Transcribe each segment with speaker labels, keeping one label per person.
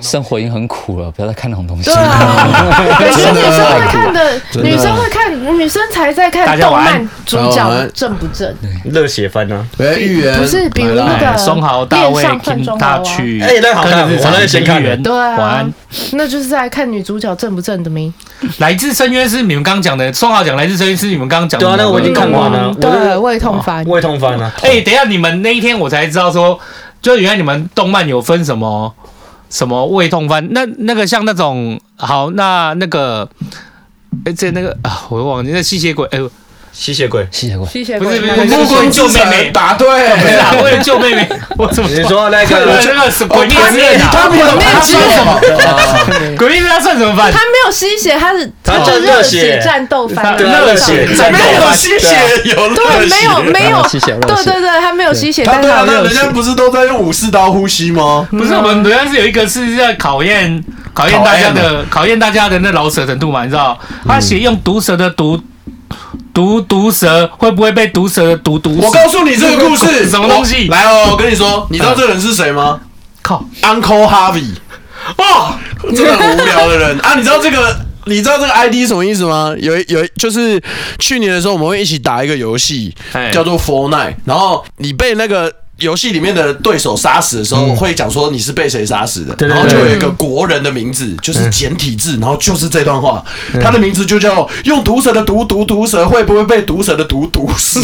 Speaker 1: 生活已经很苦了，不要再看那种东西
Speaker 2: 对。啊，有些女生会看的，
Speaker 3: 真的
Speaker 2: 女生会看，女生才在
Speaker 4: 大
Speaker 2: 看
Speaker 4: 家
Speaker 2: 动
Speaker 4: 晚安
Speaker 2: 漫主
Speaker 3: 大家晚
Speaker 2: 角
Speaker 3: 安
Speaker 2: 正不正。
Speaker 4: 热血番啊！
Speaker 3: 哎，预言
Speaker 2: 不是比如那
Speaker 3: 来
Speaker 2: 个对
Speaker 3: 啦
Speaker 4: 哎
Speaker 2: 啊
Speaker 4: 松豪大
Speaker 2: 恋
Speaker 4: 卫
Speaker 2: 上范
Speaker 4: 请
Speaker 2: 仲豪
Speaker 4: 他
Speaker 2: 啊
Speaker 4: 去，
Speaker 5: 哎那好看
Speaker 4: 跟着日常
Speaker 5: 我那个先看
Speaker 4: 一员
Speaker 2: 对
Speaker 4: 晚安
Speaker 2: 啊。，那就是在看女主角正不正的名。
Speaker 4: 来自深渊是你们刚刚讲的，松豪讲来自深渊是你们刚刚讲的。
Speaker 5: 对啊那个我已经看完了
Speaker 2: 嗯
Speaker 5: 我就是
Speaker 2: 对，胃痛翻。
Speaker 5: 胃痛翻啊！
Speaker 4: 哎、等一下，你们那一天我才知道说，就原来你们动漫有分什么什么胃痛番，那那个像那种好，那那个，哎、这那个啊， 我忘记那吸血鬼，哎、
Speaker 5: 吸血鬼，
Speaker 1: 吸血鬼，
Speaker 2: 吸血
Speaker 4: 不是
Speaker 2: 鬼
Speaker 4: 不是
Speaker 2: 那个
Speaker 4: 不
Speaker 3: 暮
Speaker 4: 是
Speaker 3: 光之
Speaker 4: 救妹妹
Speaker 3: 城答对，
Speaker 4: 不是啊，为了救妹妹，我怎么
Speaker 5: 你说那
Speaker 4: 对
Speaker 5: 个
Speaker 4: 那个是鬼灭之刃啊？
Speaker 3: 他没有他没有什么，
Speaker 2: 啊
Speaker 4: 鬼灭之刃算什么番
Speaker 2: 他？没有吸血，他是
Speaker 5: 他
Speaker 2: 就
Speaker 5: 叫
Speaker 2: 是
Speaker 5: 热
Speaker 2: 热
Speaker 5: 血
Speaker 2: 血战斗番。
Speaker 5: 对啊热血
Speaker 4: 战斗
Speaker 3: 没有
Speaker 4: 番。
Speaker 3: 吸血，有热
Speaker 2: 对，
Speaker 3: 血
Speaker 2: 没有没有
Speaker 1: 热血热血，
Speaker 2: 对对对，他没有吸血，
Speaker 3: 他
Speaker 2: 但是
Speaker 3: 对啊，
Speaker 2: 他
Speaker 3: 那
Speaker 2: 有
Speaker 3: 人
Speaker 2: 热
Speaker 3: 家
Speaker 2: 血。
Speaker 3: 不是都在用武士刀呼吸吗？
Speaker 4: 不是我们原来是有一个是在考验考验大家的考验大家的那老舌程度嘛，你知道？他写用毒蛇的毒毒毒蛇会不会被毒蛇的毒毒死？
Speaker 3: 我告诉你这个故事，
Speaker 4: 什么东西
Speaker 3: 我来哦，我跟你说，你知道这个人是谁吗
Speaker 4: 靠！
Speaker 3: ？Uncle Harvey，哇，真的很无聊的 人啊！你知道这个？你知道这个 ID 什么意思吗？有一有一就是去年的时候，我们会一起打一个游戏
Speaker 4: 哎，
Speaker 3: 叫做 For Night，然后你被那个。游戏里面的对手杀死的时候，会讲说你是被谁杀死的，
Speaker 5: 对对
Speaker 3: 然后就
Speaker 5: 对
Speaker 3: 有一个国人的名字，就是简体字，然后就是这段话，他的名字就叫用毒蛇的毒毒毒蛇会不会被毒蛇的毒毒 死？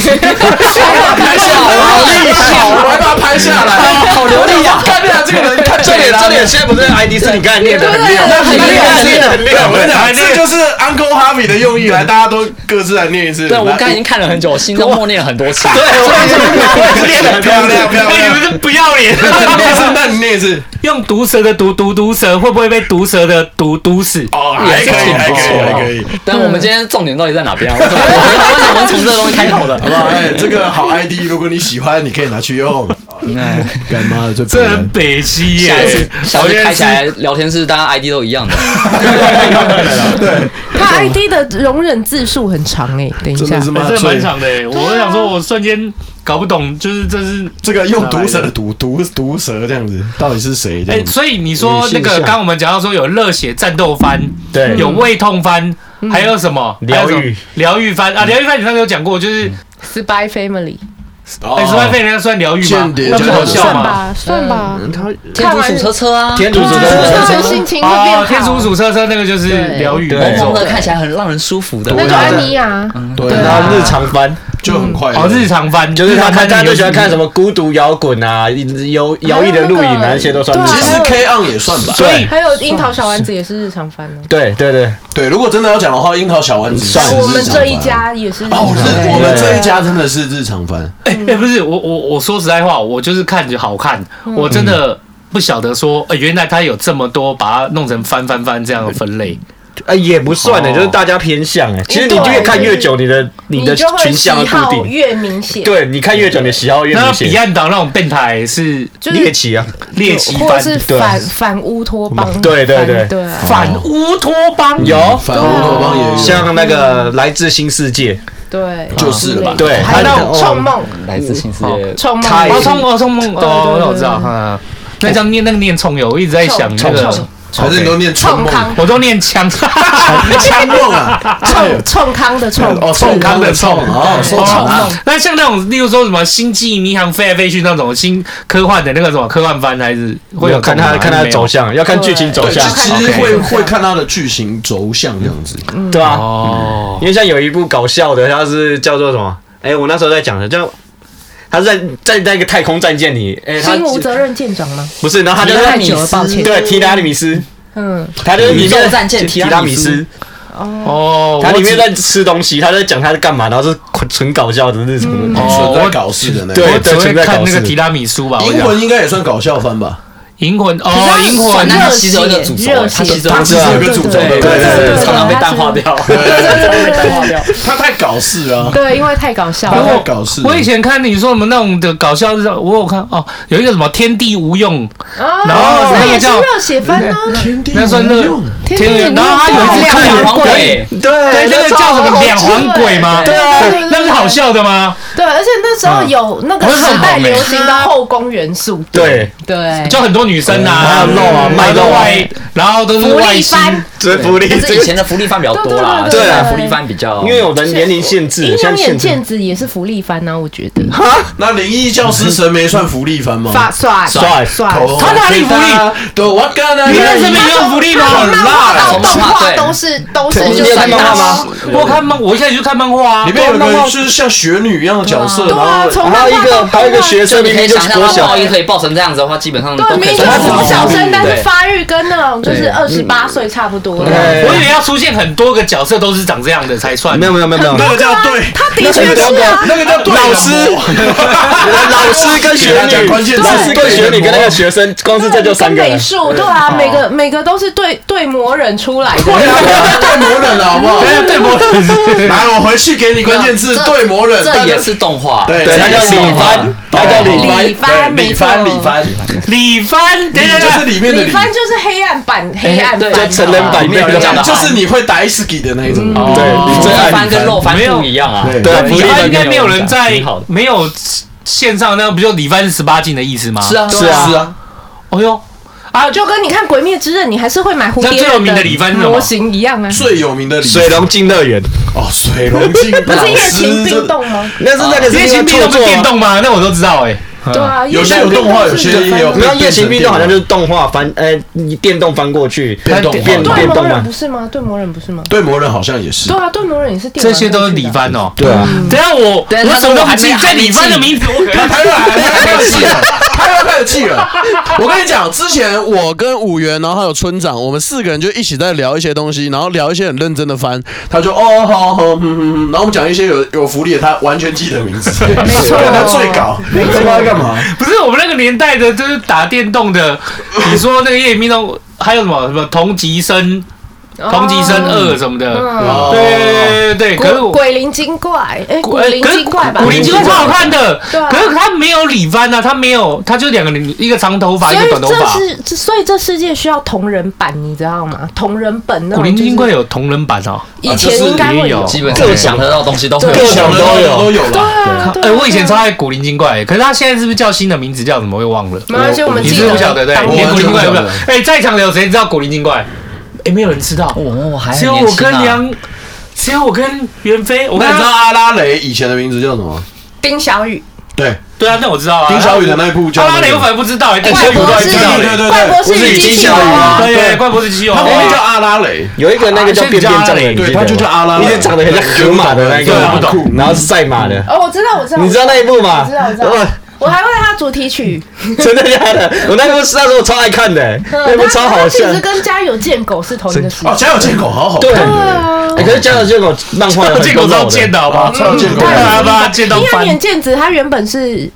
Speaker 3: 拍下来，好厉害！我还把它拍下来，好流利啊！ 看不了这个人，看
Speaker 5: 这
Speaker 3: 这
Speaker 5: 里
Speaker 3: 脸，
Speaker 5: 这
Speaker 3: 这
Speaker 5: 里
Speaker 3: 脸。
Speaker 5: 现在不是 ID 是你刚才念的，很厉害，
Speaker 2: 对 很厉害
Speaker 5: 念的很厉害，
Speaker 3: 我跟你讲，
Speaker 4: 这
Speaker 3: 这就是 Uncle Harvey 的用意，来，大家都各自来念一次。
Speaker 1: 对我刚才已经看了很久，我心中默念了很多次。
Speaker 3: 念的漂 亮，漂
Speaker 4: 哎，你
Speaker 3: 亮
Speaker 4: 们。这不要脸！
Speaker 3: 那你念一次，那你念一次。
Speaker 4: 用毒蛇的毒毒毒蛇会不会被毒蛇的毒毒死？
Speaker 3: 哦，还可以，还可以，还可以。
Speaker 1: 但我们今天重点到底在哪边啊？为什么为什么从这个东西开头的？
Speaker 3: 好不好？哎，这个好 ID，如果你喜欢，你可以拿去用。 干妈的最
Speaker 4: 这很北西
Speaker 1: 下一
Speaker 4: 耶
Speaker 1: 次！下次开起来聊天室，大家 ID 都一样的。
Speaker 3: 对，
Speaker 2: 他 ID 的容忍字数很长哎，等一
Speaker 3: 真
Speaker 2: 下
Speaker 3: 的是，
Speaker 4: 哎
Speaker 3: 吗？
Speaker 4: 这蛮长的耶，我想说，我瞬间搞不懂，就是这是
Speaker 3: 这个用毒蛇的毒毒毒蛇这样子，到底是谁？这
Speaker 4: 哎、
Speaker 3: 样子？
Speaker 4: 所以你说那
Speaker 3: 女性
Speaker 4: 个，
Speaker 3: 向
Speaker 4: 刚刚我们讲到说有热血战斗番，
Speaker 5: 对
Speaker 2: 嗯
Speaker 4: 有胃痛番，还有什么
Speaker 5: 疗愈嗯
Speaker 4: 还有什么疗愈番啊？疗愈番你上次有讲过，就是
Speaker 2: 《Spy Family》
Speaker 3: 哦
Speaker 4: 哎，十万费人家算疗愈吗
Speaker 3: 间？谍
Speaker 4: 那不是好
Speaker 3: 教
Speaker 4: 笑啊
Speaker 2: 算
Speaker 4: 吗？
Speaker 2: 吧算吧，
Speaker 1: 天竺鼠车车啊，
Speaker 5: 天竺鼠
Speaker 2: 就
Speaker 5: 车
Speaker 2: 是
Speaker 5: 车
Speaker 2: 让人心情会变
Speaker 4: 哦
Speaker 2: 好，。
Speaker 4: 天竺鼠车车那个就是
Speaker 2: 对
Speaker 4: 疗愈，
Speaker 5: 对
Speaker 4: 没
Speaker 1: 萌
Speaker 4: 错
Speaker 1: 萌的，看起来很让人舒服的。
Speaker 2: 那就安妮亚，
Speaker 3: 对
Speaker 2: 对
Speaker 5: 然
Speaker 3: 啊
Speaker 5: 后日常番
Speaker 3: 就很快乐
Speaker 4: 哦，日常番
Speaker 5: 就是他看大家都喜欢看什
Speaker 4: 么？
Speaker 5: 么孤独摇滚啊、摇摇曳的录影啊，那些都算日
Speaker 3: 其
Speaker 5: 常。
Speaker 3: 实 K on 也算吧。
Speaker 4: 所以
Speaker 2: 还有樱桃小丸子也是日常番哦。
Speaker 5: 对对对，
Speaker 3: 对，如果真的要讲的话，樱桃小丸子算是
Speaker 2: 我们
Speaker 3: 日常
Speaker 2: 这
Speaker 3: 番
Speaker 2: 一。家也是日
Speaker 3: 哦，
Speaker 2: 常番
Speaker 3: 是
Speaker 5: 对
Speaker 3: 我们这一家真的是日常番，
Speaker 4: 哎哎，不是我我我说实在话，我就是看着好看，
Speaker 2: 嗯
Speaker 4: 我真的不晓得说，哎，原来它有这么多把它弄成翻翻翻这样的分类。
Speaker 5: 哎也不算的，
Speaker 4: 哦
Speaker 5: 就是大家偏向哎。其实你
Speaker 2: 对
Speaker 5: 越看越久，你的你的
Speaker 2: 就会
Speaker 5: 群
Speaker 2: 喜
Speaker 5: 像会
Speaker 2: 好
Speaker 5: 固定。
Speaker 2: 越明显，，
Speaker 5: 对，你看越久，你的喜好越
Speaker 4: 那
Speaker 5: 明
Speaker 4: 彼
Speaker 5: 显。
Speaker 4: 岸岛那种变态是
Speaker 2: 就是
Speaker 5: 猎奇啊，
Speaker 4: 猎奇
Speaker 2: 或者
Speaker 4: 番，
Speaker 2: 是
Speaker 5: 对
Speaker 2: 反反乌托邦番，
Speaker 5: 对对对
Speaker 2: 对啊
Speaker 4: 反乌托邦
Speaker 5: 有
Speaker 3: 反乌托邦也有，
Speaker 5: 像那个来自新世界，
Speaker 2: 对，
Speaker 3: 就是了吧
Speaker 5: 对
Speaker 2: 还有那
Speaker 5: 还有
Speaker 2: 种创梦，
Speaker 1: 来自新世界，
Speaker 2: 创梦
Speaker 5: 太
Speaker 4: 哦，冲哦，冲梦，哦，那我知道，嗯，那叫念那个念葱油，我一直在想那个，
Speaker 2: 冲
Speaker 3: 还是你都念春
Speaker 2: 创
Speaker 3: 梦
Speaker 2: 康
Speaker 4: 我都念 枪，
Speaker 3: 春梦 啊？
Speaker 2: 创创康的创，
Speaker 3: 哦，宋康的宋哦，宋
Speaker 2: 创
Speaker 3: 康 啊
Speaker 2: 梦，
Speaker 4: 那像那种，例如说什么《星际迷航》飞来飞去那种新科幻的那个什么科幻番，还是会有
Speaker 5: 看
Speaker 4: 动
Speaker 5: 他
Speaker 4: 吗
Speaker 5: 看他
Speaker 4: 还
Speaker 5: 的
Speaker 4: 是
Speaker 5: 走向，要看剧情走
Speaker 3: 对，
Speaker 5: 向
Speaker 3: 其。其实
Speaker 4: OK
Speaker 3: 会会看他的剧情轴向这样子，
Speaker 5: 对
Speaker 4: 没有
Speaker 5: 啊，
Speaker 4: 哦，
Speaker 5: 因为像有一部搞笑的，它是叫做什么？哎、我那时候在讲的叫。他是在在那个太空战舰里，哎、他
Speaker 2: 新无责任舰长吗？
Speaker 5: 不是，然后他就
Speaker 1: 提拉
Speaker 5: 是
Speaker 1: 米
Speaker 2: 久了
Speaker 1: 斯
Speaker 2: 抱歉
Speaker 5: 对提拉米斯，
Speaker 2: 嗯，
Speaker 5: 他就是里
Speaker 1: 宇宙
Speaker 5: 面
Speaker 1: 战舰
Speaker 5: 提
Speaker 1: 提
Speaker 5: 拉
Speaker 1: 拉
Speaker 5: 米
Speaker 1: 米斯
Speaker 5: 斯，
Speaker 4: 哦，
Speaker 5: 他
Speaker 4: 我
Speaker 5: 里面
Speaker 4: 只
Speaker 5: 在吃东西，他在讲他在干嘛，然后是纯搞笑的日常
Speaker 3: 嗯
Speaker 5: 的东西。
Speaker 4: 哦
Speaker 3: 纯在
Speaker 4: 我
Speaker 3: 搞事的那
Speaker 5: 对
Speaker 3: 个
Speaker 4: 我只
Speaker 5: 存
Speaker 4: 会
Speaker 5: 在
Speaker 4: 看
Speaker 5: 搞
Speaker 4: 那个
Speaker 5: 事
Speaker 4: 提拉米苏吧，我
Speaker 3: 英
Speaker 4: 讲
Speaker 3: 文应该也算搞笑番吧？
Speaker 4: 银魂哦
Speaker 2: 可，是
Speaker 4: 银魂
Speaker 1: 那它其实有一个主轴
Speaker 2: 热，血
Speaker 1: 它其实
Speaker 3: 它其实有个主轴的，
Speaker 5: 对对对对对
Speaker 1: 常常被淡化掉。
Speaker 3: 他太搞事了，
Speaker 2: 对，因为太搞笑
Speaker 3: 他
Speaker 2: 了。
Speaker 3: 太搞事啊了。
Speaker 4: 我以前看你说什么那种的搞笑，我有看哦，有一个什么天地无用，
Speaker 2: 然
Speaker 4: 然后
Speaker 2: 哦那
Speaker 4: 那
Speaker 2: 也
Speaker 4: 个
Speaker 2: 是
Speaker 4: 叫
Speaker 2: 热血番啊，
Speaker 3: 天地
Speaker 4: 那算
Speaker 3: 无
Speaker 4: 热
Speaker 3: 用
Speaker 2: 天
Speaker 4: 天
Speaker 2: 地
Speaker 4: 地无用然后他有一
Speaker 2: 两
Speaker 4: 次
Speaker 2: 黄
Speaker 4: 看黄鬼
Speaker 5: 对
Speaker 4: 对，那个叫什
Speaker 5: 哎
Speaker 4: 么两黄鬼吗？
Speaker 2: 对对对对
Speaker 4: 那是好笑的吗？
Speaker 2: 对，而且那时候有那个
Speaker 4: 嗯
Speaker 2: 时代流行的后宫元素，
Speaker 5: 对，
Speaker 2: 对，
Speaker 4: 就很多女生啊，
Speaker 5: 还有肉啊卖肉啊
Speaker 4: 外，然后都是
Speaker 2: 福
Speaker 4: 外
Speaker 2: 利
Speaker 4: 星，
Speaker 2: 番，
Speaker 5: 这福利
Speaker 1: 但是以
Speaker 5: 这
Speaker 1: 前的福利番比较多啦，
Speaker 2: 对
Speaker 5: 对对对
Speaker 1: 现在
Speaker 5: 对
Speaker 1: 福利番比较，
Speaker 4: 哦
Speaker 5: 因为有人年龄限制，
Speaker 2: 阴阳
Speaker 5: 像
Speaker 2: 眼
Speaker 5: 限制
Speaker 2: 剑子也是福利番啊，我觉得
Speaker 3: 那灵异教师神眉算福利番吗？
Speaker 2: 发帅
Speaker 5: 帅
Speaker 2: 帅。
Speaker 4: 他哪里福利？
Speaker 3: 对，我干了。
Speaker 4: 你那是没有福利吗？很辣
Speaker 2: 漫画到
Speaker 4: 欸！
Speaker 2: 动画都是都是
Speaker 5: 你
Speaker 2: 就
Speaker 5: 有
Speaker 2: 是
Speaker 5: 看漫画吗？
Speaker 4: 我看漫，我一开始就看漫画啊
Speaker 3: 里。面有个就是像雪女一样的角色，
Speaker 2: 对
Speaker 3: 然
Speaker 2: 啊，
Speaker 3: 后
Speaker 2: 从漫
Speaker 5: 还有一
Speaker 2: 画
Speaker 5: 个
Speaker 2: 到
Speaker 5: 还有一个学
Speaker 1: 就
Speaker 5: 生
Speaker 1: 你
Speaker 5: 明
Speaker 1: 可
Speaker 5: 明
Speaker 1: 以
Speaker 5: 就
Speaker 1: 想
Speaker 5: 是
Speaker 1: 象
Speaker 5: 国
Speaker 1: 到
Speaker 5: 小
Speaker 1: 暴，力可以爆成这样子的话，基本上都
Speaker 2: 对，
Speaker 1: 可
Speaker 2: 明
Speaker 1: 以
Speaker 2: 明就
Speaker 1: 算
Speaker 2: 是
Speaker 1: 是
Speaker 2: 国小生，但是
Speaker 1: 对
Speaker 2: 发育跟那种就是二十八岁差不多的。
Speaker 5: 对
Speaker 4: 我以为要出现很多个角色都是长这样的才算。
Speaker 5: 没有没有没有没有，
Speaker 3: 那个叫对，
Speaker 2: 他的确是啊，
Speaker 3: 那个叫对
Speaker 5: 老师老师跟学
Speaker 3: 给他讲
Speaker 5: 女，
Speaker 3: 关键字
Speaker 5: 老师跟学女跟那个学生，光是这就三个
Speaker 2: 跟美
Speaker 5: 人。
Speaker 2: 术对啊，每个每个都是对对魔人出来的。
Speaker 3: 对啊魔忍了，好不好？
Speaker 5: 啊
Speaker 4: 对魔
Speaker 3: 忍，来，我回去给你关键字对魔忍，
Speaker 1: 这也是动画，
Speaker 3: 对
Speaker 5: 对，他叫
Speaker 3: 这也是
Speaker 5: 李帆，他叫李
Speaker 2: 李
Speaker 5: 帆，
Speaker 2: 帆，
Speaker 3: 李帆，李帆，
Speaker 4: 李帆，等
Speaker 3: 李
Speaker 4: 一下等
Speaker 3: 就
Speaker 4: 一下
Speaker 3: 是里面的
Speaker 2: 李帆就是黑暗版，黑
Speaker 4: 哎
Speaker 2: 暗版
Speaker 1: 对
Speaker 2: 的
Speaker 5: 就成人版
Speaker 1: 没有人讲的好，
Speaker 3: 就是你会打 S 级的那一种，哦
Speaker 5: 对
Speaker 1: 你
Speaker 5: 你
Speaker 1: 最
Speaker 5: 最爱
Speaker 1: 爱
Speaker 5: 李
Speaker 1: 翻
Speaker 5: 帆
Speaker 1: 跟肉翻不一样啊，
Speaker 3: 对
Speaker 5: 对，福
Speaker 4: 李
Speaker 5: 利
Speaker 4: 帆
Speaker 5: 的
Speaker 4: 应该没有人在
Speaker 1: 挺好的
Speaker 4: 没有线上，那不就李帆是十八禁的意思吗？
Speaker 1: 是。啊
Speaker 5: 是啊
Speaker 3: 是啊，
Speaker 4: 哎呦啊，就
Speaker 2: 就跟你看《鬼灭之刃》，你还是会买蝴蝶
Speaker 4: 那最有
Speaker 2: 人
Speaker 4: 名的李帆是什么
Speaker 2: 模型一样啊。
Speaker 3: 最有名的李
Speaker 5: 水龙进乐园，
Speaker 3: 哦，水龙镜
Speaker 2: 不
Speaker 3: 老
Speaker 2: 是夜
Speaker 3: 师
Speaker 2: 情冰
Speaker 3: 这。
Speaker 2: 冻吗？
Speaker 5: 那是那个
Speaker 4: 因为新兵都
Speaker 5: 啊
Speaker 4: 不是电动吗？那我都知道哎。
Speaker 2: 对啊，
Speaker 3: 有些
Speaker 2: 夜
Speaker 3: 有
Speaker 2: 行冰
Speaker 3: 动画，有些
Speaker 2: 是
Speaker 3: 也有。
Speaker 5: 你知道夜行运动好像就是动画翻，呃，你电动翻过去，
Speaker 3: 电动啊
Speaker 5: 变
Speaker 2: 对
Speaker 5: 电
Speaker 2: 魔
Speaker 5: 动嘛
Speaker 2: 人不，是吗？对魔人不是吗？
Speaker 3: 对魔人好像也是
Speaker 2: 对，啊，对魔人也是电
Speaker 4: 嗯这
Speaker 2: 玩
Speaker 4: 些都是
Speaker 2: 过去
Speaker 4: 李
Speaker 2: 的
Speaker 4: 帆哦。
Speaker 5: 对啊，
Speaker 4: 等一下我
Speaker 1: 对他
Speaker 4: 我什么都不记，
Speaker 1: 还没
Speaker 4: 在李帆的名字我可能
Speaker 3: 他又来，他又气了，他又开始气了。我跟你讲，之前我跟五元，然后还有村长，我们四个人就一起在聊一些东西，然后聊一些很认真的番。他就哦，好好，嗯嗯嗯。然后我们讲一些有有福利的，他完全记得名字，没
Speaker 2: 错
Speaker 3: 他最搞，你知道他干嘛？
Speaker 4: 不是我们那个年代的，就是打电动的。你说那个夜明龙还有什么什么同级生、同级生
Speaker 2: 哦
Speaker 4: 二什么的，
Speaker 2: 嗯
Speaker 4: 对对对对对。可是
Speaker 2: 鬼
Speaker 4: 我
Speaker 2: 鬼灵精怪，哎，
Speaker 4: 古
Speaker 2: 鬼灵
Speaker 4: 可是
Speaker 2: 精怪吧，
Speaker 4: 古灵精怪超好看的，
Speaker 2: 对啊
Speaker 4: 可是他没有李帆啊，他没有，他就两个人，一个长头发，一
Speaker 2: 所
Speaker 4: 个
Speaker 2: 以
Speaker 4: 短头
Speaker 2: 这
Speaker 4: 发。
Speaker 2: 是，这所以这世界需要同人版，你知道吗？同人本那
Speaker 4: 古
Speaker 2: 种，
Speaker 4: 灵
Speaker 2: 就是
Speaker 4: 精怪有同人版哦，
Speaker 2: 以前应该会
Speaker 4: 有
Speaker 1: 基本上啊想得到东西都会有。
Speaker 5: 各
Speaker 3: 小
Speaker 5: 种
Speaker 3: 的
Speaker 5: 都有
Speaker 3: 都有了。
Speaker 2: 啊对
Speaker 4: 哎，
Speaker 2: 啊
Speaker 4: 我以前超爱古灵精怪，可是他现在是不是叫新的名字叫什么？我也忘了。
Speaker 2: 没关系，我们
Speaker 4: 你
Speaker 2: 记
Speaker 4: 是
Speaker 2: 得
Speaker 4: 不晓得对
Speaker 2: 当
Speaker 4: 不对？
Speaker 3: 年
Speaker 4: 连古灵精怪有没有
Speaker 3: 我完全？
Speaker 4: 哎，在场的有谁知道古灵精怪？哎，没有人知道。
Speaker 1: 我我还很
Speaker 4: 只有
Speaker 1: 年
Speaker 4: 我
Speaker 1: 轻啊
Speaker 4: 跟梁，只有我跟袁飞，我跟
Speaker 3: 那你知道
Speaker 4: 他。
Speaker 3: 阿拉蕾以前的名字叫什么？
Speaker 2: 丁小雨，
Speaker 3: 对，
Speaker 4: 对啊，那我知道啊。
Speaker 3: 丁小雨的那一部叫
Speaker 4: 阿
Speaker 3: 那个
Speaker 4: 拉蕾我反而不知道哎，丁小
Speaker 2: 怪
Speaker 4: 雨我
Speaker 2: 博
Speaker 4: 还
Speaker 2: 士，
Speaker 4: 知道
Speaker 3: 对
Speaker 4: 哎。
Speaker 3: 对对
Speaker 2: 怪博士
Speaker 5: 我是
Speaker 2: 与
Speaker 5: 已经
Speaker 2: 机器
Speaker 5: 下雨
Speaker 2: 人
Speaker 5: 了
Speaker 4: 对对，怪博士基友
Speaker 3: 他
Speaker 4: 啊。
Speaker 3: 明明叫阿拉蕾，
Speaker 5: 有一个那个叫便便酱的，
Speaker 3: 对，他就叫阿拉
Speaker 5: 一
Speaker 3: 蕾，
Speaker 5: 直长得很像河马的那
Speaker 3: 对很
Speaker 5: 个
Speaker 3: 酷，
Speaker 5: 然后是赛马的，
Speaker 2: 哦，我知道，我知道，
Speaker 5: 你知道那一部吗？
Speaker 2: 我知道，我 知道，我还会他主题曲，
Speaker 5: 真的假的？我那部是那时候我超爱看的，那
Speaker 2: 嗯
Speaker 5: 部超好
Speaker 2: 他其
Speaker 5: 笑。
Speaker 2: 实跟家有贱狗是同一个时
Speaker 3: 哦，
Speaker 2: 期，
Speaker 3: 家有贱狗好好看
Speaker 5: 对，
Speaker 2: 啊
Speaker 5: 欸可是《家有贱狗》漫画有很多
Speaker 4: 这狗
Speaker 5: 肉
Speaker 4: 都
Speaker 5: 的
Speaker 4: 贱的好不
Speaker 3: 啊，
Speaker 4: 好？
Speaker 3: 家有贱狗
Speaker 4: 对
Speaker 3: 好好看
Speaker 4: 啊，把它贱到
Speaker 2: 阴阳
Speaker 4: 翻。
Speaker 2: 眼剑子它原本是。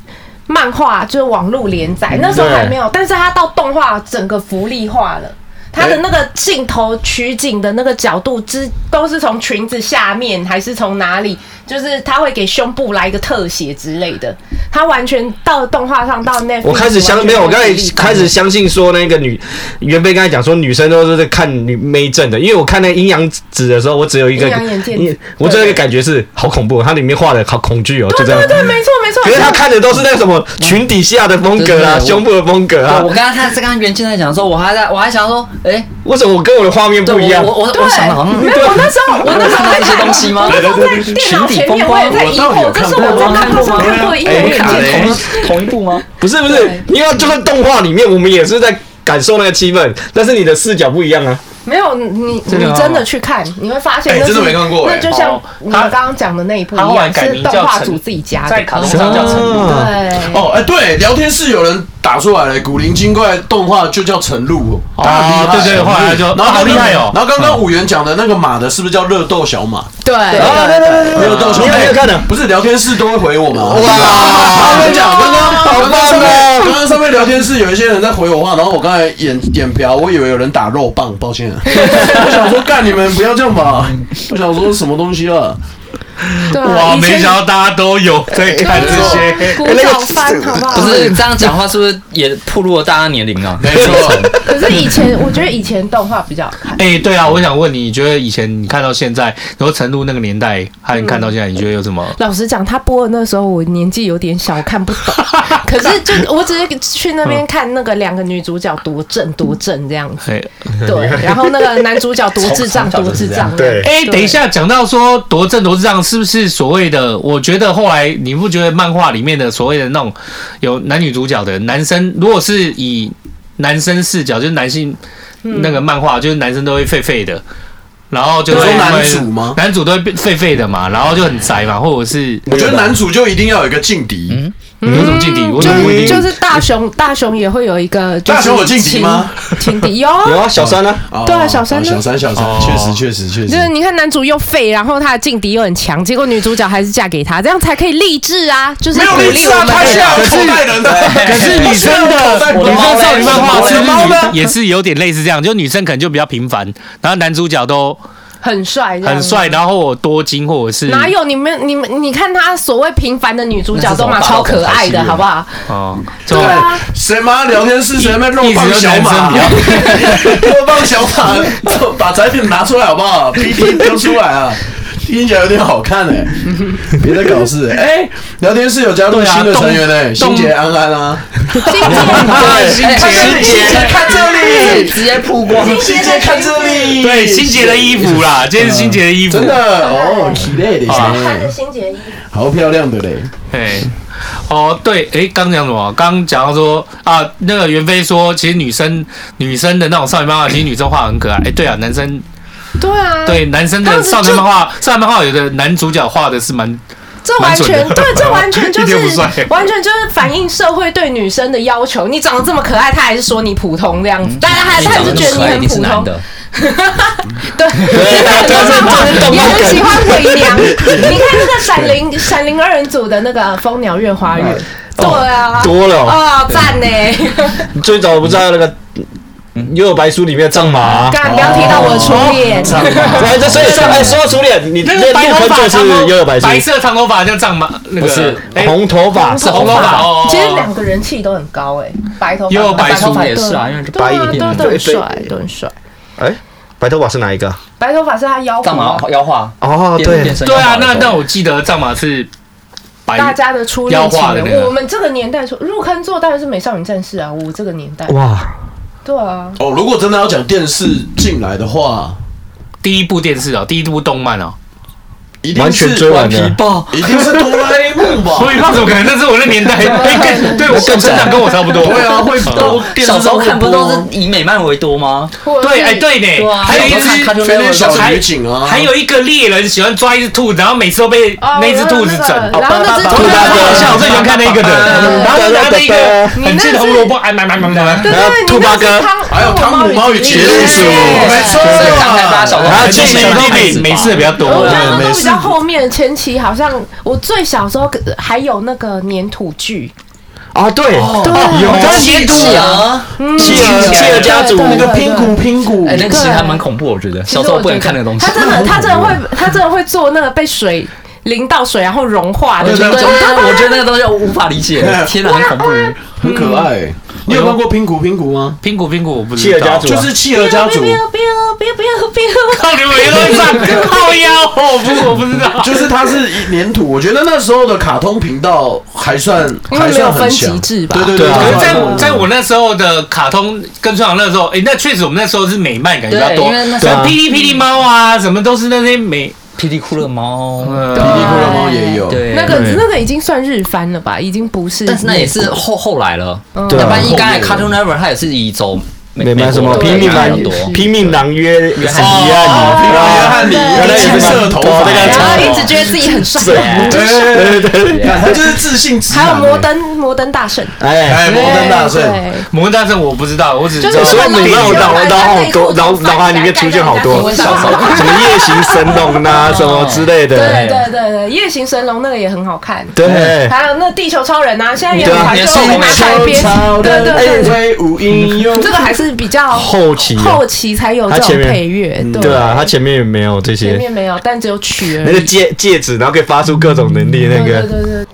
Speaker 2: 漫画就是网络连载，
Speaker 5: 嗯
Speaker 2: 那时候还没有，但是它到动画整个福利化了。它的那个镜头取景的那个角度之都是从裙子下面还是从哪里，就是它会给胸部来一个特写之类的。它完全到动画上到那，
Speaker 5: 我开始相没有，我刚才开始相信说那个女袁飞刚才讲说女生都是在看女妹正的，因为我看那个阴阳指的时候，我只有一个
Speaker 2: 阴阳眼镜
Speaker 5: 一我只有一个感觉是好恐怖，它里面画的好恐惧哦，就
Speaker 2: 对
Speaker 5: 这样
Speaker 2: 对。对，没错没错。
Speaker 5: 可是他看的都是那个什么裙底下的风格啊，
Speaker 1: 对对对
Speaker 5: 胸部的风格啊
Speaker 1: 对，我，刚刚看在刚刚袁静在讲的时候，我还在我还想说，哎，
Speaker 5: 为什么我跟我的画面
Speaker 1: 对
Speaker 5: 不一样
Speaker 1: 我？我我
Speaker 2: 对
Speaker 1: 我想的好像
Speaker 2: 没有，我那时候我那时候
Speaker 1: 看到
Speaker 2: 在
Speaker 1: 一些
Speaker 2: 看
Speaker 1: 东西吗
Speaker 2: 我那时候在电脑前面，我也在疑惑，这是我在漫画上看过的
Speaker 4: 哎
Speaker 2: 阴阳眼
Speaker 1: 看
Speaker 2: 镜。
Speaker 1: 同同一部吗？
Speaker 5: 不是不是，你要就算动画里面，我们也是在感受那个气氛，但是你的视角不一样啊。
Speaker 2: 没有你，
Speaker 4: 真的
Speaker 2: 你
Speaker 4: 哦
Speaker 2: 真的去看，你会发现
Speaker 3: 哎
Speaker 2: 那是
Speaker 3: 真的没看过哎
Speaker 2: 那就像
Speaker 4: 哦
Speaker 2: 你
Speaker 4: 他
Speaker 2: 刚刚讲的那一部一
Speaker 4: 他后来
Speaker 2: 样，
Speaker 4: 改
Speaker 2: 是
Speaker 4: 名叫
Speaker 2: 动画
Speaker 4: 陈
Speaker 2: 组自己加
Speaker 4: 在
Speaker 2: 的。
Speaker 4: 卡通上叫陈露，嗯
Speaker 2: 对，
Speaker 3: 哦，哎，对，聊天室有人打出来了，古灵精怪动画就叫陈露，
Speaker 4: 哦
Speaker 3: 他很厉害，
Speaker 4: 对对后来就
Speaker 3: 然后
Speaker 4: 哦好厉害哦
Speaker 3: 然后刚刚五元讲的那个马的，是不是叫热斗小马？
Speaker 2: 对，
Speaker 5: 啊，对对对对，
Speaker 3: 热斗小
Speaker 5: 你
Speaker 3: 马
Speaker 5: 有没有看的？
Speaker 3: 不是聊天室都会回我吗？
Speaker 5: 哇
Speaker 3: 我跟你讲，刚刚
Speaker 5: 好棒
Speaker 3: 上面
Speaker 5: 哦
Speaker 3: 刚刚上面聊天室有一些人在回我话，然后我刚才眼眼瞟，我以为有人打肉棒，抱 歉，我想说干你们不要这样吧，我想说什么东西啊？
Speaker 2: 对啊，
Speaker 4: 哇，
Speaker 2: 以前啊
Speaker 4: 没想到大家都有在看这些。哎
Speaker 2: 古早番好不好？
Speaker 1: 不是这样讲话，是不是也暴露了大家年龄啊？
Speaker 3: 没错，
Speaker 2: 可是以前我觉得以前动画比较好看，
Speaker 4: 哎、对啊，我想问你，你觉得以前你看到现在，然后陈露那个年代，和你看到现在，你觉得有什么？
Speaker 2: 老实讲，他播的那时候我年纪有点小，我看不 懂。可是就我只是去那边看那个两个女主角多正多正这样子，
Speaker 4: 哎、
Speaker 2: 对，然后那个男主角多智障
Speaker 1: 从
Speaker 2: 多
Speaker 1: 从小就是
Speaker 2: 智
Speaker 1: 这样
Speaker 2: 障，
Speaker 5: 对
Speaker 4: 哎、等一下，讲到说夺正夺让，是不是所谓的？我觉得后来你不觉得漫画里面的所谓的那种有男女主角的男生，如果是以男生视角，就是男性那个漫画，就是男生都会废废的，然后就
Speaker 3: 你
Speaker 4: 是
Speaker 3: 说男主吗
Speaker 4: 男主都会变废废的嘛，然后就很宅嘛，或者是
Speaker 3: 我觉得男主就一定要有一个劲
Speaker 4: 嗯
Speaker 3: 敌，
Speaker 4: 有什么劲敌？
Speaker 3: 嗯
Speaker 4: 我怎么不一
Speaker 2: 就就
Speaker 4: 定？
Speaker 2: 是大雄，大雄也会有一个就是
Speaker 3: 大雄有劲敌吗
Speaker 2: 情？情敌有。
Speaker 5: 有啊，小三呢？
Speaker 3: 哦
Speaker 2: 对啊小三
Speaker 3: 哦
Speaker 2: 呢
Speaker 3: 小三小三
Speaker 4: 哦，
Speaker 3: 确实确实确
Speaker 2: 就是
Speaker 3: 实。
Speaker 2: 你看男主又废，然后他的劲敌又很强，结果女主角还是嫁给他，这样才可以励志啊！就是
Speaker 3: 没有
Speaker 2: 鼓
Speaker 3: 励
Speaker 2: 励
Speaker 3: 志
Speaker 2: 我
Speaker 3: 啊，
Speaker 2: 们
Speaker 3: 他
Speaker 2: 的
Speaker 3: 是
Speaker 2: 人。
Speaker 3: 要口袋人的，
Speaker 4: 可是女生的
Speaker 3: 我
Speaker 4: 女
Speaker 3: 的猫
Speaker 4: 生
Speaker 3: 嘞
Speaker 4: 少女漫画
Speaker 3: 我
Speaker 4: 是
Speaker 3: 的猫
Speaker 4: 不
Speaker 3: 呢
Speaker 4: 是也是有点类似这样？就女生可能就比较平凡，然后男主角都
Speaker 2: 很帅，这样
Speaker 3: 啊
Speaker 4: 很帅，。然后我多金或者是
Speaker 2: 哪有你们你们？你看她所谓平凡的女主角都嘛
Speaker 1: 那是什
Speaker 2: 超
Speaker 1: 么
Speaker 2: 可爱
Speaker 1: 大
Speaker 2: 的，
Speaker 1: 陆
Speaker 2: 好不好？
Speaker 4: 哦，对
Speaker 2: 对啊，
Speaker 3: 谁妈聊天室谁在肉
Speaker 4: 一直
Speaker 3: 棒
Speaker 4: 有
Speaker 3: 小
Speaker 4: 男生
Speaker 3: 马
Speaker 4: 比，较
Speaker 3: 肉棒小马，把产品拿出来好不好？PPT 丢出来啊！听起来有点好看哎、别再搞事哎、哎聊天室有加入
Speaker 4: 对啊
Speaker 3: 新的成员哎、
Speaker 4: 动
Speaker 3: 新杰安安啊，
Speaker 2: 金姐，
Speaker 5: 对，
Speaker 3: 新杰看这里，
Speaker 5: 直接曝光，
Speaker 3: 新杰看这里，
Speaker 4: 对新杰的衣服啦，今天是新杰的衣服，
Speaker 3: 真的哦，体累的，
Speaker 2: 穿着新姐衣，
Speaker 3: 好漂亮的嘞，
Speaker 4: 哎。哦，对，哎，刚讲什么？刚讲到说啊，那个袁飞说，其实女生女生的那种少女漫画，其实女生画很可爱。哎，对啊，男
Speaker 2: 嗯
Speaker 4: 生
Speaker 2: 对啊，
Speaker 4: 对男生的少女漫画，少女漫画有的男主角画的是蛮
Speaker 2: 这完全
Speaker 4: 蛮蠢的
Speaker 2: 对，这完全就
Speaker 4: 一
Speaker 2: 是
Speaker 4: 点不帅
Speaker 2: 完全就是反映社会对女生的要求。你长得这么可爱，他还是说你普通这样子，大家还
Speaker 1: 你
Speaker 2: 他还
Speaker 1: 长
Speaker 2: 是
Speaker 1: 得
Speaker 2: 觉
Speaker 1: 那么可
Speaker 2: 得
Speaker 1: 爱，一
Speaker 2: 你很
Speaker 1: 定是
Speaker 2: 普
Speaker 1: 男
Speaker 2: 通。
Speaker 1: 的，
Speaker 2: 对，因为很多常画也很喜欢伪娘。你看那个《闪灵》《闪灵二人组》的那个《蜂鸟月花园》，对啊，
Speaker 5: 多了哦。
Speaker 2: 啊，赞呢！
Speaker 5: 最早不知道那个《幽游白书》里面的藏马啊。
Speaker 2: 干，不要提到我的初恋，
Speaker 5: 哎，这所以说，哎，说到初恋，你
Speaker 4: 那
Speaker 5: 那
Speaker 4: 个
Speaker 5: 个
Speaker 4: 白
Speaker 5: 陆
Speaker 4: 头
Speaker 5: 坤
Speaker 4: 发
Speaker 5: 就
Speaker 4: 长
Speaker 5: 是
Speaker 4: 头
Speaker 5: 《幽游白书
Speaker 4: 白》，色长头发叫藏马，那个
Speaker 1: 不是
Speaker 4: 哎
Speaker 5: 红头发
Speaker 4: 是红头
Speaker 1: 红头
Speaker 4: 发
Speaker 1: 发
Speaker 4: 哦。
Speaker 2: 其实两个人气都很高哎，白头发
Speaker 4: 又有白
Speaker 1: 头
Speaker 4: 头
Speaker 1: 发也是啊，因为
Speaker 2: 对
Speaker 5: 白
Speaker 2: 啊，
Speaker 5: 一点
Speaker 2: 都都很帅，都很帅。
Speaker 5: 哎，白头发是哪一个？
Speaker 2: 白头发是他腰
Speaker 1: 干嘛
Speaker 2: 部，
Speaker 1: 要画？
Speaker 5: 哦，
Speaker 1: 变
Speaker 5: 对
Speaker 1: 变，身
Speaker 4: 对
Speaker 1: 要画
Speaker 4: 啊，
Speaker 1: 的
Speaker 4: 那
Speaker 1: 时
Speaker 4: 那
Speaker 1: 候
Speaker 4: 我记得藏马是白
Speaker 2: 大家的初
Speaker 4: 腰
Speaker 2: 恋
Speaker 4: 画
Speaker 2: 情
Speaker 4: 的那
Speaker 2: 人。
Speaker 4: 个
Speaker 2: 我们这个年代说入坑做当然是美少女战士啊，我这个年代。
Speaker 5: 哇，
Speaker 2: 对啊，
Speaker 3: 哦，如果真的要讲电视进来的话，
Speaker 4: 第一部电视哦，第一部动漫哦。
Speaker 3: 一定
Speaker 5: 完全
Speaker 3: 是
Speaker 5: 追
Speaker 3: 顽
Speaker 5: 完
Speaker 3: 皮
Speaker 5: 了
Speaker 3: 豹，一定是哆啦 A 梦吧？
Speaker 4: 所以那怎么可能？那是我那 年代，哎跟对我我
Speaker 5: 更
Speaker 4: 成长跟我差不多。嗯
Speaker 3: 对啊，会都电视
Speaker 1: 小时候看不
Speaker 3: 上会
Speaker 1: 都
Speaker 3: 播
Speaker 1: 是以美漫为多吗？
Speaker 2: 或者
Speaker 4: 对，
Speaker 2: 是
Speaker 4: 哎对
Speaker 1: 对
Speaker 4: 呢，
Speaker 1: 啊
Speaker 4: 还有一
Speaker 1: 小时候看
Speaker 4: 只
Speaker 1: 就
Speaker 3: 飞天小女警啊，
Speaker 4: 还有一个猎人喜欢抓一只兔子，然后每次都被
Speaker 2: 哦
Speaker 4: 那只兔
Speaker 2: 我有
Speaker 4: 子
Speaker 2: 那
Speaker 4: 整
Speaker 2: 个。哦然后那只
Speaker 4: 兔
Speaker 2: 兔
Speaker 4: 大
Speaker 2: 大
Speaker 4: 哥，像我最喜欢看那个的，然后就拿着一个很近的红萝卜，哎，买买买买买。
Speaker 2: 对对对，
Speaker 5: 兔八哥
Speaker 3: 还有汤姆猫与杰
Speaker 2: 瑞
Speaker 3: 瑞鼠，没错
Speaker 1: 所以看看大家小时候
Speaker 5: 还有
Speaker 1: 看
Speaker 4: 其
Speaker 5: 记
Speaker 4: 实
Speaker 5: 忆
Speaker 1: 小时候看
Speaker 4: 每
Speaker 1: 纸
Speaker 4: 每
Speaker 1: 吧
Speaker 4: 次比较
Speaker 2: 我觉
Speaker 4: 多。
Speaker 2: 得那
Speaker 3: 哎没
Speaker 2: 都
Speaker 3: 事
Speaker 2: 比较后面前期，好像我最小时候呃还有那个粘土剧，
Speaker 5: 啊，对，
Speaker 4: 有
Speaker 5: 有
Speaker 4: 仙兔
Speaker 1: 企鹅，
Speaker 5: 企鹅
Speaker 2: 对
Speaker 5: 企鹅家族
Speaker 2: 嗯对对
Speaker 3: 那个拼骨拼骨
Speaker 1: 哎，，那个其实还蛮恐怖，我觉得
Speaker 2: 其实
Speaker 1: 小时候
Speaker 2: 我
Speaker 1: 不能
Speaker 2: 觉
Speaker 1: 看那
Speaker 2: 得
Speaker 1: 个东西
Speaker 2: 他。真的，他真的会，他真的会做那个被水淋到水然后融化的
Speaker 1: 我觉
Speaker 2: 那
Speaker 1: 得，
Speaker 2: 种。
Speaker 1: 我觉得那个东西我无法理 解
Speaker 3: 对，
Speaker 1: 天哪，很恐怖。
Speaker 3: 很可爱。嗯你有看过拼骨拼骨吗？
Speaker 4: 苹果苹果，我不知道。
Speaker 5: 企鹅 家族，
Speaker 3: 就是企鹅家族，
Speaker 4: 靠，你们也都上靠腰，我不我不知道。
Speaker 3: 就是它是一粘土。我觉得那时候的卡通频道还算
Speaker 2: 因为
Speaker 3: 还
Speaker 2: 嗯没有
Speaker 3: 算
Speaker 2: 分
Speaker 3: 很
Speaker 2: 级
Speaker 3: 强，
Speaker 2: 制吧？
Speaker 3: 对对
Speaker 5: 对
Speaker 3: 对，
Speaker 5: 啊
Speaker 4: 可
Speaker 3: 对
Speaker 4: 是在
Speaker 3: 对
Speaker 4: 我在我那时候的卡通跟春晚那时候，哎、那确实我们那时候是美漫感觉比较
Speaker 1: 对
Speaker 4: 多，
Speaker 1: 因为那时
Speaker 4: 什
Speaker 1: 候
Speaker 4: 么霹雳霹雳猫啊，什么都是那些美，
Speaker 1: 霹雳酷乐猫，
Speaker 3: 霹雳
Speaker 4: 呃，
Speaker 3: 骷髅猫也有，
Speaker 1: 对，
Speaker 2: 那个那个已经算日番了吧？已经不是，
Speaker 1: 但是那也是后后来了。
Speaker 2: 嗯
Speaker 5: 对
Speaker 1: 那
Speaker 5: 啊
Speaker 1: 万一刚才 Cartoon Network 它也是以走
Speaker 5: 那边什么
Speaker 1: 美国
Speaker 5: 拼命
Speaker 1: 的
Speaker 5: 狼
Speaker 1: 比较多
Speaker 5: 拼命狼约什么约
Speaker 3: 哦
Speaker 5: 翰尼，
Speaker 3: 约
Speaker 5: 原
Speaker 3: 翰尼
Speaker 5: 来
Speaker 3: 金色头发，
Speaker 5: 对
Speaker 2: 然后一直觉得自己很帅，
Speaker 5: 对对对，
Speaker 3: 看他就是自信直男
Speaker 2: 还有摩
Speaker 3: 欸，
Speaker 2: 登摩登大圣，
Speaker 5: 哎，
Speaker 3: 哎，摩登大圣，
Speaker 2: 对
Speaker 4: 摩根大圣我不知道，我只知
Speaker 2: 就
Speaker 4: 道
Speaker 2: 是
Speaker 5: 所以你让我脑脑好多，脑脑海里面出现好多什么夜行神龙呐，什么之类的，
Speaker 2: 对对对对，夜行神龙那个也很好看，
Speaker 5: 对，
Speaker 2: 还有那地球超人啊，现在也
Speaker 5: 对
Speaker 2: 很
Speaker 5: 啊
Speaker 2: 怀旧，拿改编，对对对对，
Speaker 3: 威武英勇
Speaker 2: 这个还是比较
Speaker 5: 后期啊
Speaker 2: 后期才有这
Speaker 5: 它前
Speaker 2: 种
Speaker 5: 面
Speaker 2: 配乐，
Speaker 5: 对啊，他前面也没有这
Speaker 2: 前
Speaker 5: 些，
Speaker 2: 面没有，但只有曲而
Speaker 5: 那个
Speaker 2: 已。
Speaker 5: 戒戒指，然后可以发出各种能力，那
Speaker 2: 对
Speaker 5: 个
Speaker 2: 对对，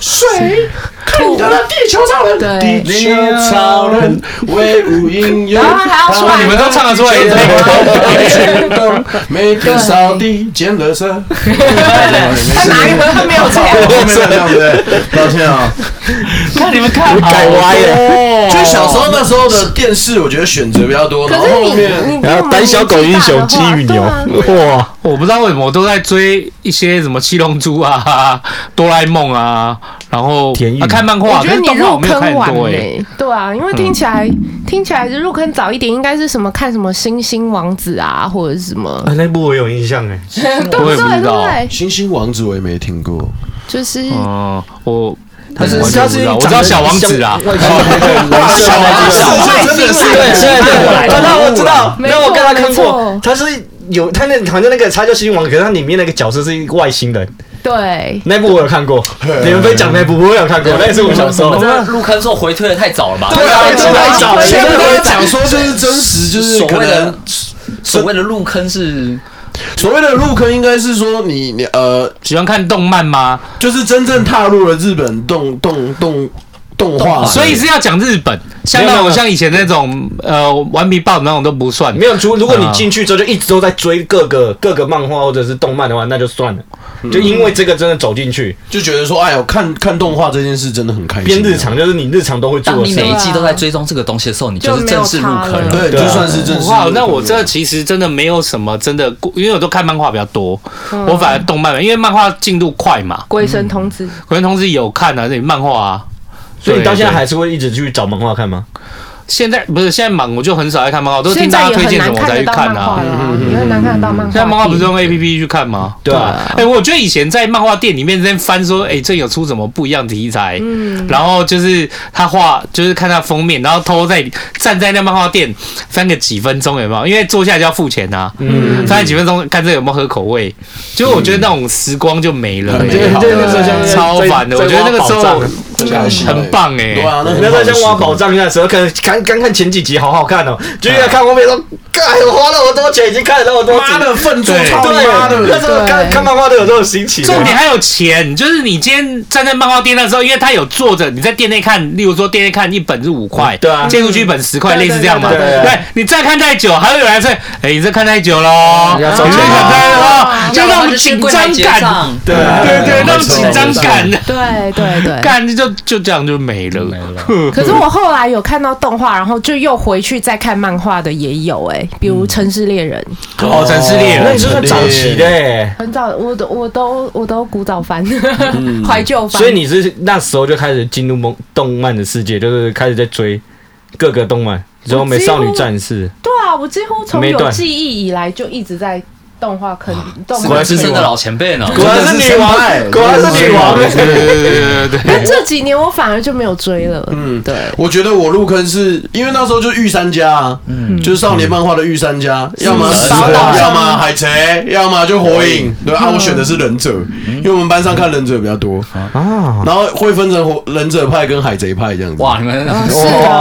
Speaker 3: 水，看我的地球超人，
Speaker 2: 对
Speaker 3: 地球超人威武英勇，
Speaker 2: 然后还要出来
Speaker 4: 你们都唱得出来
Speaker 3: 全动，每天扫地捡垃圾，
Speaker 2: 他哪一个他没有这样？
Speaker 3: 哦后面这样子，抱歉啊。
Speaker 4: 看你们看
Speaker 5: 改歪了，
Speaker 3: 就小时候那时候的电视，我觉得选择比较多，然
Speaker 2: 哦可
Speaker 3: 后
Speaker 2: 是
Speaker 3: 后
Speaker 2: 你
Speaker 3: 面。
Speaker 2: 你
Speaker 5: 然后胆小狗英雄鸡与牛，
Speaker 2: 啊
Speaker 5: 哇，
Speaker 4: 我不知道为什么我都在追一些什么七龙珠啊、哆啦 A 梦啊，然后
Speaker 5: 田雨
Speaker 4: 啊看漫画，
Speaker 2: 我
Speaker 4: 可
Speaker 2: 觉得
Speaker 4: 是
Speaker 2: 你
Speaker 4: 动画我
Speaker 2: 入
Speaker 4: 没有看
Speaker 2: 坑晚
Speaker 4: 很多
Speaker 2: 嘞、
Speaker 4: 哎。
Speaker 2: 对啊，因为听起来、听起来入坑早一点，应该是什么看什么《星星王子》啊，或者是什么，
Speaker 5: 那部我有印象哎，
Speaker 2: 对不
Speaker 4: 我
Speaker 2: 对？
Speaker 4: 也不知
Speaker 2: 对
Speaker 4: 道
Speaker 2: 不对？
Speaker 3: 星星王子我也没听过，
Speaker 2: 就是、
Speaker 4: 哦，我
Speaker 1: 他是
Speaker 4: 我
Speaker 1: 他是
Speaker 4: 不知道我知道小王子啊，
Speaker 5: 小王子。
Speaker 3: 真的是
Speaker 1: 对，现在
Speaker 5: 对，
Speaker 1: 对，
Speaker 5: 知道我知道，
Speaker 2: 没
Speaker 5: 那我
Speaker 2: 错
Speaker 5: 跟他看
Speaker 2: 没
Speaker 5: 过
Speaker 2: 错，
Speaker 5: 他是有他那好像那个他叫《星王》，可是他里面那个角色是一个外星人，
Speaker 2: 对。
Speaker 5: 那部我有 看过，你们分享那部我有看过，那也是我小时候
Speaker 1: 我。们入坑时候回退的太早了吧？
Speaker 5: 对啊
Speaker 1: 我们
Speaker 5: 真的太早了
Speaker 3: 现在都在讲说就是真实，就是
Speaker 1: 所
Speaker 3: 可
Speaker 1: 谓
Speaker 3: 能
Speaker 1: 的所谓的入坑是
Speaker 3: 所谓的入坑，应该是说你你呃，
Speaker 4: 喜欢看动漫吗？
Speaker 3: 就是真正踏入了日本动动动动画，
Speaker 4: 所以是要讲日本，像那
Speaker 5: 没有没
Speaker 4: 种
Speaker 5: 有
Speaker 4: 像以前那种呃顽皮豹那种都不算。
Speaker 5: 没有，如如果你
Speaker 4: 啊
Speaker 5: 进去之后就一直都在追各个各个漫画或者是动漫的话，那就算了。
Speaker 4: 嗯
Speaker 5: 就因为这个真的走进去，
Speaker 3: 就觉得说，哎呦，看看动画这件事真的很
Speaker 4: 嗯
Speaker 3: 开心，啊
Speaker 5: 变日常就是你日常都会做
Speaker 1: 当
Speaker 5: 的
Speaker 1: 你
Speaker 5: 事
Speaker 1: 每。一季
Speaker 2: 啊
Speaker 1: 都在追踪这个东西的时候，你就是正式入坑
Speaker 2: 就没有差
Speaker 1: 了。
Speaker 3: 对，就
Speaker 5: 对啊
Speaker 3: 算是正式入
Speaker 4: 哇
Speaker 3: 坑。，
Speaker 4: 那我这其实真的没有什么真的过，因为我都看漫画比较多，我反而动漫，因为漫画进度快嘛。
Speaker 2: 鬼神童子，
Speaker 4: 可能同时有看啊，这里漫画啊，
Speaker 5: 所以你到现在
Speaker 4: 对
Speaker 5: 还是会一直去找漫画看吗？
Speaker 4: 现在不是现在忙，我就很少爱看漫画，都是听
Speaker 2: 现在
Speaker 4: 大家
Speaker 2: 也
Speaker 4: 推
Speaker 2: 很
Speaker 4: 荐什
Speaker 2: 难
Speaker 4: 么我
Speaker 2: 看
Speaker 4: 才
Speaker 2: 得
Speaker 4: 去
Speaker 2: 到
Speaker 4: 看
Speaker 2: 漫
Speaker 4: 啊
Speaker 2: 画。了，也很难看得到漫画。
Speaker 4: 现在漫画不是用 A P P 去看吗？
Speaker 5: 对啊，
Speaker 4: 哎、我觉得以前在漫画店里面在翻说，哎、这有出什么不一样的题材？然后就是他画，就是看他封面，然后偷偷在站在那漫画店翻个几分钟，有没有？因为坐下来就要付钱啊，嗯，翻几分钟看这有没有合口味。就是我觉得那种时光就没了、
Speaker 3: 嗯
Speaker 4: 哎
Speaker 3: 对对对
Speaker 5: 对对
Speaker 4: 超烦的。
Speaker 5: 在
Speaker 4: 我觉得那个时
Speaker 5: 在挖宝
Speaker 4: 候
Speaker 5: 藏
Speaker 4: 很棒哎、
Speaker 3: 对啊，那
Speaker 5: 那时候
Speaker 3: 很
Speaker 5: 像挖宝藏一样的时候，可能刚刚看前几集好好看哦，就要看后面说，哎，我花了我多钱，已经看了那么多集
Speaker 3: 妈的愤
Speaker 4: 对
Speaker 3: 怒，操你妈
Speaker 5: 对，那
Speaker 3: 的！
Speaker 5: 时候看看漫画都有这种心情。啊
Speaker 4: 重点还有钱，就是你今天站在漫画店的时候，因为他有坐着，你在店内看，例如说店内看一本是五块，
Speaker 5: 对啊
Speaker 4: 借出去一本十块，类似这样嘛。
Speaker 5: 对对对对
Speaker 4: 对，你再看太久，还有人来说，哎，你这看太久喽，你
Speaker 5: 要
Speaker 4: 这
Speaker 5: 收钱啊
Speaker 4: 想太久了，就
Speaker 1: 哦
Speaker 4: 那
Speaker 1: 我
Speaker 4: 种
Speaker 1: 就去
Speaker 4: 紧
Speaker 1: 柜台
Speaker 4: 张
Speaker 1: 结
Speaker 4: 感，
Speaker 1: 账，
Speaker 5: 哦对
Speaker 4: 对啊对，那种
Speaker 3: 错
Speaker 4: 紧张感，
Speaker 2: 对对对，
Speaker 4: 干就就这样就没了。
Speaker 1: 没了
Speaker 2: 可是我后来有看到动画，然后就又回去再看漫画的也有哎、比
Speaker 4: 嗯
Speaker 2: 如《城市猎人》
Speaker 4: 哦，城市猎
Speaker 5: 那
Speaker 4: 人
Speaker 5: 你，是早期的欸，
Speaker 2: 很早，我都我都我都古早番、
Speaker 4: 嗯
Speaker 2: 怀旧番，
Speaker 5: 所以你是那时候就开始进入梦动漫的世界，就是开始在追各个动漫，然后美少女战士，
Speaker 2: 对啊，我几乎从
Speaker 5: 没
Speaker 2: 有
Speaker 5: 断
Speaker 2: 记忆以来就一直在动画坑动
Speaker 5: 果
Speaker 2: 画
Speaker 5: 然是
Speaker 1: 资
Speaker 5: 女
Speaker 1: 深的
Speaker 5: 王
Speaker 1: 老前辈呢。
Speaker 5: 果然是
Speaker 3: 啊真的
Speaker 5: 女
Speaker 3: 是三代
Speaker 5: 王，果然是女王。
Speaker 4: 对对对对对对。
Speaker 2: 但这几年我反而就没有追了。嗯，对，
Speaker 3: 我觉得我入坑是因为那时候就御三家啊，就是少年漫画的御三家，要么
Speaker 2: 是
Speaker 3: 死
Speaker 2: 宝
Speaker 3: 神
Speaker 2: 岛，
Speaker 3: 要么海贼，要么就火影。对啊，我选的是忍者，因为我们班上看忍者比较多啊，然后会分成火忍者派跟海贼派这样子。
Speaker 1: 哇，你们
Speaker 2: 是啊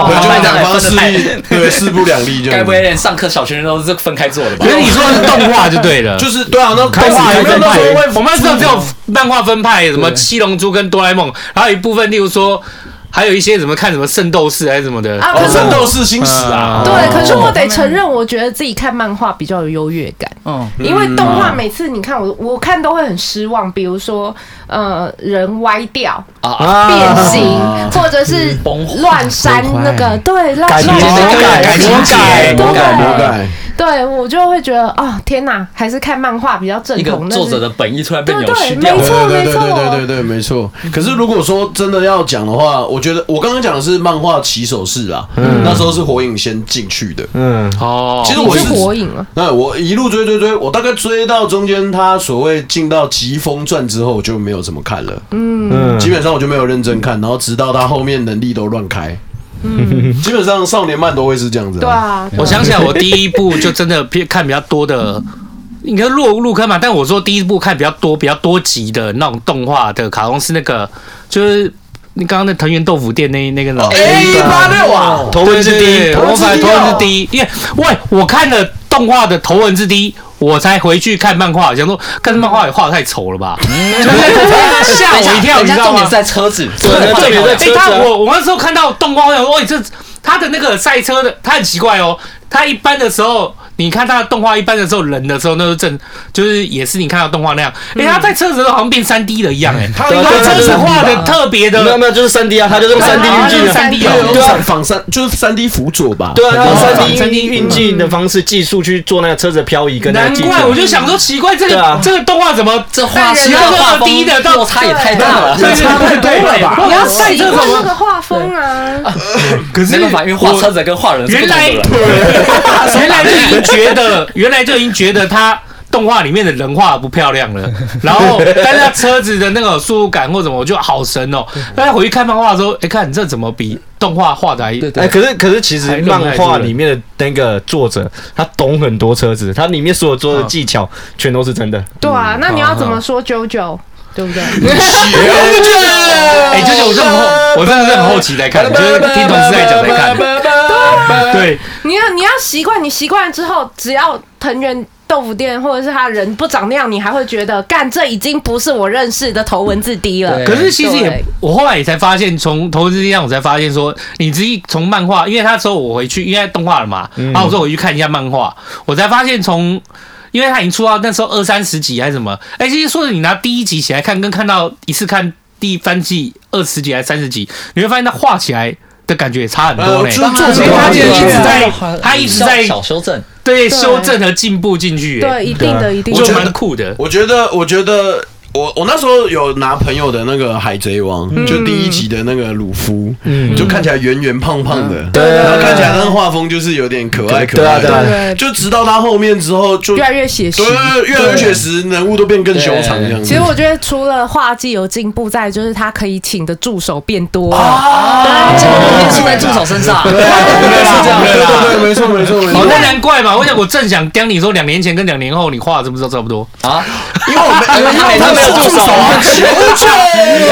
Speaker 3: 对，就
Speaker 1: 哇
Speaker 3: 两方势
Speaker 1: 分得
Speaker 3: 力，
Speaker 1: 太
Speaker 3: 对，势不两立这
Speaker 1: 该
Speaker 3: 样
Speaker 1: 不
Speaker 3: 子
Speaker 1: 会。连上课小学生都是分开做的吧
Speaker 4: 可？是你说的是动画就对了，
Speaker 3: 就是对啊，那动
Speaker 5: 始
Speaker 3: 画
Speaker 4: 我
Speaker 3: 有没有
Speaker 4: 们
Speaker 3: 那时候会
Speaker 4: 我们那时候只有漫画分派，什么七龙珠跟哆啦 A 梦，还有一部分，例如说，还有一些什么看什么圣斗士还是什么的。
Speaker 2: 啊，
Speaker 3: 哦
Speaker 2: 可，是
Speaker 3: 圣斗士星矢啊，
Speaker 1: 哦
Speaker 2: 对，可是我得承认，我觉得自己看漫画比较有优越感，
Speaker 1: 嗯，
Speaker 2: 因为动画每次你看我我看都会很失望，比如说呃人歪掉、
Speaker 1: 啊，
Speaker 2: 变形，或者是
Speaker 1: 崩坏
Speaker 2: 乱删那个，对，乱
Speaker 5: 啊改
Speaker 2: 乱
Speaker 5: 魔
Speaker 2: 删
Speaker 5: 改
Speaker 2: 改
Speaker 5: 魔改
Speaker 2: 对
Speaker 3: 哎魔改魔改，
Speaker 2: 对我就会觉得哦，天哪，还是看漫画比较正
Speaker 1: 一个
Speaker 2: 统。那是
Speaker 1: 作者的本意突然被
Speaker 2: 对
Speaker 1: 扭曲
Speaker 2: 对，
Speaker 1: 掉了。
Speaker 2: 没错
Speaker 3: 对
Speaker 2: 没
Speaker 3: 对
Speaker 2: 错
Speaker 3: 对，对对对，没错。可是如果说真的要讲的话，我觉得我刚刚讲的是漫画起手式啦，那时候是火影先进去的。
Speaker 5: 嗯，
Speaker 4: 哦，
Speaker 3: 其实
Speaker 2: 你
Speaker 3: 我
Speaker 2: 是火影啊，
Speaker 3: 那我一路追追追，我大概追到中间，他所谓进到《疾风传》之后，我就没有怎么看了。嗯，基本上我就没有认真看，然后直到他后面能力都乱开。嗯，基本上少年漫都会是这样子、
Speaker 2: 对，啊，
Speaker 4: 我想起来，我第一部就真的偏看比较多的，应该落入坑嘛。但我说第一部看比较多、比较多集的那种动画的卡通是那个，就是你刚刚的藤原豆腐店那那个老。
Speaker 3: A 哎八六啊，
Speaker 5: 头文字 D，
Speaker 4: 我反正头文字
Speaker 5: 哦
Speaker 4: D，因为喂，我看了动画的头文字 D，我才回去看漫画，想说看漫画也画得太丑了吧，就是吓我一跳，
Speaker 1: 人
Speaker 4: 你
Speaker 1: 家
Speaker 4: 知道
Speaker 1: 重点
Speaker 4: 吗
Speaker 1: 是？在车子，
Speaker 5: 对重点在车
Speaker 4: 哎、
Speaker 5: 子啊
Speaker 4: 他我我那时候看到动画，我想说，喂，这他的那个赛车的，他很奇怪哦。他一般的时候，你看他的动画一般的时候，人的时候那是正，就是也是你看到动画那样。哎、他在车子都好像变三 D 了一样、哎，他
Speaker 5: 对
Speaker 4: 他
Speaker 5: 对对
Speaker 4: 车子画的特别
Speaker 5: 没有
Speaker 4: 的，
Speaker 5: 没有，就是三 D 啊，他就是用三 D
Speaker 4: 啊
Speaker 5: 运
Speaker 4: 他
Speaker 5: 镜
Speaker 4: 用
Speaker 5: 的，
Speaker 4: 三 D
Speaker 3: 对，
Speaker 4: 哦，
Speaker 3: 用反仿三就是三 D 辅佐吧。
Speaker 5: 对啊，他用三 D
Speaker 4: 3D
Speaker 5: 运镜的方式技术去做那个车子的漂移跟那个
Speaker 4: 难
Speaker 5: 技
Speaker 4: 怪我
Speaker 5: 术。
Speaker 4: 就想说奇怪，这
Speaker 5: 对
Speaker 4: 个、
Speaker 5: 啊
Speaker 4: 这个动画怎么
Speaker 1: 这画
Speaker 4: 其
Speaker 1: 质
Speaker 4: 他
Speaker 1: 跟
Speaker 4: 都
Speaker 1: 画
Speaker 4: 二 D 的
Speaker 1: 风
Speaker 4: 到
Speaker 1: 落差也太大了。
Speaker 4: 对对对对对，
Speaker 2: 你
Speaker 4: 你
Speaker 2: 要
Speaker 4: 要
Speaker 2: 习
Speaker 4: 赛
Speaker 2: 惯
Speaker 4: 车怎
Speaker 2: 那
Speaker 4: 么？
Speaker 2: 个画风啊，
Speaker 4: 可是
Speaker 1: 没办法，因为画
Speaker 4: 我
Speaker 1: 车子跟画人是不
Speaker 4: 原
Speaker 1: 同的
Speaker 4: 来
Speaker 1: 人。
Speaker 4: 原来就已经觉得，原来就已经觉得他动画里面的人画得不漂亮了，然后但是他车子的那个速度感或什么，我就好神哦。但是回去看漫画的时候，哎、看你这怎么比动画画的还
Speaker 1: 对对
Speaker 5: 哎，可是可是，其实
Speaker 4: 还弄
Speaker 5: 漫画里面的那个作者，他懂很多车子，他里面所有做的技巧全都是真的。
Speaker 2: 对啊，那你要怎么说啾啾，对 不对？
Speaker 4: 哎、就是我是很后，我真的是很后期在看，就是听同事在讲在看。对，
Speaker 2: 你要你要习惯，你习惯了之后，只要藤原豆腐店或者是他人不长那样，你还会觉得干这已经不是我认识的头文字 D 了。
Speaker 1: 对
Speaker 4: 可是其实也
Speaker 2: 对，
Speaker 4: 我后来也才发现，从投资上我才发现说，你自己从漫画，因为那时候我回去，因为动画了嘛，然后我说我去看一下漫画，我才发现从。因为他已经出到那时候二三十集还是什么，哎、其实说你拿第一集起来看，跟看到一次看第三季二十集还是三十集，你会发现它画起来的感觉也差很多
Speaker 3: 呃，
Speaker 4: 嘞、
Speaker 3: 就是作者
Speaker 4: 因为他
Speaker 3: 就
Speaker 4: 就一直
Speaker 3: 是
Speaker 4: 在，他一直在
Speaker 1: 小修正，
Speaker 4: 对修正和进步进去、哎
Speaker 2: 对，啊一定的，一定
Speaker 4: 我觉得
Speaker 2: 的。
Speaker 4: 蛮酷的。
Speaker 3: 我觉得，我觉得。我我那时候有拿朋友的那个《海贼王》，就第一集的那个鲁夫，就看起来圆圆胖胖的，
Speaker 5: 对
Speaker 3: 然后看起来那个画风就是有点可爱可
Speaker 5: 对啊
Speaker 3: 爱
Speaker 5: 对啊
Speaker 3: 的，
Speaker 2: 对，
Speaker 3: 就直到他后面之后就
Speaker 2: 越来越写实
Speaker 3: 对。啊越来越写实，人物都变更修长这样
Speaker 2: 其
Speaker 3: 子
Speaker 2: 实。我觉得除了画技有进步，在就是他可以请的助手变多了。
Speaker 4: 哦
Speaker 1: 啊，这个东西出在助手啊身 上，
Speaker 4: 是这样
Speaker 3: 对对对，没错没 错没错
Speaker 4: 哦，，那难怪嘛！我想，我正想刁你说，两年前跟两年后你画的是不是都差不多？
Speaker 1: 啊，
Speaker 3: 因为我们因为他 没有助手啊，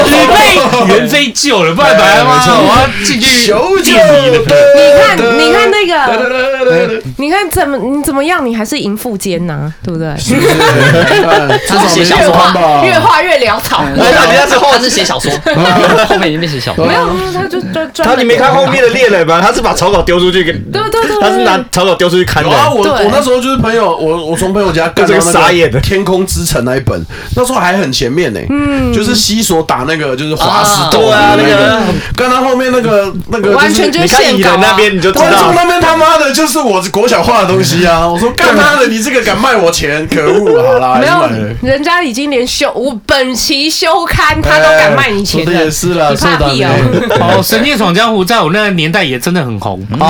Speaker 4: 你被袁飞救了，不然本来嘛，我要进 去哦
Speaker 3: 求救
Speaker 4: 电你了。
Speaker 2: 你看，你看那个，
Speaker 3: 对
Speaker 2: 你看怎么你怎么样，你还是淫妇奸呐，对不对？
Speaker 1: 他是写小说吧？
Speaker 3: 吧
Speaker 2: 越画越潦草。
Speaker 1: 他是写小说，啊 后面已经变成小说
Speaker 2: 没。有，他就就专
Speaker 5: 他
Speaker 2: 门
Speaker 5: 你没看后面的猎人吗？他是把草稿丢出去给，
Speaker 2: 对对对对，
Speaker 5: 他是拿草稿丢出去看
Speaker 3: 有啊，
Speaker 5: 的。
Speaker 3: 我
Speaker 2: 对
Speaker 3: 我那时候就是朋友，我我从朋友家干到
Speaker 5: 这个
Speaker 3: 那
Speaker 5: 傻眼
Speaker 3: 个《天空之城》那一本，那时候还很前面呢、嗯，就是西索打那个就是华石斗
Speaker 5: 对啊，那个
Speaker 3: 干到后面那个那个
Speaker 2: 完全
Speaker 3: 就。
Speaker 2: 就是是
Speaker 5: 你看
Speaker 2: 现
Speaker 5: 蚁
Speaker 2: 搞
Speaker 5: 人那
Speaker 2: 啊。
Speaker 5: 边你就知
Speaker 3: 观众
Speaker 5: 道，
Speaker 3: 那边他妈的就是我国小画的东西啊！ 我说干妈的，你这个敢卖我钱，可恶！好啦，
Speaker 2: 没
Speaker 3: 还
Speaker 2: 有
Speaker 3: 是买了，
Speaker 2: 人家已经连修我本期修刊他都敢卖你钱
Speaker 3: 说的也
Speaker 2: 了，
Speaker 3: 是啊啦，
Speaker 2: 你
Speaker 3: 说
Speaker 2: 怕
Speaker 3: 的
Speaker 2: 屁哦
Speaker 3: 没
Speaker 4: 哦，《神剑闯江湖》在我那个年代也真的很红，画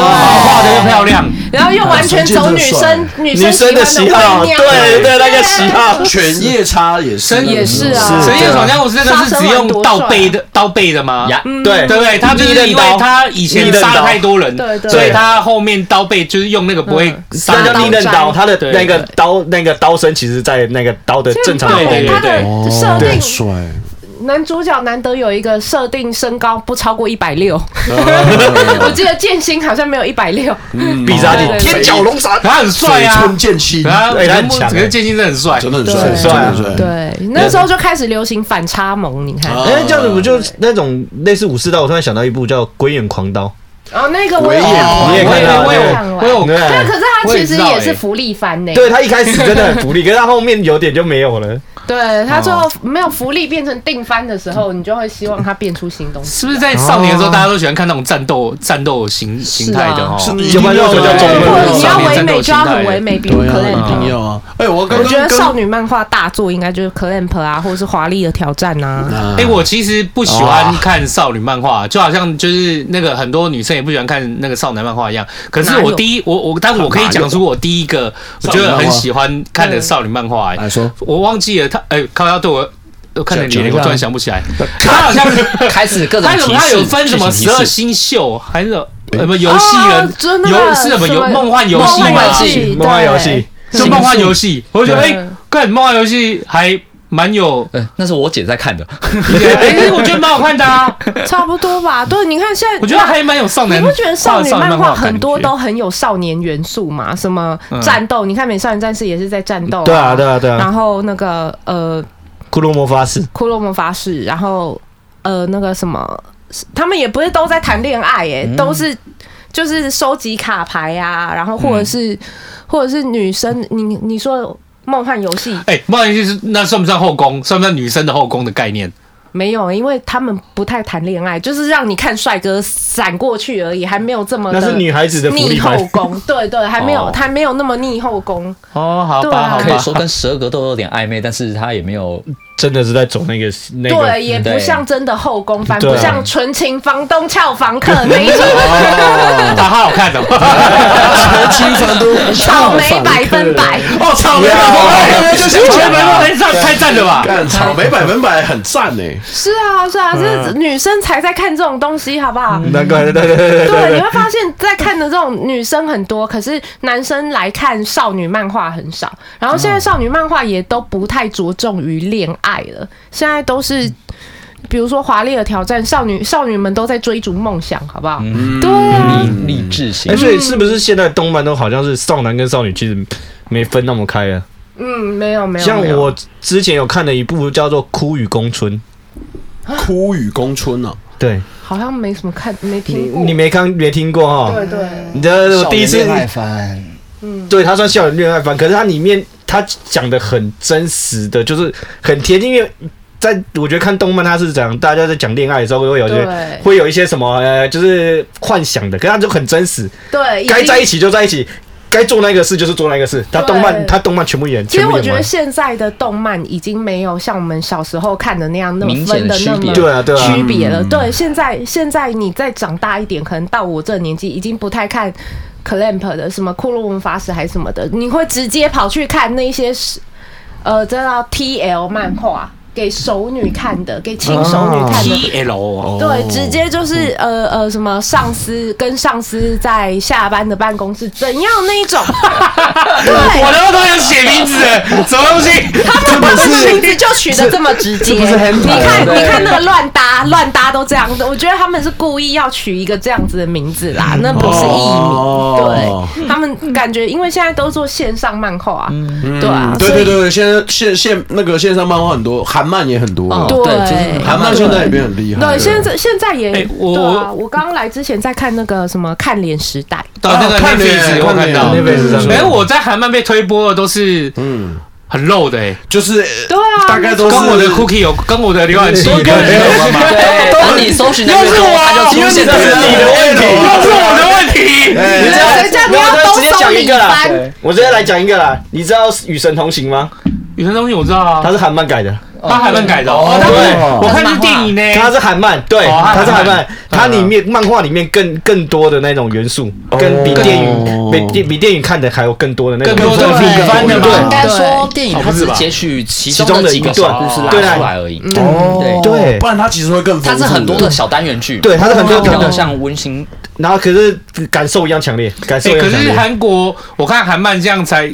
Speaker 4: 的又漂亮，
Speaker 2: 然后又完全走女生女
Speaker 5: 女生的喜
Speaker 2: 喜
Speaker 5: 好，
Speaker 2: 欢
Speaker 5: 对
Speaker 2: 的
Speaker 5: 对对，那个喜好。
Speaker 3: 犬夜叉也是，
Speaker 4: 神
Speaker 2: 啊也是啊
Speaker 4: 《
Speaker 2: 是
Speaker 4: 神剑闯江湖》是那个是只用刀背的刀背的吗？
Speaker 1: 啊呀，
Speaker 5: 对
Speaker 4: 对不对？他就是因为他以前杀了太多人
Speaker 2: 逆刃刀对，对
Speaker 4: 所以他后面刀背就是用那个不会杀
Speaker 5: 那
Speaker 4: 人
Speaker 5: 叫
Speaker 4: 刀
Speaker 5: 逆刃刀，
Speaker 2: 刀
Speaker 5: 它的
Speaker 4: 对
Speaker 5: 那个刀那个刀身其实，在那个刀的正常的
Speaker 4: 对
Speaker 5: 后
Speaker 4: 对对。
Speaker 5: 面
Speaker 2: 他的设定，
Speaker 3: 哦帅，
Speaker 2: 男主角难得有一个设定身高不超过一百六，
Speaker 3: 嗯
Speaker 2: 我记得剑心好像没有一百六，
Speaker 5: 必杀技
Speaker 2: 对对对
Speaker 5: 天角龙闪，
Speaker 4: 他很帅
Speaker 3: 水
Speaker 4: 啊
Speaker 3: 村，剑心，
Speaker 4: 啊，
Speaker 5: 对他很
Speaker 4: 人物
Speaker 5: 强
Speaker 4: 整个剑心真的很帅，
Speaker 3: 真的很
Speaker 2: 对
Speaker 3: 帅，
Speaker 2: 很
Speaker 5: 帅啊
Speaker 3: 真的很帅。
Speaker 2: 对，那时候就开始流行反差萌，你看，
Speaker 5: 哦
Speaker 3: 啊
Speaker 5: 哎哎，这样子不就那种类似武士刀？我突然想到一部叫《鬼眼狂刀》，
Speaker 2: 哦，那个我有
Speaker 3: 鬼眼
Speaker 2: 看
Speaker 4: 哦
Speaker 2: 完，
Speaker 5: 你也看到
Speaker 4: 我
Speaker 5: 对
Speaker 4: 有我有我有，
Speaker 5: 对
Speaker 2: 对，可是他其实
Speaker 4: 我也
Speaker 2: 也
Speaker 4: 知道
Speaker 2: 是
Speaker 4: 欸
Speaker 2: 福利番呢、
Speaker 5: 对他一开始真的很福利，可是他后面有点就没有 了。
Speaker 2: 对他最后没有福利变成定番的时候，你就会希望他变出新东西。
Speaker 4: 是不是在少年的时候，大家都喜欢看那种战斗战斗形
Speaker 1: 啊
Speaker 4: 形态的哦？
Speaker 3: 是
Speaker 4: 哦
Speaker 3: 一
Speaker 5: 要
Speaker 3: 定
Speaker 5: 不然
Speaker 3: 要
Speaker 5: 就
Speaker 3: 的
Speaker 5: 叫中
Speaker 2: 如
Speaker 4: 对
Speaker 2: 果
Speaker 4: 文
Speaker 2: 你
Speaker 4: 对
Speaker 2: 要
Speaker 4: 少年
Speaker 2: 唯
Speaker 4: 战
Speaker 2: 美，
Speaker 4: 斗
Speaker 2: 就要
Speaker 4: 形态
Speaker 2: 很唯美，比如
Speaker 3: 对啊，
Speaker 4: 能
Speaker 3: 一
Speaker 2: clamp。
Speaker 3: 定要啊！哎，我刚
Speaker 2: 我
Speaker 3: 刚
Speaker 2: 觉得
Speaker 3: 跟
Speaker 2: 少女漫画大作应该就是 clamp 啊，或者是华丽的挑战啊。
Speaker 3: 啊
Speaker 4: 哎、我其实不喜欢看少女漫画，就好像就是那个很多女生也不喜欢看那个少男漫画一样。可是
Speaker 2: 哪有
Speaker 4: 我第一，我我，但我可以讲出我第一个我觉得很喜欢看的少女漫画、哎
Speaker 3: 来说，
Speaker 4: 我忘记了他，哎、靠腰对我。我看着
Speaker 3: 讲
Speaker 4: 你，
Speaker 3: 讲一
Speaker 4: 我
Speaker 3: 下
Speaker 4: 突然想不起来。他好像
Speaker 1: 开始 各种
Speaker 4: 他有
Speaker 1: 提
Speaker 4: 他
Speaker 1: 示，
Speaker 4: 有分什么
Speaker 1: 剧情提
Speaker 4: 十二
Speaker 1: 示啊
Speaker 4: 星宿，还是什么呃游戏人
Speaker 2: 哦真的
Speaker 4: 游是什么游梦幻游戏
Speaker 2: 梦
Speaker 4: 嘛
Speaker 2: 幻游？戏，
Speaker 5: 梦幻游戏
Speaker 2: 对
Speaker 4: 就梦幻游戏，我就觉得
Speaker 2: 对
Speaker 4: 哎，看梦幻游戏还蛮有，
Speaker 1: 呃，那是我姐在看的，
Speaker 4: 哎，我觉得蛮好看的啊，
Speaker 2: 差不多吧。对，你看现在，
Speaker 4: 我觉得还蛮有少
Speaker 2: 你
Speaker 4: 男，
Speaker 2: 不觉得少女漫画
Speaker 4: 画的感
Speaker 2: 很多
Speaker 4: 觉
Speaker 2: 都很有少年元素嘛？什么
Speaker 4: 嗯
Speaker 2: 战斗？你看《美少女战士》也是在战斗、
Speaker 5: 对啊，对啊，对啊，
Speaker 2: 然后那个呃，《
Speaker 5: 骷髅魔法使，
Speaker 2: 骷髅魔法使》，然后呃，那个什么，他们也不是都在谈恋爱、耶，
Speaker 5: 嗯
Speaker 2: 都是就是收集卡牌啊，然后或者是、
Speaker 5: 嗯
Speaker 2: 或者是女生，你你说梦幻游戏
Speaker 4: 哎，梦幻游戏是那算不算后宫？算不算女生的后宫的概念？
Speaker 2: 没有，因为他们不太谈恋爱，就是让你看帅哥闪过去而已，还没有这么
Speaker 5: 那
Speaker 2: 的
Speaker 5: 是女孩子的福
Speaker 2: 逆
Speaker 5: 利
Speaker 2: 后
Speaker 5: 番。
Speaker 2: 宫，对对，还没有，
Speaker 4: 哦
Speaker 2: 还没有那么逆后宫。
Speaker 4: 哦，好
Speaker 2: 对啊
Speaker 4: 吧，好
Speaker 1: 可以
Speaker 4: 吧，
Speaker 1: 说跟十二格斗有点暧昧，但是他也没有
Speaker 5: 真的是在走那个那
Speaker 2: 对，
Speaker 5: 个，
Speaker 2: 也不
Speaker 1: 对
Speaker 2: 像真的后宫番，
Speaker 5: 对啊
Speaker 2: 不像纯情房东俏房客那一种
Speaker 4: 哦，好好看的，
Speaker 3: 全清房 都
Speaker 2: 草莓百分百。
Speaker 4: 哦，草莓百分百，就是草莓百分百，太赞了吧！
Speaker 3: 干草莓百分百很赞呢，
Speaker 2: 是啊，是啊，
Speaker 5: 嗯
Speaker 2: 这女生才在看这种东西，好不好？
Speaker 5: 难怪对对对嗯对
Speaker 2: 对，你会发现在看的这种女生很多，可是男生来看少女漫画很少。然后现在少女漫画也都不太着重于恋爱了，现在都
Speaker 5: 嗯
Speaker 2: 是。比如说《华丽的挑战》，少女少女们都在追逐梦想，好不好？
Speaker 5: 嗯
Speaker 3: 嗯
Speaker 2: 对啊，
Speaker 4: 嗯
Speaker 1: 励励志型
Speaker 5: 哎，。所以是不是现在动漫都好像是少男跟少女其实没分那么开啊？
Speaker 2: 嗯，没有没有，
Speaker 5: 像
Speaker 2: 没有
Speaker 5: 我之前有看的一部叫做《枯与宫春》，
Speaker 3: 枯雨宫春啊，
Speaker 5: 对
Speaker 2: 好像没什么看，没
Speaker 5: 你
Speaker 2: 听过。
Speaker 5: 你没看没听过哈
Speaker 2: 对？对，嗯
Speaker 5: 你知道我第一次
Speaker 1: 番，
Speaker 5: 对它算校园恋爱番，可是它里面它讲的很真实的，就是很贴近，因为。在我觉得看动漫，它是讲大家在讲恋爱的时候，会有些
Speaker 2: 对
Speaker 5: 会有一些什么呃，就是幻想的，可是它就很真实，
Speaker 2: 对，已经
Speaker 5: 该在一起就在一起，该做那个事就是做那个事。他动漫，
Speaker 2: 对
Speaker 5: 他动漫全部演，
Speaker 2: 其实
Speaker 5: 全部
Speaker 2: 我
Speaker 5: 演
Speaker 2: 觉
Speaker 5: 完
Speaker 2: 得现在的动漫已经没有像我们小时候看的那样那么
Speaker 1: 明显
Speaker 2: 分
Speaker 1: 的
Speaker 2: 的那
Speaker 1: 区别
Speaker 2: 么
Speaker 5: 对啊，对啊
Speaker 2: 区，别了。对，现在现在你再长大一点，可能到我这个年纪，已经不太看 clamp 的什么骷髅魔法使还是什么的，你会直接跑去看那些是呃，这叫 TL 漫画，给熟女看的，给亲熟女看的。
Speaker 4: T L 哦，
Speaker 2: 对，直接就是呃呃什么上司跟上司在下班的办公室怎样那一种，对，
Speaker 4: 我他妈都想写名字了，什么东西？
Speaker 2: 他们这个名字就取得这么直接，你看你看那个乱搭乱搭都这样子，我觉得他们是故意要取一个这样子的名字啦，那不是艺名
Speaker 3: 哦。
Speaker 2: 对他们感觉，因为现在都做线上漫画啊，对啊，
Speaker 3: 对对
Speaker 2: 所以
Speaker 3: 对，现在线线那个线上漫画很多，韩漫也很多，啊
Speaker 1: 哦
Speaker 2: 对
Speaker 1: 就是
Speaker 3: 韩漫现在也变很厉害了。
Speaker 2: 对，现在现在也
Speaker 4: 哎我
Speaker 2: 对啊，我刚来之前在看那个什么《看脸时代》，
Speaker 4: 到那个
Speaker 3: 哦看
Speaker 4: Netflix
Speaker 3: 脸
Speaker 4: 我看
Speaker 3: 脸
Speaker 4: 到，
Speaker 5: Netflix 上面
Speaker 4: 哎，我在韩漫被推播的都是
Speaker 3: 嗯，
Speaker 4: 很肉的，哎，
Speaker 3: 就是
Speaker 2: 对啊
Speaker 3: 大概都
Speaker 4: 跟
Speaker 3: 是
Speaker 4: 我的 Cookie 有，跟我的浏览器有 关系
Speaker 1: 对，当你搜寻的时候，它就出现
Speaker 3: 又是
Speaker 1: 了。
Speaker 3: 问题哎
Speaker 4: 又是我的问题。
Speaker 5: 你知道
Speaker 2: 人家你要
Speaker 5: 我
Speaker 2: 都
Speaker 5: 直接讲一个啦
Speaker 2: 收礼班，
Speaker 5: 我直接来讲一个啦。你知道《与神同行》吗？
Speaker 4: 有些东西我知道
Speaker 5: 它
Speaker 4: 啊，
Speaker 5: 是韩漫改的，
Speaker 4: 他韩漫改的哦，
Speaker 3: 对
Speaker 4: 我看是电影
Speaker 5: 它
Speaker 4: 呢。
Speaker 5: 是韩漫，对，
Speaker 4: 哦
Speaker 5: 它是韩漫
Speaker 4: 韩漫，
Speaker 5: 它里面漫画里面更更多的那种元素，
Speaker 4: 哦
Speaker 5: 跟比电影比电比电影看的还有更多的那种
Speaker 4: 更
Speaker 5: 元
Speaker 4: 多
Speaker 5: 素。
Speaker 4: 的
Speaker 2: 对
Speaker 4: 翻的
Speaker 1: 对，应
Speaker 4: 嘛，
Speaker 1: 该说电影它只是截取其中的几个小故事拉出来而已。
Speaker 3: 哦，
Speaker 5: 对
Speaker 3: 不然它其实会更丰
Speaker 1: 它
Speaker 3: 富
Speaker 1: 是
Speaker 3: 的
Speaker 1: 很多的小单元剧，
Speaker 5: 对它是很多
Speaker 1: 比较
Speaker 5: 的
Speaker 1: 像温馨，
Speaker 5: 然后可是感受一样强烈，感受
Speaker 4: 哎，
Speaker 5: 一样
Speaker 4: 可
Speaker 5: 强
Speaker 4: 是
Speaker 5: 烈。
Speaker 4: 韩国，我看韩漫这样才。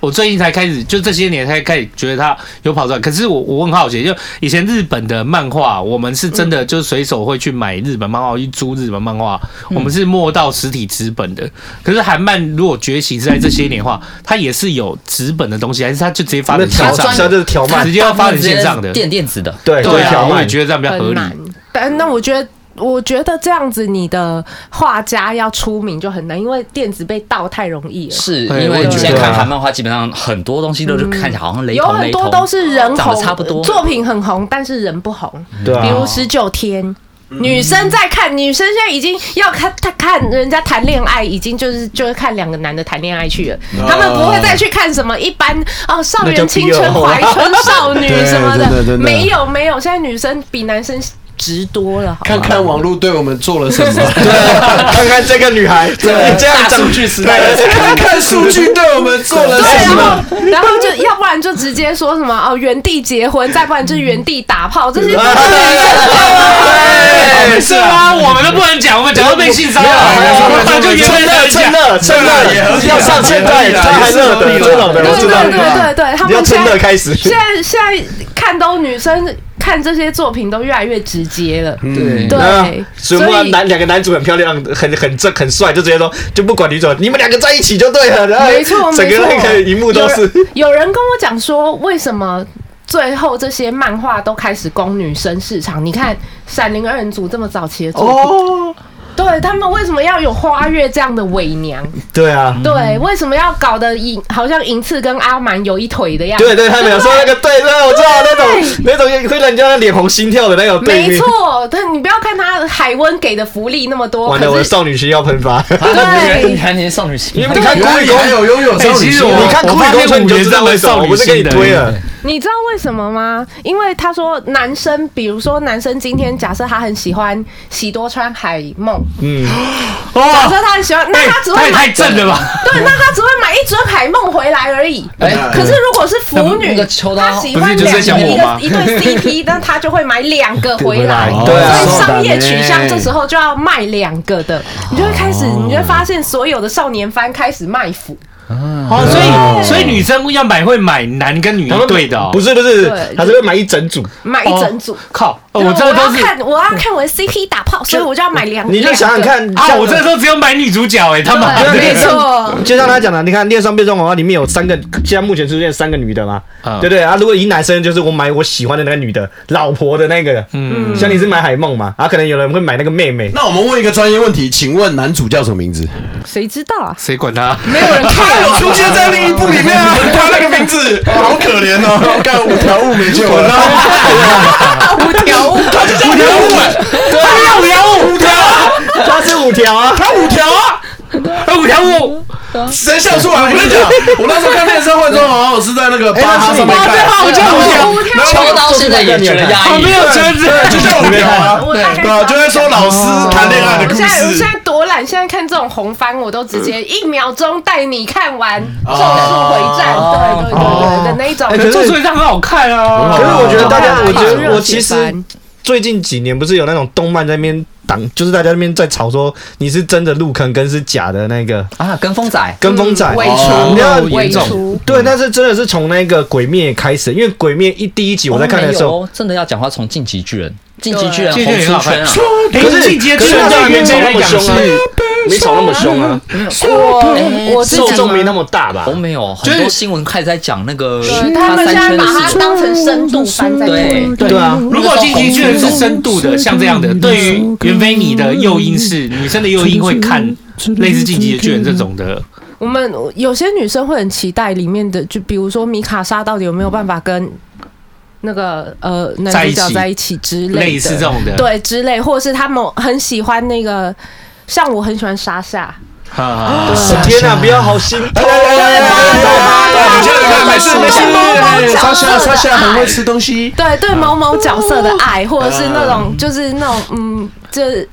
Speaker 4: 我最近才开始，就这些年才开始觉得它有跑出来。可是我我很好奇，就以前日本的漫画，我们是真的就随手会去买日本漫画，去租日本漫画，
Speaker 5: 嗯
Speaker 4: 我们是摸到实体纸本的。可是韩漫如果崛起是在这些年的话，它也是有纸本的东西，还是它就直接发
Speaker 5: 嗯那
Speaker 4: 展线
Speaker 5: 条
Speaker 4: 上？
Speaker 5: 它就是条漫
Speaker 4: 直，接要发展线上的，
Speaker 1: 电电子的，
Speaker 5: 对
Speaker 4: 对
Speaker 5: 条
Speaker 4: 啊，我也
Speaker 5: 漫，
Speaker 4: 觉得这样比较合
Speaker 2: 很
Speaker 4: 理。
Speaker 2: 难。但那我觉得我觉得这样子，你的画家要出名就很难，因为电子被盗太容易了。
Speaker 1: 是
Speaker 4: 对
Speaker 1: 因
Speaker 4: 我
Speaker 1: 为
Speaker 4: 也
Speaker 1: 你
Speaker 4: 觉
Speaker 1: 现在
Speaker 5: 得
Speaker 1: 看
Speaker 5: 啊
Speaker 1: 韩漫画，基本上很多东西都是看起来好像雷
Speaker 2: 有
Speaker 1: 同
Speaker 2: 很
Speaker 1: 雷
Speaker 2: 多
Speaker 1: 同，
Speaker 2: 都是人
Speaker 1: 长
Speaker 2: 红，
Speaker 1: 得差不多
Speaker 2: 作品很红，但是人不红。
Speaker 5: 对
Speaker 2: 比如
Speaker 5: 啊，
Speaker 2: 十九天。女生在看，女生现在已经要看，她看人家谈恋爱，已经就是就是看两个男的谈恋爱去了，
Speaker 3: 啊
Speaker 2: 他们不会再去看什么一般哦少
Speaker 5: 那就
Speaker 2: 年青春
Speaker 5: 不用了
Speaker 2: 怀春少女什么
Speaker 3: 对对对对
Speaker 2: 没有没有，现在女生比男生直多了，好
Speaker 3: 看
Speaker 2: 吗？
Speaker 3: 看网络 对我啊们做了什么，
Speaker 5: 看看这个女孩，这样
Speaker 1: 大
Speaker 5: 长
Speaker 1: 数据时代的
Speaker 5: 对，
Speaker 3: 看看数据对我们做了
Speaker 2: 对，然
Speaker 3: 什么。
Speaker 2: 后然后就要不然就直接说什么哦原地结婚，再不然就是原地打炮，这 些都是
Speaker 4: 哎是吗？我们都不能讲，我们讲到被性骚扰了，那就原本在
Speaker 5: 趁
Speaker 4: 讲。
Speaker 5: 热，趁热也要上现在，它还热的，这种的
Speaker 2: 对
Speaker 5: 我知
Speaker 2: 对
Speaker 5: 道。
Speaker 2: 对对对，他
Speaker 5: 你要
Speaker 2: 们现
Speaker 5: 趁热
Speaker 2: 在
Speaker 5: 开始。
Speaker 2: 现在现在看都女生看这些作品都越来越直接了，
Speaker 1: 对
Speaker 2: 对
Speaker 5: 啊所
Speaker 2: 所
Speaker 5: 以我们
Speaker 2: 以
Speaker 5: 男两个男主很漂亮，很很正很帅，就直接说就不管女主，你们两个在一起就对了。然后
Speaker 2: 没错
Speaker 5: 整个那个荧幕都是。
Speaker 2: 有人跟我讲说，为什么最后这些漫画都开始攻女生市场？你看《闪灵二人组》这么早期的作品，
Speaker 3: 哦，
Speaker 2: 对他们为什么要有花月这样的伪娘？
Speaker 5: 对啊，
Speaker 2: 对，为什么要搞得银好像银次跟阿满有一腿的样子？
Speaker 5: 对对，他们有说那个对对，我知道那种那种会让人家脸红心跳的那种对
Speaker 2: 没
Speaker 5: 立。
Speaker 2: 错，但你不要看他海温给的福利那么多，
Speaker 5: 完了，我
Speaker 2: 可
Speaker 5: 的
Speaker 2: 是
Speaker 5: 少女心要喷发。
Speaker 1: 对，
Speaker 2: 对
Speaker 1: 你看你是少女心
Speaker 5: 因，为你看
Speaker 3: 原
Speaker 5: 郭
Speaker 3: 来
Speaker 5: 宇
Speaker 3: 你
Speaker 5: 公
Speaker 3: 还有拥有少
Speaker 4: 哎
Speaker 3: 女
Speaker 4: 其实
Speaker 3: 心
Speaker 4: 我
Speaker 3: 哦，
Speaker 5: 你看
Speaker 4: 我
Speaker 5: 酷
Speaker 4: 发
Speaker 5: 理
Speaker 4: 现
Speaker 5: 工村你就知道为什么，我不是给你推了。
Speaker 2: 你知道为什么吗？因为他说男生，比如说男生今天假设他很喜欢喜多川海梦，
Speaker 5: 嗯，
Speaker 2: 假
Speaker 4: 哦，
Speaker 2: 设他很喜欢，那
Speaker 4: 哎
Speaker 2: 他只
Speaker 4: 他也
Speaker 2: 会买
Speaker 4: 太正了吧？
Speaker 2: 对，那他只会买一尊海梦回来而已。
Speaker 1: 哎，
Speaker 2: 可是如果是腐
Speaker 1: 那
Speaker 2: 女，
Speaker 1: 个秋刀
Speaker 2: 他喜欢
Speaker 4: 不是就是在
Speaker 2: 两
Speaker 4: 讲
Speaker 2: 个
Speaker 4: 我
Speaker 2: 一
Speaker 4: 吗
Speaker 2: 个一对 CP，那他就会买两个回来。
Speaker 1: 哦
Speaker 5: 对啊
Speaker 2: 所以商业取向这时候就要卖两个的，你就会开始，你就会发现所有的少年番开始卖腐。
Speaker 4: 哦，所以所以女生要买会买男跟女一对的哦，
Speaker 5: 不是不是
Speaker 2: 对，
Speaker 5: 他是会买一整组。
Speaker 2: 买一整组。
Speaker 4: 靠，哦
Speaker 2: 对
Speaker 4: 我这
Speaker 2: 我
Speaker 4: 个都
Speaker 2: 要
Speaker 4: 是
Speaker 2: 看，我要看我的 CP 打炮，所以我就要买两。
Speaker 5: 嗯你就想想看，
Speaker 4: 啊，
Speaker 5: 像
Speaker 4: 我这时候只有买女主角哎，他妈
Speaker 2: 两个，
Speaker 4: 的，
Speaker 2: 对，没错。
Speaker 5: 就像他讲的，你看《恋上变装娃娃》里面有三个，现在目前出现三个女的嘛，
Speaker 4: 嗯
Speaker 5: 对不对啊？如果以男生就是我买我喜欢的那个女的，老婆的那个，嗯，像你是买海梦嘛，啊，可能有人会买那个妹妹，
Speaker 3: 那我们问一个专业问题，请问男主叫什么名字？
Speaker 2: 谁知道啊？
Speaker 4: 谁管他？
Speaker 2: 没有人
Speaker 3: 他有
Speaker 2: 看。
Speaker 3: 出现在另一部里面啊，他那个名字好可怜哦，干五条悟没救了，
Speaker 2: 五条 悟，
Speaker 3: 他就叫五条悟
Speaker 4: 啊
Speaker 3: 哎，他叫五条悟，五条啊，
Speaker 5: 她是五 条啊，
Speaker 3: 他五条啊。
Speaker 4: 哎五条悟，
Speaker 3: 谁笑出来？我跟你讲，我那时候看变身会之后，好像我是在哎那个巴哈上面看，
Speaker 4: 啊我叫五条，
Speaker 2: 五条
Speaker 1: 秋刀现在也觉得压
Speaker 4: 我
Speaker 1: 抑
Speaker 4: 没，有车子，
Speaker 3: 对，就叫五条啊，
Speaker 2: 我大概哦
Speaker 3: 对啊，就在说老师谈
Speaker 5: 哎
Speaker 3: 恋爱的
Speaker 2: 我
Speaker 3: 故
Speaker 2: 现在我现
Speaker 3: 事。
Speaker 2: 在多懒，现在看这种红番，我都直接
Speaker 5: 嗯
Speaker 2: 一秒钟带你看完《
Speaker 5: 哦
Speaker 2: 咒术回战》，对对对对的那一种。
Speaker 4: 哎可是做出来很好看啊
Speaker 5: 可。是哎我觉得大家，我
Speaker 2: 热
Speaker 5: 觉
Speaker 2: 血
Speaker 5: 得
Speaker 2: 番
Speaker 5: 我其实最近几年不是有那种动漫在那边挡，就是大家那边在吵说你是真的入坑跟是假的那个
Speaker 1: 啊，跟风仔，
Speaker 5: 跟风仔，
Speaker 2: 嗯
Speaker 5: 哦
Speaker 2: 伪
Speaker 5: 你要
Speaker 2: 出伪
Speaker 4: 严重
Speaker 2: 出，
Speaker 5: 对，但是真的是从那个鬼灭开始，因为鬼灭一第一集我在看的时
Speaker 1: 哦没
Speaker 5: 候，
Speaker 1: 有哦真的要讲话从晋级巨人，晋级巨人
Speaker 4: 对
Speaker 1: 红出圈啊，
Speaker 4: 哎，季节居然对原
Speaker 5: 没
Speaker 4: 真
Speaker 5: 吵那
Speaker 4: 人
Speaker 5: 么
Speaker 4: 讲
Speaker 5: 凶啊
Speaker 4: 是，
Speaker 5: 没吵那么凶啊，
Speaker 1: 我
Speaker 2: 哎我自呃
Speaker 5: 受
Speaker 1: 己
Speaker 5: 众没那么大吧
Speaker 1: 都？哦没有，
Speaker 4: 就
Speaker 1: 很
Speaker 4: 是
Speaker 1: 多新闻开始在讲那个
Speaker 2: 对他们
Speaker 1: 三
Speaker 2: 现在
Speaker 1: 圈
Speaker 2: 把
Speaker 1: 的
Speaker 2: 它
Speaker 1: 事情，
Speaker 2: 当成深度番在
Speaker 1: 对
Speaker 2: 推。
Speaker 5: 嗯对啊，
Speaker 4: 如果晋级巨人是深度的，像这样的，对于袁非你的诱因是女生的诱因会看类似晋级的巨人这种的，
Speaker 2: 我们有些女生会很期待里面的，就比如说米卡莎到底有没有办法跟那个呃男
Speaker 4: 在一
Speaker 2: 主
Speaker 4: 起
Speaker 2: 角在一起之类的，
Speaker 4: 类似这种的。
Speaker 2: 对之类，或者是他们很喜欢那个，像我很喜欢莎莎，
Speaker 4: 啊，
Speaker 5: 天哪，不要好心哎痛！
Speaker 4: 哦
Speaker 3: 你现在看没事没事，莎莎莎莎很会吃东西。
Speaker 2: 对对某某角色的爱，或者是那种就是那种嗯，就是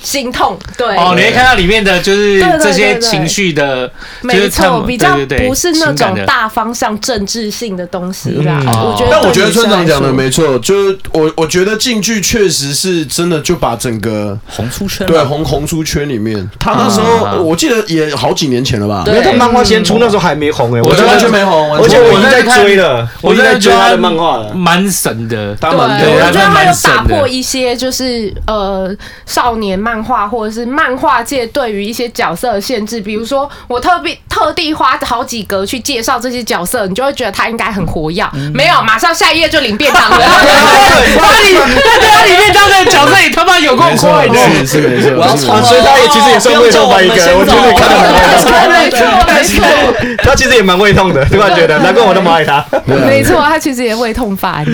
Speaker 2: 心痛，对，
Speaker 4: 哦，你会看到里面的就是
Speaker 2: 对对对
Speaker 4: 这些情绪的，就
Speaker 2: 没
Speaker 4: 是他
Speaker 2: 错，
Speaker 4: 们
Speaker 2: 比较
Speaker 4: 对对对
Speaker 2: 不是那
Speaker 4: 情感的
Speaker 2: 种大方向政治性的东西啦。
Speaker 4: 嗯
Speaker 2: 我觉得，
Speaker 3: 哦但我觉得村长讲的，没错，就是我我觉得进剧确实是真的就把整个
Speaker 1: 红出圈
Speaker 3: 对
Speaker 1: 了，
Speaker 3: 红红书圈里面，他那时
Speaker 4: 啊
Speaker 3: 候我记得也好几年前了吧，
Speaker 5: 因为他
Speaker 1: 对
Speaker 5: 漫画先出，那时候还没红哎，我
Speaker 3: 就
Speaker 5: 觉
Speaker 3: 完全
Speaker 5: 得，
Speaker 3: 没红，
Speaker 5: 而且我已经在追了，我已
Speaker 4: 真
Speaker 5: 经在
Speaker 4: 的觉
Speaker 5: 追
Speaker 4: 得
Speaker 5: 他的漫画了。
Speaker 4: 蛮神的。
Speaker 3: 他
Speaker 2: 对，
Speaker 3: 蛮
Speaker 4: 对
Speaker 2: 我觉得
Speaker 4: 他
Speaker 2: 他
Speaker 4: 蛮
Speaker 2: 有
Speaker 4: 神
Speaker 2: 打
Speaker 4: 的
Speaker 2: 破一些就是呃少年漫画，或者是漫画界对于一些角色的限制，比如说我特别特地花好几格去介绍这些角色，你就会觉得他应该很活跃，没有，马上下一页就领便当了。
Speaker 5: 哎
Speaker 4: 那
Speaker 5: 啊
Speaker 4: 你那里面当的角色也他妈有够快
Speaker 3: 是
Speaker 4: 的，
Speaker 3: 是没错，
Speaker 1: 我要冲
Speaker 5: 啊，所以他也其实也算胃痛吧，一个人，我觉得看得蛮胃痛
Speaker 2: 没错，没错，
Speaker 5: 的，他其实也蛮胃痛的，对吧？觉得难怪我那么爱他。
Speaker 2: 没错，他其实也胃痛翻，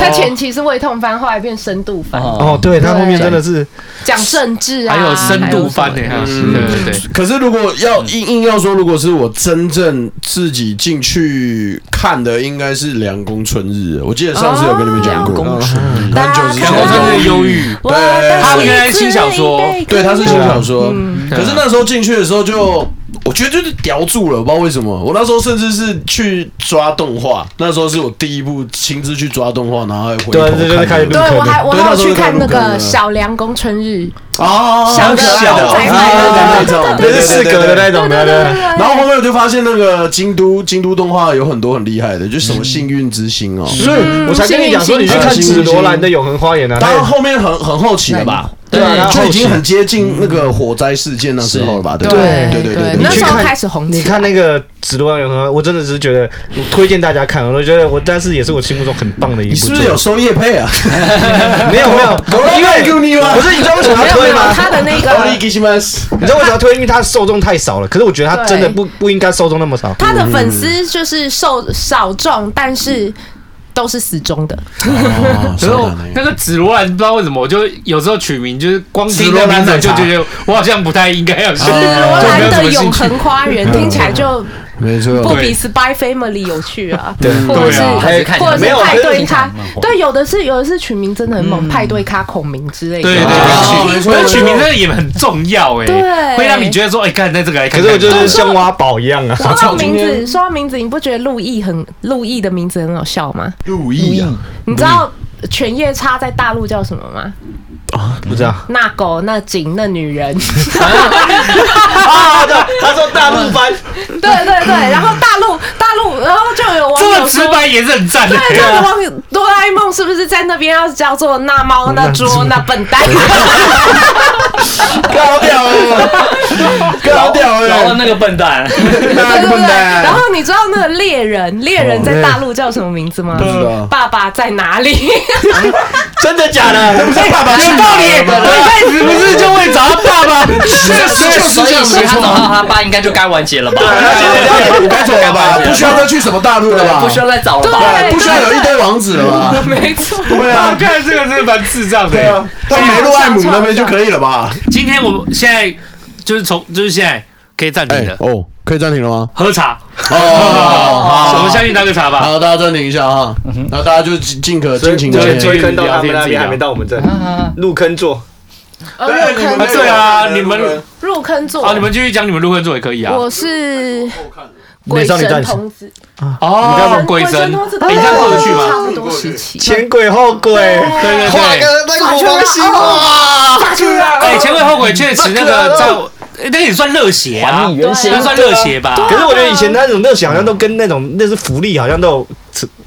Speaker 2: 他前期是胃痛翻，后来变深度翻，
Speaker 5: 哦，对他后面真的是，
Speaker 2: 讲政治啊，
Speaker 4: 还有深度翻呢，还有
Speaker 5: 嗯
Speaker 4: 对对对，
Speaker 3: 可是如果要硬硬要说，如果是我真正自己进去看的，应该是《凉宫春日》。我记得上次有跟你们讲过，
Speaker 1: 公主，
Speaker 3: 很久之前
Speaker 4: 阳光
Speaker 3: 的
Speaker 4: 真的忧郁，
Speaker 3: 对对对
Speaker 4: 他原来新小说，
Speaker 2: 嗯
Speaker 3: 对，它是轻小说。
Speaker 5: 嗯
Speaker 4: 对啊
Speaker 3: 可是那时候进去的时候就，我觉得就是叼住了，不知道为什么。我那时候甚至是去抓动画，那时候是我第一部亲自去抓动画，然后还回头
Speaker 5: 对这就是开
Speaker 3: 看
Speaker 5: 始录
Speaker 3: 的
Speaker 2: 对我还我
Speaker 3: 对
Speaker 2: 还
Speaker 3: 那
Speaker 2: 有
Speaker 3: 时候
Speaker 2: 去
Speaker 3: 就
Speaker 2: 看那
Speaker 3: 开始录
Speaker 2: 个
Speaker 3: 了
Speaker 2: 《小梁宫春日》，
Speaker 3: 哦，
Speaker 2: 小的
Speaker 3: 小的
Speaker 2: 小仔
Speaker 3: 啊
Speaker 2: 仔
Speaker 3: 那种，
Speaker 5: 那是四格的那种的，对
Speaker 3: 然后后面我就发现那个京都京都动画有很多很厉害的，就
Speaker 5: 嗯
Speaker 3: 什么幸运之星哦。
Speaker 5: 所以我才跟你讲说，你去看紫罗兰的《永恒花园》啊，
Speaker 3: 当然后面很很后期了吧？
Speaker 5: 对啊，
Speaker 3: 就已经很接近那个火灾事件那时候了吧？对不对对对，
Speaker 2: 那
Speaker 5: 你去
Speaker 2: 时候
Speaker 5: 看
Speaker 2: 开始红
Speaker 5: 你
Speaker 2: 起来。
Speaker 5: 看那个《紫罗兰永恒》，我真的只是觉得我推荐大家看，我觉得我但是也是我心目中很棒的一
Speaker 3: 你
Speaker 5: 部
Speaker 3: 是
Speaker 5: 作
Speaker 3: 不
Speaker 5: 品。
Speaker 3: 是有收叶配啊？
Speaker 5: 没有没有，因为
Speaker 3: 你吗
Speaker 5: 不是你知道为什么要推啊吗？
Speaker 2: 他的那个
Speaker 5: 你知道为什么要推？因为它受众太少了。可是我觉得它真的不不应该受众那么少。
Speaker 2: 他的粉丝就是受少众，但是都是死忠的。
Speaker 4: 可是我那个紫罗兰不知道为什么，我就有时候取名就是光听那名字就觉得我好像不太应该要去。
Speaker 5: 呃
Speaker 2: 紫罗
Speaker 4: 就
Speaker 2: 兰
Speaker 4: 没有什
Speaker 2: 的
Speaker 4: 么
Speaker 2: 《永
Speaker 4: 兴趣
Speaker 2: 恒花园》听起来就
Speaker 3: 没
Speaker 2: 不
Speaker 3: 错，
Speaker 2: 比
Speaker 4: 对
Speaker 2: 《Spy Family》有趣啊，
Speaker 5: 嗯对
Speaker 2: 或者是
Speaker 4: 对啊
Speaker 1: 还是看起
Speaker 2: 或
Speaker 1: 来
Speaker 2: 者
Speaker 5: 没
Speaker 2: 是
Speaker 5: 有
Speaker 2: 派
Speaker 5: 可是
Speaker 2: 对
Speaker 1: 听起来
Speaker 2: 咖
Speaker 1: 很蛮，
Speaker 5: 嗯
Speaker 1: 火
Speaker 2: 对，有的是有的是取名真的很猛，派对咖、孔明之类的。
Speaker 4: 对对
Speaker 3: 哦
Speaker 4: 对，
Speaker 3: 没
Speaker 4: 取
Speaker 3: 错
Speaker 4: 名取名真的也很重要哎，
Speaker 2: 对
Speaker 4: 会让你觉得说，哎，看哦在这个来
Speaker 5: 可
Speaker 4: 看
Speaker 5: 是
Speaker 4: 看。
Speaker 5: 我就是像挖宝一样啊。
Speaker 2: 说到名
Speaker 3: 我操今
Speaker 2: 字，说到名字，你不觉得陆毅很陆毅的名字很好笑吗？
Speaker 3: 陆毅啊，
Speaker 2: 你知道犬夜叉在大陆叫什么吗？
Speaker 5: 不知道
Speaker 2: 那狗、那井、那女人。
Speaker 5: 啊，他说大陆翻，
Speaker 2: 对对对，然后大陆大陆，然后就有网
Speaker 4: 这么
Speaker 2: 友
Speaker 4: 直
Speaker 2: 说。
Speaker 4: 白也是很赞的。
Speaker 2: 对，啊就有网友哆啦 A 梦是不是在那边要叫做那猫、那 猪、那笨蛋？
Speaker 3: 高调哦，高调
Speaker 1: 然后
Speaker 3: 哎，
Speaker 1: 那个笨 蛋，
Speaker 3: 那个笨 蛋，
Speaker 2: 然后你知道那个猎人，猎
Speaker 4: 哦
Speaker 2: 人在大陆叫什么名字吗？
Speaker 4: 啊
Speaker 3: 知道
Speaker 2: 爸爸在哪里？
Speaker 5: 真的假的？
Speaker 4: 哎有道理，我一开始不是就会找他爸爸？ 确实
Speaker 1: 所以其他找到他爸应该就该完结了吧？
Speaker 3: 啊我该走了吧？不需要再去什么大陆了吧？
Speaker 1: 不需要再找了吧？
Speaker 3: 对，不需要有一堆王子了吧？
Speaker 2: 没错，
Speaker 3: 对
Speaker 4: 我
Speaker 3: 啊，
Speaker 4: 看这个真的蛮智障
Speaker 3: 对
Speaker 4: 的哎
Speaker 3: 啊。，到梅洛艾姆那边就可以了吧？
Speaker 4: 今天我们现在就是从就是现在可以暂停了，
Speaker 3: 哦，可以暂停了吗？
Speaker 4: 喝茶，
Speaker 3: 哦，好，
Speaker 4: 我们下去搭个茶吧。
Speaker 3: 好，大家暂停一下哈，然后大家就尽尽可尽情的
Speaker 4: 所以
Speaker 5: 追
Speaker 4: 对
Speaker 5: 追坑到他们那边，还没到我们这，入坑 做。
Speaker 3: 对你们
Speaker 4: 啊
Speaker 3: 哎
Speaker 4: 对啊，你们
Speaker 2: 入坑做。
Speaker 4: 啊，你们继续讲你们入会做也可以啊。
Speaker 2: 我是
Speaker 5: 美
Speaker 2: 鬼
Speaker 5: 少女
Speaker 2: 神
Speaker 5: 战士
Speaker 2: 童子，
Speaker 4: 哦，鬼神，哎你这样过得去
Speaker 2: 差
Speaker 4: 吗？
Speaker 2: 不多时期。
Speaker 5: 前鬼后鬼，
Speaker 4: 对对
Speaker 5: 画
Speaker 4: 对，
Speaker 5: 个啊那个火光星哇！
Speaker 4: 哎，前卫后悔确实那
Speaker 5: 啊
Speaker 4: 个照，哎那也算热血啊
Speaker 1: 还你，原形
Speaker 4: 那算热血吧？
Speaker 5: 可是我觉得以前那种热血好像都跟那种那是福利好像都有